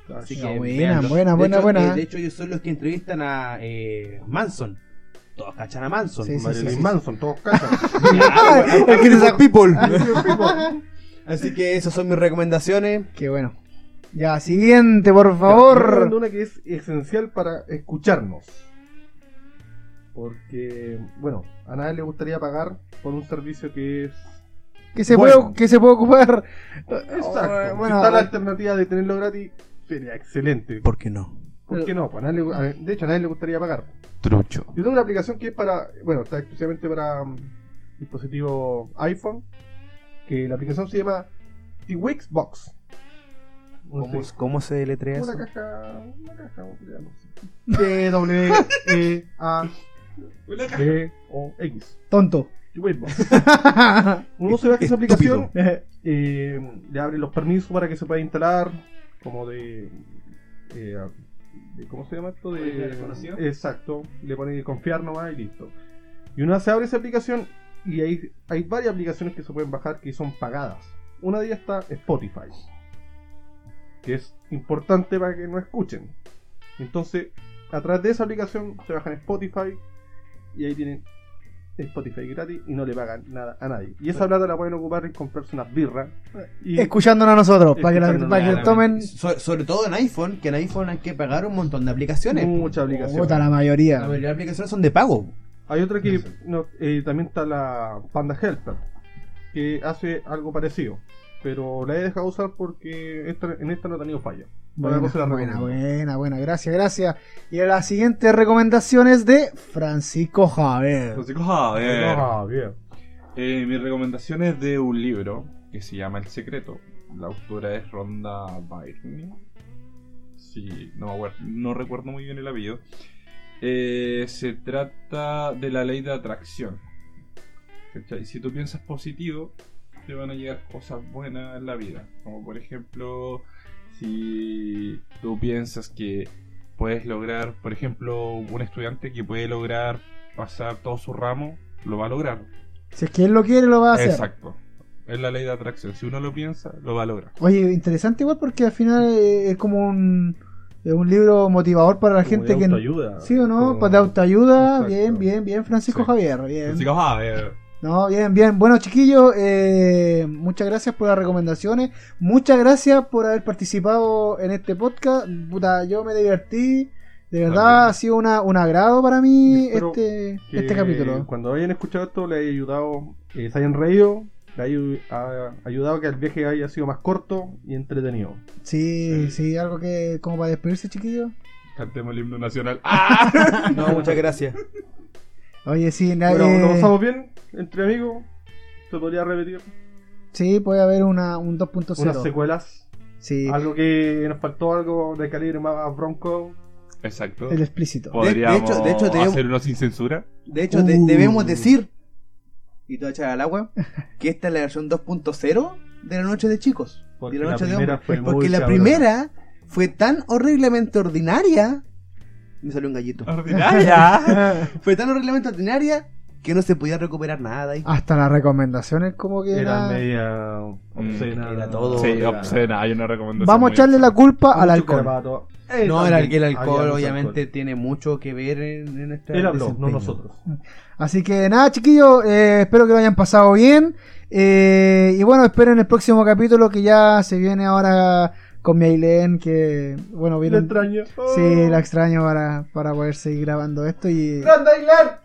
[SPEAKER 5] Así
[SPEAKER 3] Ah,
[SPEAKER 5] que
[SPEAKER 3] buena,
[SPEAKER 5] véanlo.
[SPEAKER 3] buena,
[SPEAKER 5] De
[SPEAKER 3] buena,
[SPEAKER 5] hecho,
[SPEAKER 3] buena.
[SPEAKER 5] eh, de hecho, ellos son los que entrevistan a eh, Manson. Todos cachan a Manson.
[SPEAKER 3] Sí, sí,
[SPEAKER 6] Marilyn
[SPEAKER 3] sí, sí.
[SPEAKER 6] Manson,
[SPEAKER 3] [LAUGHS]
[SPEAKER 6] todos cachan.
[SPEAKER 5] el que [LAUGHS] people.
[SPEAKER 3] Ah,
[SPEAKER 5] Así que esas son mis recomendaciones.
[SPEAKER 3] Qué bueno. Ya, siguiente, por
[SPEAKER 6] Estoy hablando
[SPEAKER 3] favor.
[SPEAKER 6] de una que es esencial para escucharnos. Porque, bueno, a nadie le gustaría pagar por un servicio que es.
[SPEAKER 3] Que se,
[SPEAKER 6] Bueno.
[SPEAKER 3] puede, que se puede ocupar.
[SPEAKER 6] Exacto.
[SPEAKER 3] Oh,
[SPEAKER 6] Si
[SPEAKER 3] bueno,
[SPEAKER 6] está la alternativa de tenerlo gratis, sería excelente.
[SPEAKER 5] ¿Por qué no?
[SPEAKER 6] ¿Por
[SPEAKER 3] Eh.
[SPEAKER 6] qué no? Pues a nadie le- a- de hecho, a nadie le gustaría pagar.
[SPEAKER 4] Trucho.
[SPEAKER 6] Yo tengo una aplicación que es para, bueno, está exclusivamente para mm, dispositivo iPhone, que la aplicación se llama The Wix Box.
[SPEAKER 5] ¿Cómo,
[SPEAKER 6] Sí,
[SPEAKER 5] cómo se deletrea eso?
[SPEAKER 6] Una caja, una caja, ya no sé. T W E A B O X.
[SPEAKER 5] [LAUGHS]
[SPEAKER 3] tonto.
[SPEAKER 6] The Wix Box. Uno se ve que esa
[SPEAKER 5] Estúpido.
[SPEAKER 6] aplicación eh, le abre los permisos para que se pueda instalar, como de, eh, de- ¿cómo se llama esto? De, exacto, le pone confiar nomás y listo. Y una se abre esa aplicación y hay, hay varias aplicaciones que se pueden bajar que son pagadas. Una de ellas está Spotify, que es importante para que no escuchen. Entonces, a través de esa aplicación se bajan Spotify y ahí tienen Spotify gratis y no le pagan nada a nadie. Y esa plata la pueden ocupar en comprarse unas birras. Y
[SPEAKER 3] Escuchándonos a nosotros, para que, la-
[SPEAKER 6] Escuchándonos,
[SPEAKER 3] para que tomen
[SPEAKER 6] claramente.
[SPEAKER 5] So- sobre todo en iPhone, que en iPhone hay que pagar un montón de aplicaciones.
[SPEAKER 3] Mm. Puta,
[SPEAKER 6] muchas aplicaciones.
[SPEAKER 3] la
[SPEAKER 5] La
[SPEAKER 3] mayoría.
[SPEAKER 5] mayoría de las aplicaciones son de pago.
[SPEAKER 6] Hay otra que no, eh, también está la Panda Helper, que hace algo parecido. Pero la he dejado usar porque esta- en esta no ha tenido falla. Por
[SPEAKER 3] Buena,
[SPEAKER 6] algo se la
[SPEAKER 3] buena,
[SPEAKER 6] recomiendo.
[SPEAKER 3] buena, buena, gracias, gracias. Y la siguiente recomendación es de Francisco Javier.
[SPEAKER 4] Francisco Javier.
[SPEAKER 6] Ah, bien.
[SPEAKER 4] Eh, mi recomendación es de un libro que se llama El Secreto. La autora es Ronda Byrne. Sí, no, me acuer- no recuerdo muy bien el apellido. Eh, se trata de la ley de atracción. ¿Cachai? Si tú piensas positivo, te van a llegar cosas buenas en la vida. Como por ejemplo, si tú piensas que puedes lograr, por ejemplo, un estudiante que puede lograr pasar todo su ramo, lo va a lograr.
[SPEAKER 3] Si es que él lo quiere, lo va a hacer.
[SPEAKER 4] Exacto. Es la ley de atracción. Si uno lo piensa, lo va a lograr.
[SPEAKER 3] Oye, interesante igual porque al final eh, es como un, es un libro motivador para la
[SPEAKER 6] Como
[SPEAKER 3] gente
[SPEAKER 6] de
[SPEAKER 3] que...
[SPEAKER 6] autoayuda.
[SPEAKER 3] Sí o no,
[SPEAKER 6] Como-
[SPEAKER 3] para de autoayuda.
[SPEAKER 6] Exacto.
[SPEAKER 3] Bien, bien, bien, Francisco
[SPEAKER 4] Sí.
[SPEAKER 3] Javier. Bien.
[SPEAKER 4] Así que ah, eh, vamos a ver.
[SPEAKER 3] No, bien, bien. Bueno, chiquillos, eh, muchas gracias por las recomendaciones. Muchas gracias por haber participado en este podcast. Puta, yo me divertí. De verdad,
[SPEAKER 4] También.
[SPEAKER 3] ha sido una, un agrado para mí
[SPEAKER 6] Espero
[SPEAKER 3] este,
[SPEAKER 6] que
[SPEAKER 3] este capítulo.
[SPEAKER 6] Cuando hayan escuchado esto, le haya ayudado, eh, se hayan reído, le haya ha ayudado a que el viaje haya sido más corto y entretenido.
[SPEAKER 3] Sí, sí, algo que como para despedirse, chiquillos.
[SPEAKER 4] Cantemos el himno nacional. Ah,
[SPEAKER 5] No, muchas gracias.
[SPEAKER 3] Oye, sí,
[SPEAKER 5] Eh,
[SPEAKER 3] eh, nadie...
[SPEAKER 6] Bueno, lo pasamos bien entre amigos. Se podría repetir
[SPEAKER 3] Sí, puede haber una, un
[SPEAKER 6] unas
[SPEAKER 3] 2.0.
[SPEAKER 6] secuelas.
[SPEAKER 3] Sí,
[SPEAKER 6] Algo que nos faltó, algo de calibre más bronco.
[SPEAKER 4] Exacto.
[SPEAKER 3] El explícito.
[SPEAKER 4] Podríamos
[SPEAKER 5] de hecho tenemos-
[SPEAKER 4] hacer uno sin censura.
[SPEAKER 5] De hecho, de-
[SPEAKER 3] Uh.
[SPEAKER 5] debemos decir, y tú echas al agua, que esta es la versión 2.0 de la noche de chicos.
[SPEAKER 6] Porque
[SPEAKER 5] de la
[SPEAKER 6] la
[SPEAKER 5] noche de
[SPEAKER 6] primera
[SPEAKER 5] hombres.
[SPEAKER 6] fue muy
[SPEAKER 5] Porque la
[SPEAKER 6] cabrosa.
[SPEAKER 5] primera fue tan horriblemente ordinaria. Me salió un gallito.
[SPEAKER 4] Ordinaria.
[SPEAKER 5] [LAUGHS] Fue tan horriblemente ordinaria que no se podía recuperar nada. ahí.
[SPEAKER 3] [LAUGHS] Hasta las recomendaciones como que era...
[SPEAKER 6] Era media obscena.
[SPEAKER 7] era todo.
[SPEAKER 4] Mm, sí, obscena. Hay una recomendación.
[SPEAKER 3] Oh, Vamos a
[SPEAKER 4] muy
[SPEAKER 3] echarle la culpa al
[SPEAKER 6] Mucho
[SPEAKER 3] alcohol.
[SPEAKER 6] carabato.
[SPEAKER 5] [LAUGHS] No, el, al-
[SPEAKER 6] también
[SPEAKER 5] el
[SPEAKER 6] había
[SPEAKER 5] alcohol
[SPEAKER 6] mucho
[SPEAKER 5] obviamente
[SPEAKER 6] alcohol.
[SPEAKER 5] tiene mucho que ver en, en nuestra
[SPEAKER 6] Él habló, no
[SPEAKER 5] desempeño.
[SPEAKER 6] nosotros.
[SPEAKER 3] Así que nada, chiquillos, eh, espero que lo hayan pasado bien. Eh, y bueno, esperen el próximo capítulo que ya se viene ahora con mi Ailén, que bueno,
[SPEAKER 6] Le
[SPEAKER 3] vieron...
[SPEAKER 6] extraño. Oh.
[SPEAKER 3] Sí, la extraño para, para poder seguir grabando esto y...
[SPEAKER 6] ¡Grande Aguilar!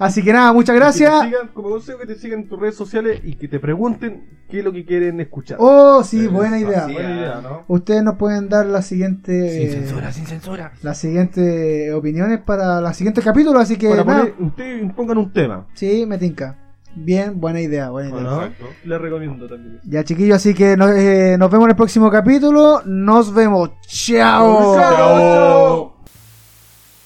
[SPEAKER 3] Así que nada, muchas
[SPEAKER 6] Que te
[SPEAKER 3] gracias.
[SPEAKER 6] sigan, como consejo que te sigan en tus redes sociales y que te pregunten qué es lo que quieren escuchar.
[SPEAKER 3] Oh, sí, buena idea.
[SPEAKER 5] así
[SPEAKER 6] Buena idea, ¿no?
[SPEAKER 3] Ustedes nos pueden dar la siguiente... eh,
[SPEAKER 7] sin censura.
[SPEAKER 3] las siguientes opiniones para los siguientes capítulos, así que
[SPEAKER 6] Para
[SPEAKER 3] nada,
[SPEAKER 6] poner, ustedes pongan un tema.
[SPEAKER 3] sí, me tinca. Bien, buena idea, buena idea.
[SPEAKER 6] ¿o no?
[SPEAKER 4] Exacto.
[SPEAKER 6] Les recomiendo también.
[SPEAKER 3] Ya chiquillos, así que nos, eh, nos vemos en el próximo capítulo. Nos vemos. Chao.
[SPEAKER 4] Chao.